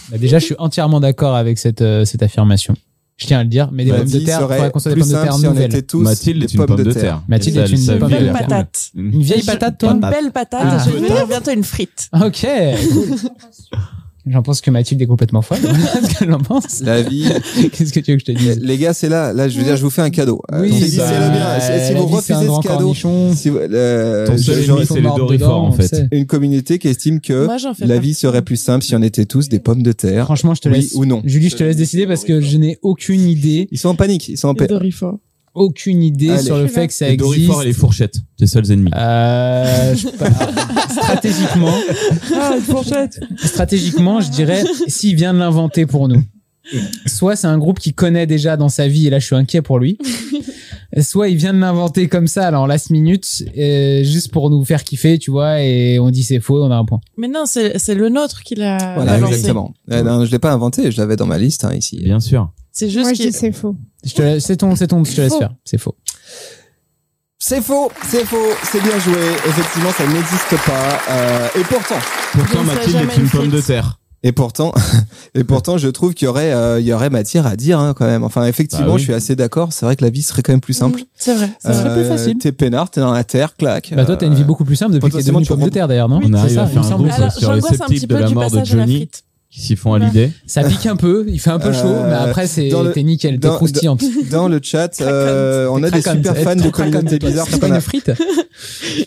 E: Bah, déjà, je suis entièrement d'accord avec cette, euh, cette affirmation. Je tiens à le dire, mais des
A: la
E: pommes de
A: vie
E: terre,
A: serait
E: faudrait qu'on soit des
A: plus
E: pommes de
A: simple
E: terre
A: si on
E: nouvelles.
A: était tous
G: Mathilde
A: des
G: est une pomme de terre.
E: Mathilde
G: Ça,
E: est une
G: ça
E: pomme
G: vit,
E: de
G: elle
C: Belle
G: a-
E: terre.
C: patate.
D: Mmh.
E: Une vieille
C: Je-
E: patate, toi
C: Une
A: bah,
C: belle patate.
E: Ah.
C: et je vais faire bientôt une frite.
E: Ok. J'en pense que Mathilde est complètement folle. Qu'est-ce qu'elle en pense
A: La vie,
E: Qu'est-ce que tu veux que je te dise
A: les gars, c'est là. Là, je veux dire, je vous fais un cadeau. Euh, saisissez-le
E: bah,
A: bien. Si- Si
E: la
A: vous
E: vie, c'est un
A: refusez
E: grand
A: ce cadeau,
E: cornichon.
A: si vous- euh,
G: Ton
A: je-
G: seul
A: je-
G: ennemi,
E: Ils
G: c'est les
E: mordent
G: Dorifores,
E: dedans,
G: en fait.
E: tu sais.
A: une communauté qui estime que
C: Moi, j'en fais
A: Euh, la
C: partie.
A: vie serait plus simple si on était tous des pommes de terre.
E: Franchement, je te
A: Oui
E: laisse.
A: ou non
E: Julie, je te laisse décider parce que je n'ai aucune idée,
A: Ils sont en panique. Ils sont en
C: Les
A: paix.
C: Doritos.
E: aucune idée
A: Allez.
E: sur le fait que ça
G: Les
E: existe. Ah,
G: Dorifores et les fourchettes, tes seuls ennemis.
E: Euh, je sais pas. stratégiquement,
C: Ah, une fourchette.
E: stratégiquement, je dirais s'il vient de l'inventer pour nous. Soit c'est un groupe qui connaît déjà dans sa vie et là je suis inquiet pour lui. Soit il vient de l'inventer comme ça alors last minute euh, juste pour nous faire kiffer, tu vois et on dit c'est faux, on a un point.
C: Mais non, c'est c'est le nôtre qui l'a
A: Voilà,
C: l'a lancé.
A: exactement. Euh, non, je l'ai pas inventé. Je l'avais dans ma liste hein, ici.
G: Bien sûr.
C: C'est
F: Moi,
C: juste
F: je dis
C: qu'il
F: c'est faux.
E: Je te la- c'est ton c'est ton je te laisse
F: Faux.
E: faire, c'est faux.
A: C'est faux. C'est faux. C'est bien joué. Effectivement, ça n'existe pas. Euh, et pourtant,
G: Pourtant,
C: Donc, ça a
G: Mathilde
C: jamais
G: est une
C: une
G: pomme de
C: frite.
G: terre.
A: et pourtant, et pourtant, je trouve qu'il y aurait, euh, il y aurait matière à dire hein, quand même. Enfin, effectivement,
G: Bah oui.
A: je suis assez d'accord. C'est vrai que la vie serait quand même plus simple. Euh,
C: C'est vrai. c'est vrai.
E: serait plus facile.
A: T'es peinard, t'es dans la terre, clac.
E: Bah toi t'as une vie beaucoup plus simple depuis que t'es
A: Euh, potentiellement,
E: devenu
A: tu
E: pomme de
A: rentres-
E: terre d'ailleurs non
G: On
E: C'est
G: arrive
E: ça,
G: à
E: il me
G: faire un
A: Euh,
E: semble.
G: gros
C: Alors,
G: sur les
C: j'angoisse un
G: sceptiques
C: petit
G: de
C: peu
G: la
C: du
G: mort de
C: passage à la
G: Johnny
C: frite.
G: qui s'y font à
C: Ouais.
G: l'idée.
E: Ça pique un peu, il fait un peu
A: Euh,
E: chaud, mais après c'est
A: dans le-
E: t'es nickel, t'es
A: dans-
E: croustillante.
A: Dans le chat, euh, on a des
E: Kraken,
A: super
E: ça va être
A: fans
E: trop
A: de
E: Kraken,
A: communautés
E: toi.
A: bizarres.
E: Eh,
A: parce
E: C'est pas
A: qu'on a-
E: une frite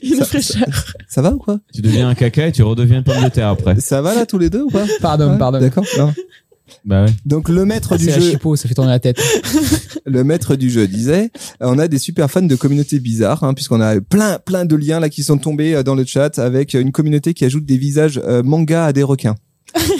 C: Une
A: Ça-
C: fraîcheur.
A: Ça va ou quoi
G: Tu deviens un caca et tu redeviens une pomme de terre après.
A: Ça va là tous les deux ou pas
E: Pardon,
A: Ouais,
E: pardon.
A: D'accord. Non.
G: Bah ouais.
A: Donc le maître du
E: Ah, C'est la
A: jeu,
E: chipot, ça fait tourner la tête.
A: le maître du jeu disait, euh, on a des super fans de communautés bizarres, hein, puisqu'on a plein plein de liens là qui sont tombés euh, dans le chat avec une communauté qui ajoute des visages euh, manga à des requins.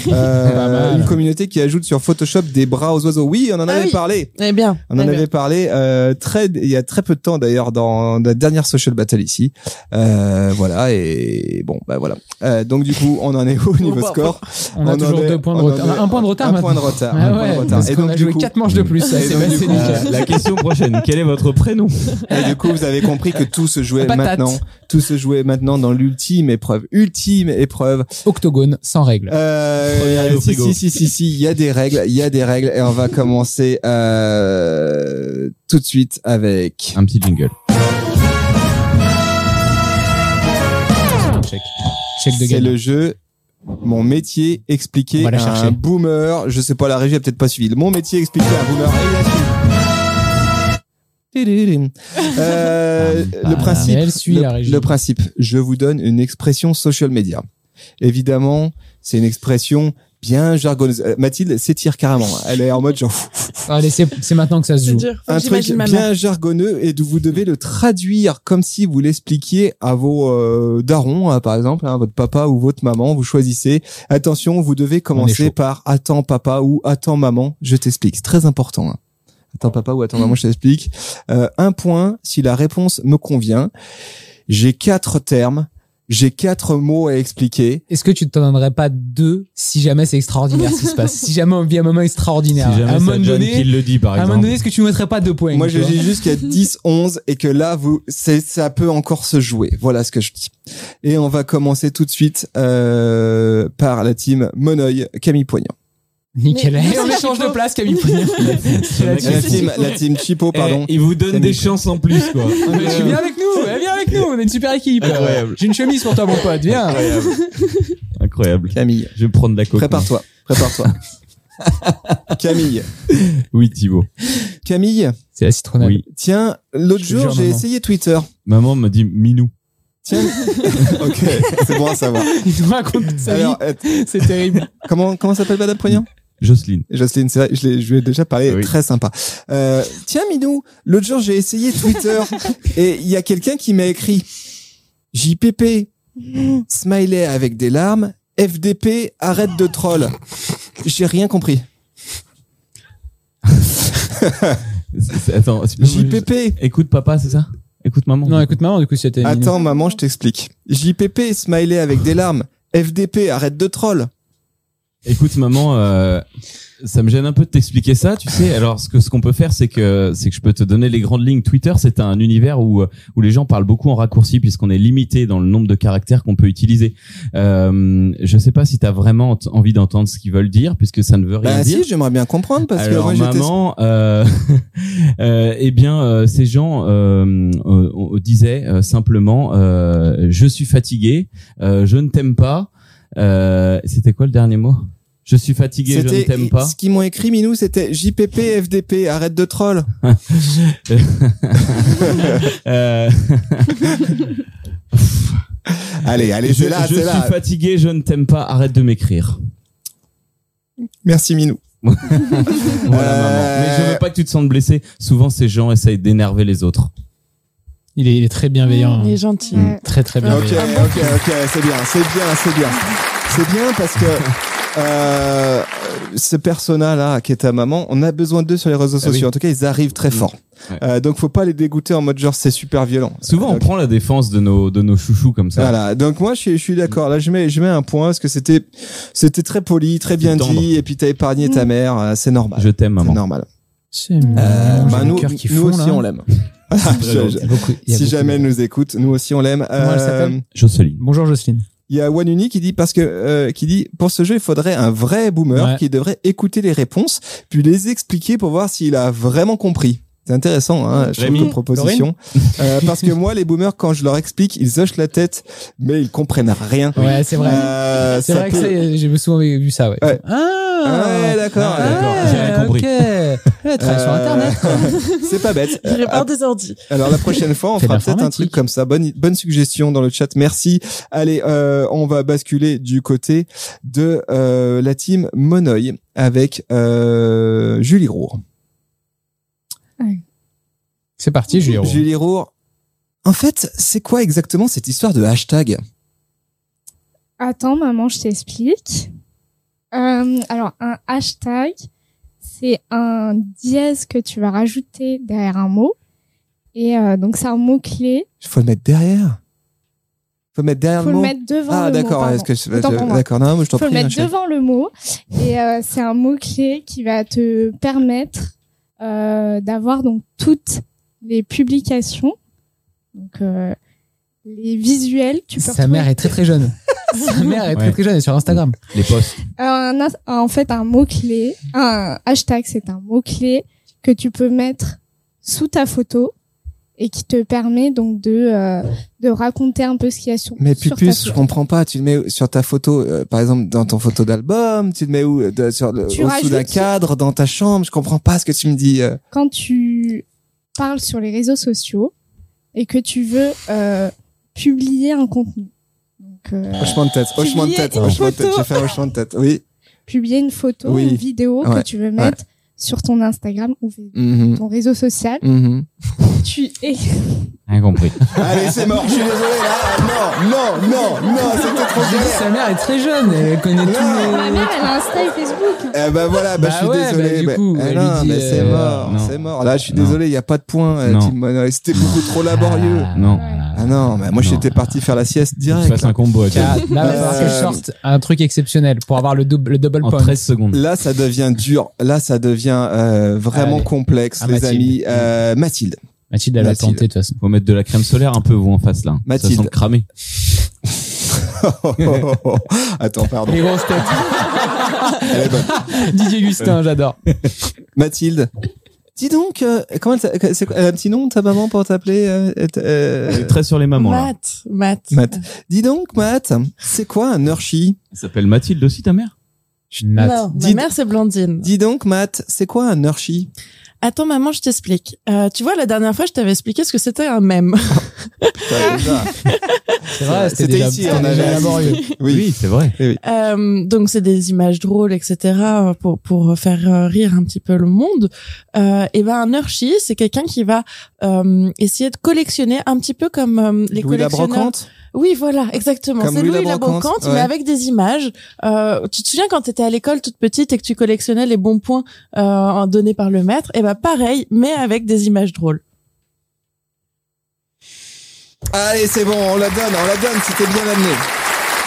A: Euh,
E: Pas mal.
A: une communauté qui ajoute sur Photoshop des bras aux oiseaux. Oui, on en
C: Ah
A: avait
C: oui.
A: parlé.
C: Eh bien.
A: On en
E: Ah
C: eh bien.
A: avait parlé euh, très il y a très peu de temps d'ailleurs dans la dernière social battle ici. Euh, voilà et bon bah voilà. Euh, donc du coup on en est au niveau
C: bah,
A: score.
E: On a
A: en
E: toujours
A: est-
E: deux points de
A: on en
E: retard.
A: est-
E: un point de retard
A: un
E: maintenant.
A: point de retard,
E: Ah
A: un point de
E: ouais,
A: retard.
E: parce
A: Et
E: qu'on
A: donc,
E: a
A: du
E: joué
A: coup-
E: quatre manches de plus.
A: Et
E: C'est
A: donc,
E: bah,
A: du
E: c'est
A: coup, euh,
E: nickel.
G: Euh, La question prochaine, quel est votre prénom
A: Et du coup, vous avez compris que tout se jouait
E: Patate.
A: maintenant. Tout se jouait maintenant dans l'ultime épreuve. Ultime épreuve.
E: Octogone sans règle.
G: Premier
A: Euh,
G: au
A: si,
G: frigo.
A: si, si, si, si, il y a des règles, il y a des règles. Et on va commencer euh, tout de suite avec...
G: Un petit jingle.
E: Check. Check de
A: Ah. C'est
E: gagne.
A: le jeu... Mon métier
E: On
A: expliqué
E: va la
A: à
E: chercher.
A: un boomer. Je sais pas, la régie a peut-être pas suivi. Mon métier expliqué à un boomer. Et il a suivi. Tidididin. Euh,
G: Ah,
A: le principe,
E: Mais elle suit
A: le-
E: la régie.
A: le principe, je vous donne une expression social media. Évidemment, c'est une expression bien jargonneuse. Euh, Mathilde s'étire carrément. Elle est en mode genre pff,
E: Ah, Allez, c'est c'est maintenant que ça se
C: C'est
E: joue.
C: dur. Faut
A: un
C: que
A: truc
C: j'imagine ma mère.
A: bien jargonneux et de- vous devez le traduire comme si vous l'expliquiez à vos euh, darons, hein, par exemple, hein, votre papa ou votre maman. Vous choisissez. Attention, vous devez
E: chaud.
A: commencer par attends papa ou attends maman. Je t'explique. C'est très important. hein. Attends papa ou attends maman, je t'explique. Euh, un point si la réponse me convient. J'ai quatre termes. J'ai quatre mots à expliquer.
E: Est-ce que tu ne t'en donnerais pas deux si jamais c'est extraordinaire ce qui se passe Si jamais on vit un moment extraordinaire.
G: Si
E: à
G: jamais
E: un
G: c'est
E: moment
G: John qui
E: donné,
G: le dit, par
E: à un
G: exemple.
E: moment donné, est-ce que tu ne mettrais pas deux points
A: Moi, je
E: tu vois
A: dis juste qu'il y a 10, 11 et que là, vous, c'est, ça peut encore se jouer. Voilà ce que je dis. Et on va commencer tout de suite, euh, par la team Monoï, Camille Poignant.
E: Nickel.
C: Mais-
E: Et on échange de place, Camille Poignard. C'est la
G: mec
A: Euh, La
E: team.
G: Merci.
A: team, la team Chipo, pardon.
G: Eh, il vous donne des chances en plus, quoi.
E: Ah, Mais tu viens avec nous, eh, viens avec nous, on est une super équipe.
G: Incroyable.
E: J'ai une chemise pour toi, mon pote, viens. Eh,
G: Incroyable.
A: Camille,
G: Je vais me prendre de la coke.
A: prépare-toi, prépare-toi. Camille,
G: Oui, Thibaut.
A: Camille,
E: C'est la citronnade.
G: Oui.
A: tiens, l'autre
E: Je te jure,
A: jour, j'ai
E: maman.
A: essayé Twitter.
G: Maman me dit Minou.
A: Tiens. ok, c'est bon à savoir.
E: Il nous raconte toute sa
A: Alors,
E: vie,
A: euh,
E: c'est terrible.
A: comment, comment s'appelle Madame Poignant?
G: Jocelyne.
A: Jocelyne, c'est vrai, je, l'ai- je lui ai déjà parlé,
G: Oui.
A: très sympa. Euh, tiens, Minou, l'autre jour, j'ai essayé Twitter et il y a quelqu'un qui m'a écrit JPP, smiley avec des larmes, FDP, arrête de troll. J'ai rien compris.
D: C'est- c'est- Attends, c'est-
A: JPP,
D: Écoute papa, c'est ça Écoute maman.
E: Non, écoute maman, du coup, c'était. Minou.
A: attends maman, je t'explique. JPP, smiley avec des larmes, FDP, arrête de troll.
D: Écoute maman, euh, ça me gêne un peu de t'expliquer ça, tu sais. Alors ce que ce qu'on peut faire, c'est que c'est que je peux te donner les grandes lignes. Twitter, c'est un univers où euh, où les gens parlent beaucoup en raccourci puisqu'on est limité dans le nombre de caractères qu'on peut utiliser. Euh, je sais pas si t'as vraiment ent- envie d'entendre ce qu'ils veulent dire puisque ça ne veut rien
A: Bah
D: dire.
A: si, j'aimerais bien comprendre parce
D: Alors,
A: que moi j'étais...
D: maman, euh, euh, eh bien, euh, ces gens euh, euh, on- disaient euh, simplement euh, je suis fatigué, euh, je ne t'aime pas. Euh, C'était quoi le dernier mot Je suis fatigué, je ne
A: C'était
D: t'aime pas.
A: ce qu'ils m'ont écrit Minou, c'était JPP FDP, arrête de troll.
D: Euh,
A: Allez, allez,
D: je
A: c'est là,
D: je
A: c'est
D: suis
A: là.
D: fatigué, je ne t'aime pas. Arrête de m'écrire.
A: Merci Minou.
D: Voilà,
A: Euh,
D: maman. Mais je veux pas que tu te sentes blessé. Souvent, ces gens essayent d'énerver les autres.
E: Il, est, il est très bienveillant.
C: Il
E: hein.
C: est gentil.
F: Ouais.
E: Très, très
A: Ok,
E: bienveillant.
A: ok, ok, c'est bien, c'est bien, c'est bien. C'est bien parce que euh, ce persona-là, qui est ta maman, on a besoin d'eux sur les réseaux
E: Eh
D: Ah oui.
A: sociaux. En tout cas, ils arrivent
E: Mm.
A: très
D: Oui.
A: fort.
D: Ouais.
A: Euh, donc, faut pas les dégoûter en mode genre c'est super violent.
D: Souvent, on
A: Donc,
D: prend la défense de nos de nos chouchous comme
E: hein.
D: ça.
A: Voilà. Donc moi, je suis, je suis d'accord. Là, je mets, je mets un point parce que c'était, c'était très poli, très bien
D: tendre.
A: dit, et puis t'as épargné
E: Mm.
A: ta mère. euh, C'est normal.
D: Je t'aime,
A: C'est
D: maman.
A: normal.
E: C'est mignon.
A: Euh,
E: J'ai
A: bah,
E: le
A: nous,
E: cœur qui
A: nous
E: fond,
A: aussi,
E: là.
A: on l'aime. Je- je-
E: Il y a beaucoup- il y a
A: si
E: beaucoup
A: jamais
E: de-
A: elle nous écoute, nous aussi, on l'aime.
E: Comment elle s'appelle
A: Euh,
D: Jocelyne.
E: Bonjour Jocelyne.
A: Il y a Wanuni qui dit parce que euh, qui dit pour ce jeu il faudrait un vrai boomer
E: Ouais.
A: qui devrait écouter les réponses puis les expliquer pour voir s'il a vraiment compris. C'est intéressant, hein, je trouve
D: Rémi,
A: comme proposition. Euh, parce que moi, les boomers, quand je leur explique, ils hochent la tête, mais ils comprennent rien.
E: Ouais, c'est vrai.
A: Euh,
E: c'est
A: ça
E: vrai
A: peut-
E: que c'est- j'ai souvent vu ça, ouais.
A: Ouais.
E: Ah
A: Ouais, d'accord.
E: Ah,
D: D'accord, j'ai rien compris.
E: Ok. Ouais, travaille sur
A: Euh,
E: Internet. quoi.
A: C'est pas bête.
C: Il répare des ordi.
A: Alors la prochaine fois, on
E: Fais de
A: fera peut-être un
E: l'informatique.
A: truc comme ça. Bonne bonne suggestion dans le chat. Merci. Allez, euh, on va basculer du côté de euh, la team Monoï avec euh, Julie Roure.
E: C'est parti, Julien.
A: Julie Roure. En fait, c'est quoi exactement cette histoire de hashtag
F: Attends, maman, je t'explique. Euh, alors, un hashtag, c'est un dièse que tu vas rajouter derrière un mot. Et euh, donc, c'est un mot-clé.
A: Faut le mettre derrière. Faut le mettre derrière
F: faut
A: le
F: le
A: mot.
F: mettre devant
A: ah
F: le mot.
A: d'accord.
F: pardon.
A: Est-ce que je-
F: Autant pour moi.
A: d'accord Non, moi, je t'en
F: faut le
A: prie.
F: mettre
A: hashtag.
F: devant le mot. Et euh, c'est un mot-clé qui va te permettre euh, d'avoir donc toutes les publications, donc euh, les visuels. Tu peux
E: Sa
F: retrouver-
E: mère est très très jeune. Sa mère est très
D: Ouais.
E: très jeune et sur Instagram.
D: Les postes.
F: Un as- en fait, un mot-clé, un hashtag, c'est un mot-clé que tu peux mettre sous ta photo et qui te permet donc de, euh, de raconter un peu ce qu'il y a sur,
A: Mais
F: sur ta
A: Pupus, je
F: photo.
A: comprends pas. Tu le mets sur ta photo, euh, par exemple, dans ton photo d'album. Tu le mets où De- sur le,
F: Tu
A: au dessous d'un
F: rajoutes-
A: cadre, dans ta chambre. Je comprends pas ce que tu me dis. euh.
F: Quand tu parles sur les réseaux sociaux et que tu veux euh, publier un contenu, donc, euh,
A: Hochement de tête, hochement de
F: Publier
A: tête,
F: une
A: hochement de tête.
F: photo.
A: J'ai fait un hochement de tête. Oui.
F: publier une photo,
A: Oui.
F: une vidéo
A: Ouais.
F: que tu veux mettre sur ton Instagram ou
A: Mhm.
F: ton réseau social,
A: Mhm.
F: tu es
D: Rien compris.
A: Allez, c'est mort. Je suis désolé. Là. Ah, Non, non, non, non. C'était trop
E: J'ai dit,
A: galère.
E: Sa mère est très jeune. Elle connaît tous
F: Ma
E: les.
F: mère, elle a Insta et Facebook.
A: Eh ben voilà, bah,
E: Bah
A: je suis
E: ouais, bah,
A: désolé.
E: du
A: mais-
E: coup,
A: eh
E: elle
A: non,
E: lui dit,
A: mais c'est
E: euh,
A: mort,
D: non.
A: c'est mort. Là, je suis
D: Non.
A: désolé, il n'y a pas de point, euh,
D: Non.
A: Team Monoï. C'était beaucoup trop laborieux.
D: Non.
A: Ah non, mais moi
D: Non.
A: j'étais parti faire la sieste
D: Tu
A: direct.
D: fasses un combo à
E: Là,
D: deux.
E: là, il va falloir que je
A: Euh,
E: sorte un truc exceptionnel pour avoir le double, le double
D: en
E: point.
D: 13 secondes.
A: Là, ça devient dur. Là, ça devient euh, vraiment
E: Allez.
A: complexe,
E: À
A: les
E: Mathilde.
A: amis. Euh, Mathilde.
E: Mathilde, elle a
A: Mathilde.
E: tenté de toute façon.
D: Faut mettre de la crème solaire un peu, vous, en face, là.
A: Mathilde.
D: Ça sent le cramé.
A: Attends, pardon.
E: Les grosses têtes.
A: Elle est bonne.
E: Didier Gustin, j'adore.
A: Mathilde. Dis donc, euh, comment elle t'a- c'est quoi- elle a un petit nom ta maman pour t'appeler euh, euh,
D: Elle est
A: euh,
D: très sur les mamans, là.
C: Matt, Matt.
A: Matt. Dis donc, Matt, c'est quoi un Hershey
D: Elle s'appelle Mathilde aussi, ta mère
E: Nat.
C: Non, ma
A: Dis-
C: mère c'est Blandine.
A: Dis donc, Matt, c'est quoi un Hershey
C: Attends maman, je t'explique. Euh, tu vois la dernière fois, je t'avais expliqué ce que c'était un mème.
A: Putain, déjà.
E: C'est vrai, c'était
A: C'était
E: déjà,
A: ici,
E: c'était
A: on
E: déjà
A: avait-
E: laborieux.
A: Oui.
G: c'est vrai.
C: Euh, donc c'est des images drôles, etc. euh, pour pour faire euh, rire un petit peu le monde. Euh, et ben un Hershey, c'est quelqu'un qui va euh, essayer de collectionner un petit peu comme euh, les
A: Louis la
C: collectionneurs.
A: brocante
C: Oui, voilà, exactement.
A: Comme
C: C'est
A: Louis
C: Louis la
A: Labrocante,
C: brocante,
A: ouais.
C: mais avec des images. Euh, tu te souviens quand t'étais à l'école toute petite et que tu collectionnais les bons points euh, donnés par le maître Et ben pareil, mais avec des images drôles.
A: Allez, c'est bon, on la donne, on la donne, c'était bien amené.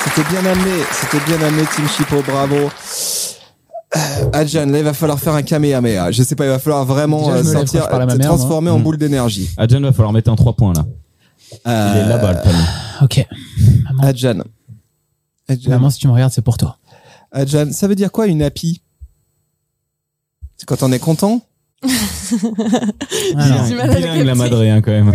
A: C'était bien amené, c'était bien amené, Team Chipo, bravo. Euh, Adjan, là, il va falloir faire un Kamehameha. Je sais pas, il va falloir vraiment
E: Déjà, je
A: euh,
E: me lève quand
A: sortir,
E: je parle à ma
A: te
E: mère, moi. Hmm.
A: transformer en
G: Mm.
A: boule d'énergie. Euh,
G: Adjan va falloir mettre un 3 points là. Il est là-bas le panneau.
E: Ok. Maman,
A: Adjan. Adjan.
E: maman, si tu me regardes, c'est pour toi.
A: Adjan, ça veut dire quoi une happy C'est quand on est content Euh,
E: Alors,
C: du mal à le
G: Bilingue, la
C: capter.
G: madré hein, quand même.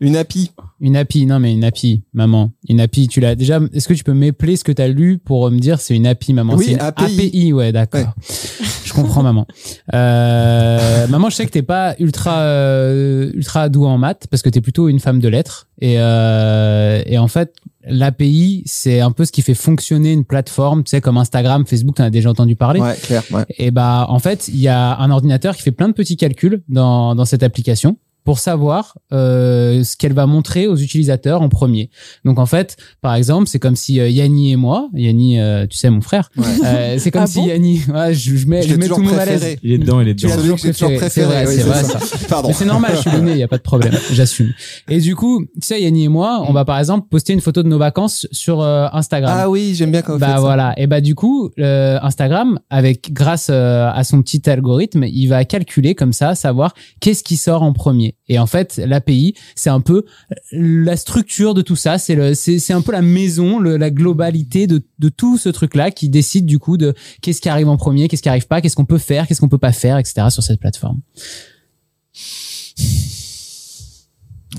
A: Une happy
E: une happy, non mais une happy, maman. Une happy, tu l'as déjà. Est-ce que tu peux m'épeler ce que tu as lu pour euh, me dire c'est une happy, maman
A: Oui,
E: C'est une
A: API.
E: ouais, d'accord.
A: Ouais.
E: Je comprends, maman. Euh, maman, je sais que t'es pas ultra euh, ultra doué en maths parce que t'es plutôt une femme de lettres et euh, et en fait. L'API, c'est un peu ce qui fait fonctionner une plateforme, tu sais, comme Instagram, Facebook, t'en as déjà entendu parler.
A: Ouais, clair, ouais.
E: Et bah en fait, il y a un ordinateur qui fait plein de petits calculs dans, dans cette application pour savoir euh, ce qu'elle va montrer aux utilisateurs en premier. Donc en fait, par exemple, c'est comme si euh, Yanni et moi, Yanni, euh, tu sais mon frère,
A: Ouais.
E: euh, c'est comme
C: Ah
E: si
C: bon
E: Yanni, ouais, je, je mets,
A: Je
E: je
A: l'ai
E: mets Eh, tout
A: toujours
E: le monde à
A: préféré.
E: l'aise.
G: Il est dedans, il est
E: Tu l'as
G: dedans.
A: Celui que j'ai toujours
E: C'est vrai,
A: préféré, oui,
E: c'est vrai, ça.
A: Pardon.
E: Mais c'est normal, je suis donné, il n'y a pas de problème, j'assume. Et du coup, tu sais, Yanni et moi, on va par exemple poster une photo de nos vacances sur euh, Instagram.
A: Mm. Ah oui, j'aime bien quand vous faites
E: Bah
A: ça.
E: voilà. Et bah du coup, euh, Instagram, avec grâce euh, à son petit algorithme, il va calculer comme ça, savoir qu'est-ce qui sort en premier. Et en fait, l'API, c'est un peu la structure de tout ça. C'est le, c'est, c'est un peu la maison, le- la globalité de, de tout ce truc-là qui décide du coup de qu'est-ce qui arrive en premier, qu'est-ce qui arrive pas, qu'est-ce qu'on peut faire, qu'est-ce qu'on peut pas faire, etc. sur cette plateforme.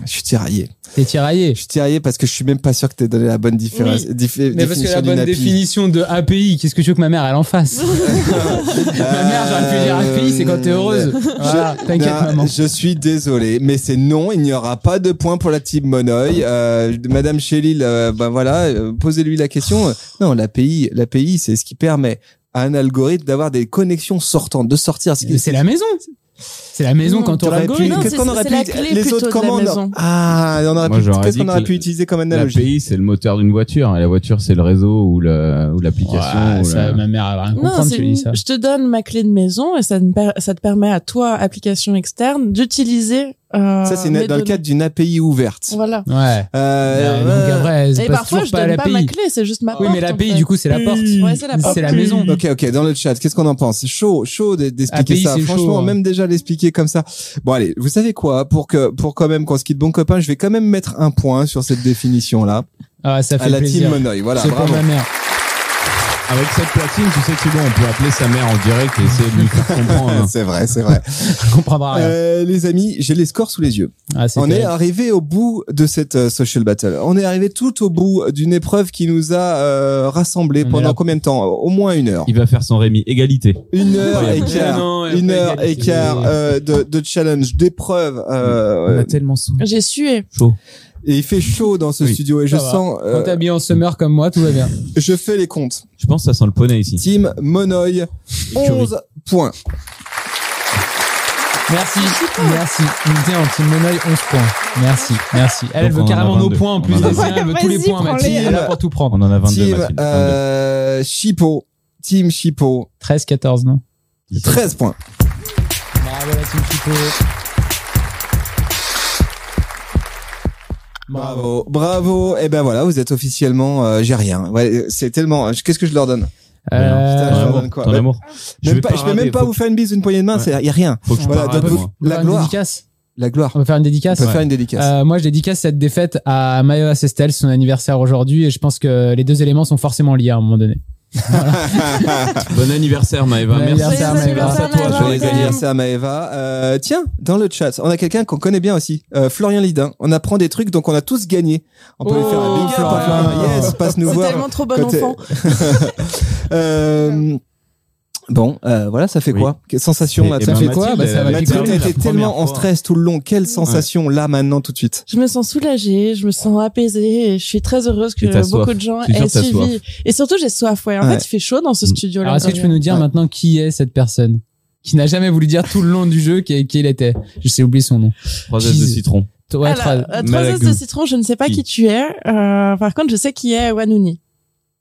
A: Je suis tiraillé.
E: T'es tiraillé.
A: Je suis tiraillé parce que je suis même pas sûr que t'aies donné la bonne différence.
E: Mais parce que la bonne définition de API, qu'est-ce que tu veux que ma mère elle en fasse Ma mère, j'aurais pu dire API, c'est quand t'es heureuse. Voilà, t'inquiète
A: Non,
E: maman.
A: Euh, Je suis désolé, mais c'est non, il n'y aura pas de point pour la team Monoï. Euh, Madame Chélil, euh, ben voilà, euh, posez-lui la question. Euh, Non, l'API, l'API, c'est ce qui permet à un algorithme d'avoir des connexions sortantes, de sortir.
E: Mais C'est la maison. C'est la maison
C: Non,
E: quand on
A: T'aurais
E: la
A: pu-
C: Non,
A: qu'est-ce
C: c'est-
A: qu'on aurait
C: c'est
A: pu
C: la
A: dire
C: clé
A: les
C: plutôt
A: autres
C: de la
A: commandes
C: maison.
A: Ah, on aurait
G: Moi,
A: pu.
G: j'aurais
A: Qu'est-ce qu'on
G: dit
A: aurait
G: que
A: pu utiliser comme analogie
G: L'API, c'est le moteur d'une voiture. Et la voiture, c'est le réseau ou le- ou l'application.
E: Ouais,
G: ou
E: ça,
G: la-
E: ma mère elle va rien comprendre,
C: c'est
E: tu
C: une-
E: dis ça.
C: Je te donne ma clé de maison et ça, me per- ça te permet à toi, application externe, d'utiliser. Euh,
A: Ça, c'est une- dans
C: mes
A: le
C: données.
A: cadre d'une API ouverte.
C: Voilà.
E: Ouais.
A: Euh,
E: Ouais, donc après, elle
C: Et
E: passe
C: parfois,
E: toujours
C: je
E: pas à
C: donne pas ma
E: l'API.
C: clé, c'est juste ma
E: Oui,
C: porte.
E: mais
C: en
E: l'API,
C: fait.
E: du coup, c'est la porte.
C: Ouais, c'est la porte.
E: C'est la maison.
A: Ok, ok, dans le chat, qu'est-ce qu'on en pense Chaud, chaud d- d'expliquer
E: API,
A: ça.
E: c'est
A: Franchement,
E: chaud, hein.
A: même déjà l'expliquer comme ça. Bon, allez, vous savez quoi Pour que, pour quand même qu'on se quitte bon copain, je vais quand même mettre un point sur cette définition là
E: Ah, ça
A: à
E: fait
A: la
E: plaisir.
A: team Monoï. Voilà,
E: C'est pour
A: bravo.
E: ma mère.
G: Avec cette platine, tu sais que c'est bon, on peut appeler sa mère en direct et essayer de lui faire
E: hein.
G: comprendre.
A: C'est vrai, c'est vrai.
E: Elle comprendra rien.
A: Euh, les amis, j'ai les scores sous les yeux.
E: Ah, c'est
A: On est
E: terrible.
A: arrivé au bout de cette euh, social battle. On est arrivé tout au bout d'une épreuve qui nous a euh, rassemblés
E: On est
A: pendant
E: là.
A: combien de temps Au moins une heure.
G: Il va faire son Rémi. Égalité.
A: Une heure et
G: Incroyable.
A: quart.
E: Eh non, elle
A: une
E: a pas
A: heure et
E: égalité.
A: quart euh, de, de challenge, d'épreuve. euh,
G: tellement soif.
C: J'ai sué.
G: Chaud.
A: et il fait chaud dans ce
G: Oui.
A: studio et je
E: Ça va.
A: sens, euh,
E: Quand t'es habillé en summer comme moi, tout va bien.
A: je fais les comptes.
G: Je pense que ça sent le poney ici.
A: Team Monoï,
G: Curie.
A: 11 points.
E: Merci. Merci. Bien, team Monoï, 11 points. Merci. Merci. Elle, elle
G: Donc, on
E: veut
G: en a
E: carrément nos
G: 22.
E: points en plus.
G: On en a
E: Elle veut tous les
F: Vas-y,
E: points, Mathilde.
F: prends-les.
E: Elle est là pour tout prendre.
G: On en a 22,
A: Team
G: Mathilde.
A: euh, Chipo, Team Chipo,
E: 13, 14, non?
A: 13 points.
E: Bravo, la team Chico.
A: Bravo, bravo. Et ben voilà, vous êtes officiellement, euh, j'ai rien. Ouais, c'est tellement. je- Qu'est-ce que je leur donne
G: Euh,
A: putain,
G: ton
A: je leur
G: amour,
A: donne quoi
G: ton
A: Ouais.
G: amour. Je
A: Même
G: vais
A: pas- Je peux
G: rater,
A: même pas
G: faut-
A: vous faire une bise, une poignée de main.
G: Ouais.
A: c'est y a rien.
G: Faut que je
A: Voilà,
G: parle
A: donc
G: un peu,
A: vous-
G: moi.
E: On va
A: la
E: faire une
A: gloire,
E: dédicace.
A: la gloire.
E: On va faire une dédicace.
A: On peut faire une dédicace.
E: Euh, moi, je dédicace cette défaite à Mayoa Sestel, son anniversaire aujourd'hui, et je pense que les deux éléments sont forcément liés à un moment donné.
G: Bon anniversaire, Maëva.
E: Bon
G: Eh ben, Merci.
E: anniversaire,
C: Joyeux
E: Maëva.
C: anniversaire,
G: Grâce à toi,
C: Maëva,
G: joyeux
C: on t'aime.
G: anniversaire.
A: Merci à Maëva. Euh, tiens, dans le chat, on a quelqu'un qu'on connaît bien aussi, euh, Florian Lidin. On apprend des trucs, donc on a tous gagné. On peut lui
E: Oh,
A: faire un big up à
E: Florian.
A: Florian. Yes, passe nous
C: C'est
A: voir.
C: tellement trop bon
A: Côté-
C: enfant.
A: Euh, Bon, euh, voilà, ça fait
G: Oui.
A: quoi Quelle sensation
G: Et-
A: là
G: et
E: Ça
A: t'as
G: ben,
E: fait
A: fait-
G: Mathilde,
E: quoi Bah, ça
G: euh,
A: Mais
E: m'a
G: Mathilde,
E: piqué
A: toi,
E: le
A: t'as
G: la
A: été
G: première
A: tellement en
G: fois.
A: stress tout le long. Quelle sensation là maintenant tout de suite
C: Je me sens soulagée, je me sens apaisée et je suis très heureuse que
G: Et t'as
C: beaucoup
G: soif.
C: de gens
G: Je suis sûr
C: aient
G: que t'as
C: suivi. Et surtout, j'ai soif, ouais. En
A: Ouais.
C: fait, il fait chaud dans ce
G: Mm.
C: studio-là.
E: Alors, est-ce que Ah, tu peux nous dire
A: Ouais.
E: maintenant qui est cette personne qui n'a jamais voulu dire tout le long du jeu qui, qui il était Je sais oublier son nom.
G: Trois ailes de
E: Jesus.
G: citron.
E: Toi,
C: Alors,
E: trois-
C: euh, trois os de
G: Malagou.
C: citron, je ne sais pas qui
G: Qui
C: tu es. Euh, par contre, je sais qui est Wanouni.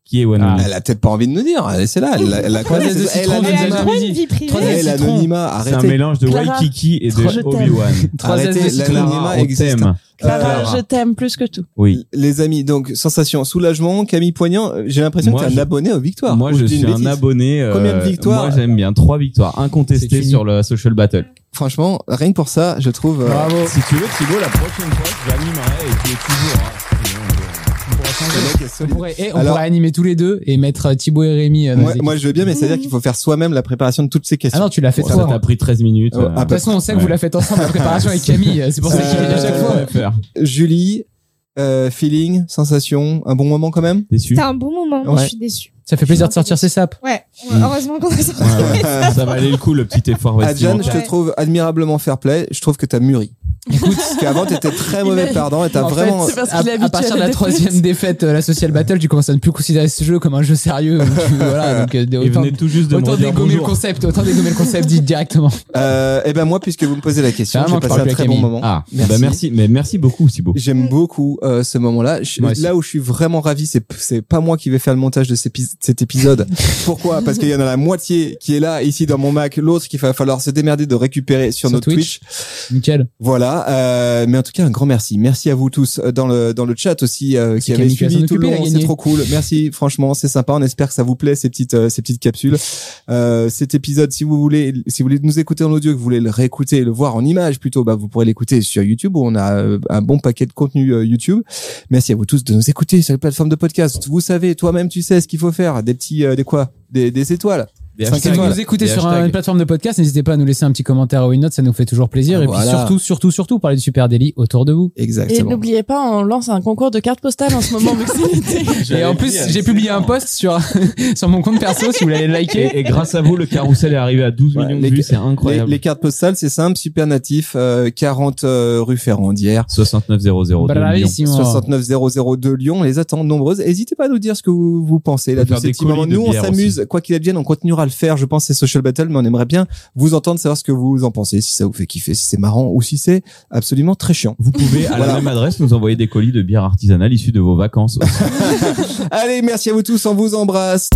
G: Qui est One
E: Ah.
A: Elle a peut-être pas envie de nous dire. Elle- C'est là, elle, elle a quoi
E: Prenez des
A: Elle
E: citrons,
F: Elle a
E: des
A: l'anonymat.
F: trop une
E: jalousies.
F: vie privée.
E: Prenez-
A: Elle
E: des citrons.
A: l'anonymat.
G: C'est un
A: Arrêtez.
G: mélange de
C: Clara,
G: Waikiki et
C: je
G: de
C: t'aime.
G: Obi-Wan.
A: Trois ailes
E: Arrêtez,
A: de
E: la-
A: citron.
G: Clara,
A: L'anonymat
G: on
A: existe.
G: t'aime.
C: Clara,
A: Clara.
C: je t'aime plus que tout.
G: Oui.
A: Les amis, donc sensation, soulagement. Camille Poignant, euh, j'ai l'impression
G: Moi,
A: que t'es
G: je-
A: un abonné aux victoires.
G: Moi,
A: Ou
G: je
A: dis une
G: suis un
A: bêtise.
G: abonné. euh,
A: Combien de victoires
G: Moi, j'aime bien. Trois victoires.
E: C'est
G: Incontestées
E: fini.
G: sur le social battle.
A: Franchement, rien que pour ça, je trouve. euh,
E: Bravo.
G: Si tu veux, Thibaut, la prochaine fois, j'animerai et tu es toujours. hein. Sinon, on pourra changer.
A: le mec est
E: On
A: solide.
E: pourrait, eh, on
A: Alors-
E: pourrait animer tous les deux et mettre euh, Thibaut et Rémi. euh, dans
A: Moi,
E: les
A: moi,
E: équipes.
A: je veux bien, mais c'est-à-dire qu'il faut faire soi-même la préparation de toutes ces
E: Ah
A: questions.
E: non, tu l'as fait
G: Bon,
E: toi.
G: ça t'a
E: hein.
G: pris 13 minutes.
A: Euh, à
E: De toute façon, on sait que vous
G: Ouais.
E: la faites ensemble la préparation avec Camille. C'est pour ça qu'il vient à chaque
A: Euh,
E: fois.
G: faire.
A: Julie, euh, feeling, sensation, un bon moment quand même.
G: Déçu.
F: C'était un bon moment, mais
A: Ouais. Hmm.
F: je suis déçue.
E: Ça fait plaisir de sortir ses sapes.
F: Ouais,
G: Mm.
F: heureusement qu'on a sorti.
G: Ouais, ouais. ça valait le coup, le petit effort
A: Adjan, je
G: vestimentaire.
A: te
F: Ouais.
A: trouve admirablement fair play. Je trouve que t'as mûri. Écoute, parce qu'avant t'étais très
C: Il
A: mauvais
C: est-
A: pardon et t'as
E: En fait,
A: vraiment.
C: c'est parce
E: Ah, à,
C: qu'il est
E: à
C: habitué
E: partir
C: à
E: de la
C: la
E: troisième
C: défaite.
E: défaite, euh, la social battle, tu commences à ne plus considérer ce jeu comme un jeu sérieux. Donc, tu- voilà, donc, euh,
G: Il
E: autant,
G: venait tout juste de
E: autant
G: me dire
E: dégommer le
G: bonjour.
E: concept, autant dégommer le concept, dit directement.
A: Euh, eh ben moi, puisque vous me posez la question,
E: Ah,
A: j'ai
E: moi,
A: passé
E: je parle
A: un
E: plus à
A: très bon
E: Camille.
A: moment.
G: Ah,
A: Merci.
G: bah merci, mais merci beaucoup, Thibaut.
A: J'aime beaucoup euh, ce moment-là. Je-
E: Moi aussi.
A: Là où je suis vraiment ravi, c'est c'est pas moi qui vais faire le montage de cet épi- cet épisode. Pourquoi Parce qu'il y en a la moitié qui est là ici dans mon Mac, l'autre qu'il va falloir se démerder de récupérer sur,
E: Sur
A: notre
E: Twitch.
A: Twitch.
E: Nickel.
A: Voilà, euh, mais en tout cas un grand merci. Merci à vous tous euh, dans le dans le chat aussi euh, qui
E: C'est
A: avez
E: Camille qui va
A: suivi
E: s'en
A: tout le
E: occuper,
A: long.
E: elle a
A: C'est
E: gagné.
A: trop cool. Merci, franchement, c'est sympa. On espère que ça vous plaît ces petites euh, ces petites capsules. Euh, cet épisode, si vous voulez, si vous voulez nous écouter en audio, que vous voulez le réécouter, et le voir en image plutôt, bah vous pourrez l'écouter sur YouTube où on a euh, un bon paquet de contenu euh, YouTube. Merci à vous tous de nous écouter sur les plateformes de podcast. Vous savez, toi-même, tu sais ce qu'il faut faire. Des petits, euh, des quoi, des, des étoiles.
G: Des
A: Cinq
E: Si vous
G: hashtags.
A: étoiles.
E: nous écoutez
G: Des
E: sur un-
G: hashtags.
E: une plateforme de podcast, n'hésitez pas à nous laisser un petit commentaire ou une note, ça nous fait toujours plaisir.
A: Ah,
E: et puis
A: voilà.
E: surtout, surtout, surtout, parlez du Super Daily autour de vous.
C: Et
A: Exactement.
C: n'oubliez pas, on lance un concours de cartes postales en ce moment, vu que c'est l'été.
E: Et en plus, j'ai publié un post sur, sur mon compte perso, si vous voulez aller liker.
G: Et, et grâce à vous, le carrousel est arrivé à 12
A: Ouais,
G: millions de
A: les-
G: vues, c'est
A: Les,
G: incroyable.
A: les cartes postales, c'est simple, super natif, euh, 40 euh, rue Ferrandière.
G: 69,002 millions.
E: Bravissimo.
A: 69002 Lyon, on les attend nombreuses. N'hésitez pas à nous dire ce que vous, vous pensez là
G: Faire
A: de ces
G: des
A: petits moments.
G: colis de
A: Nous, on
G: bière
A: s'amuse, quoi qu'il advienne, on continuera à le faire. Je pense c'est social battle, mais on aimerait bien vous entendre, savoir ce que vous en pensez, si ça vous fait kiffer, si c'est marrant ou si c'est absolument très chiant.
G: Vous pouvez, à
A: Voilà.
G: la même adresse, nous envoyer des colis de bière artisanale issus de vos vacances.
A: Allez, merci à vous tous, on vous embrasse.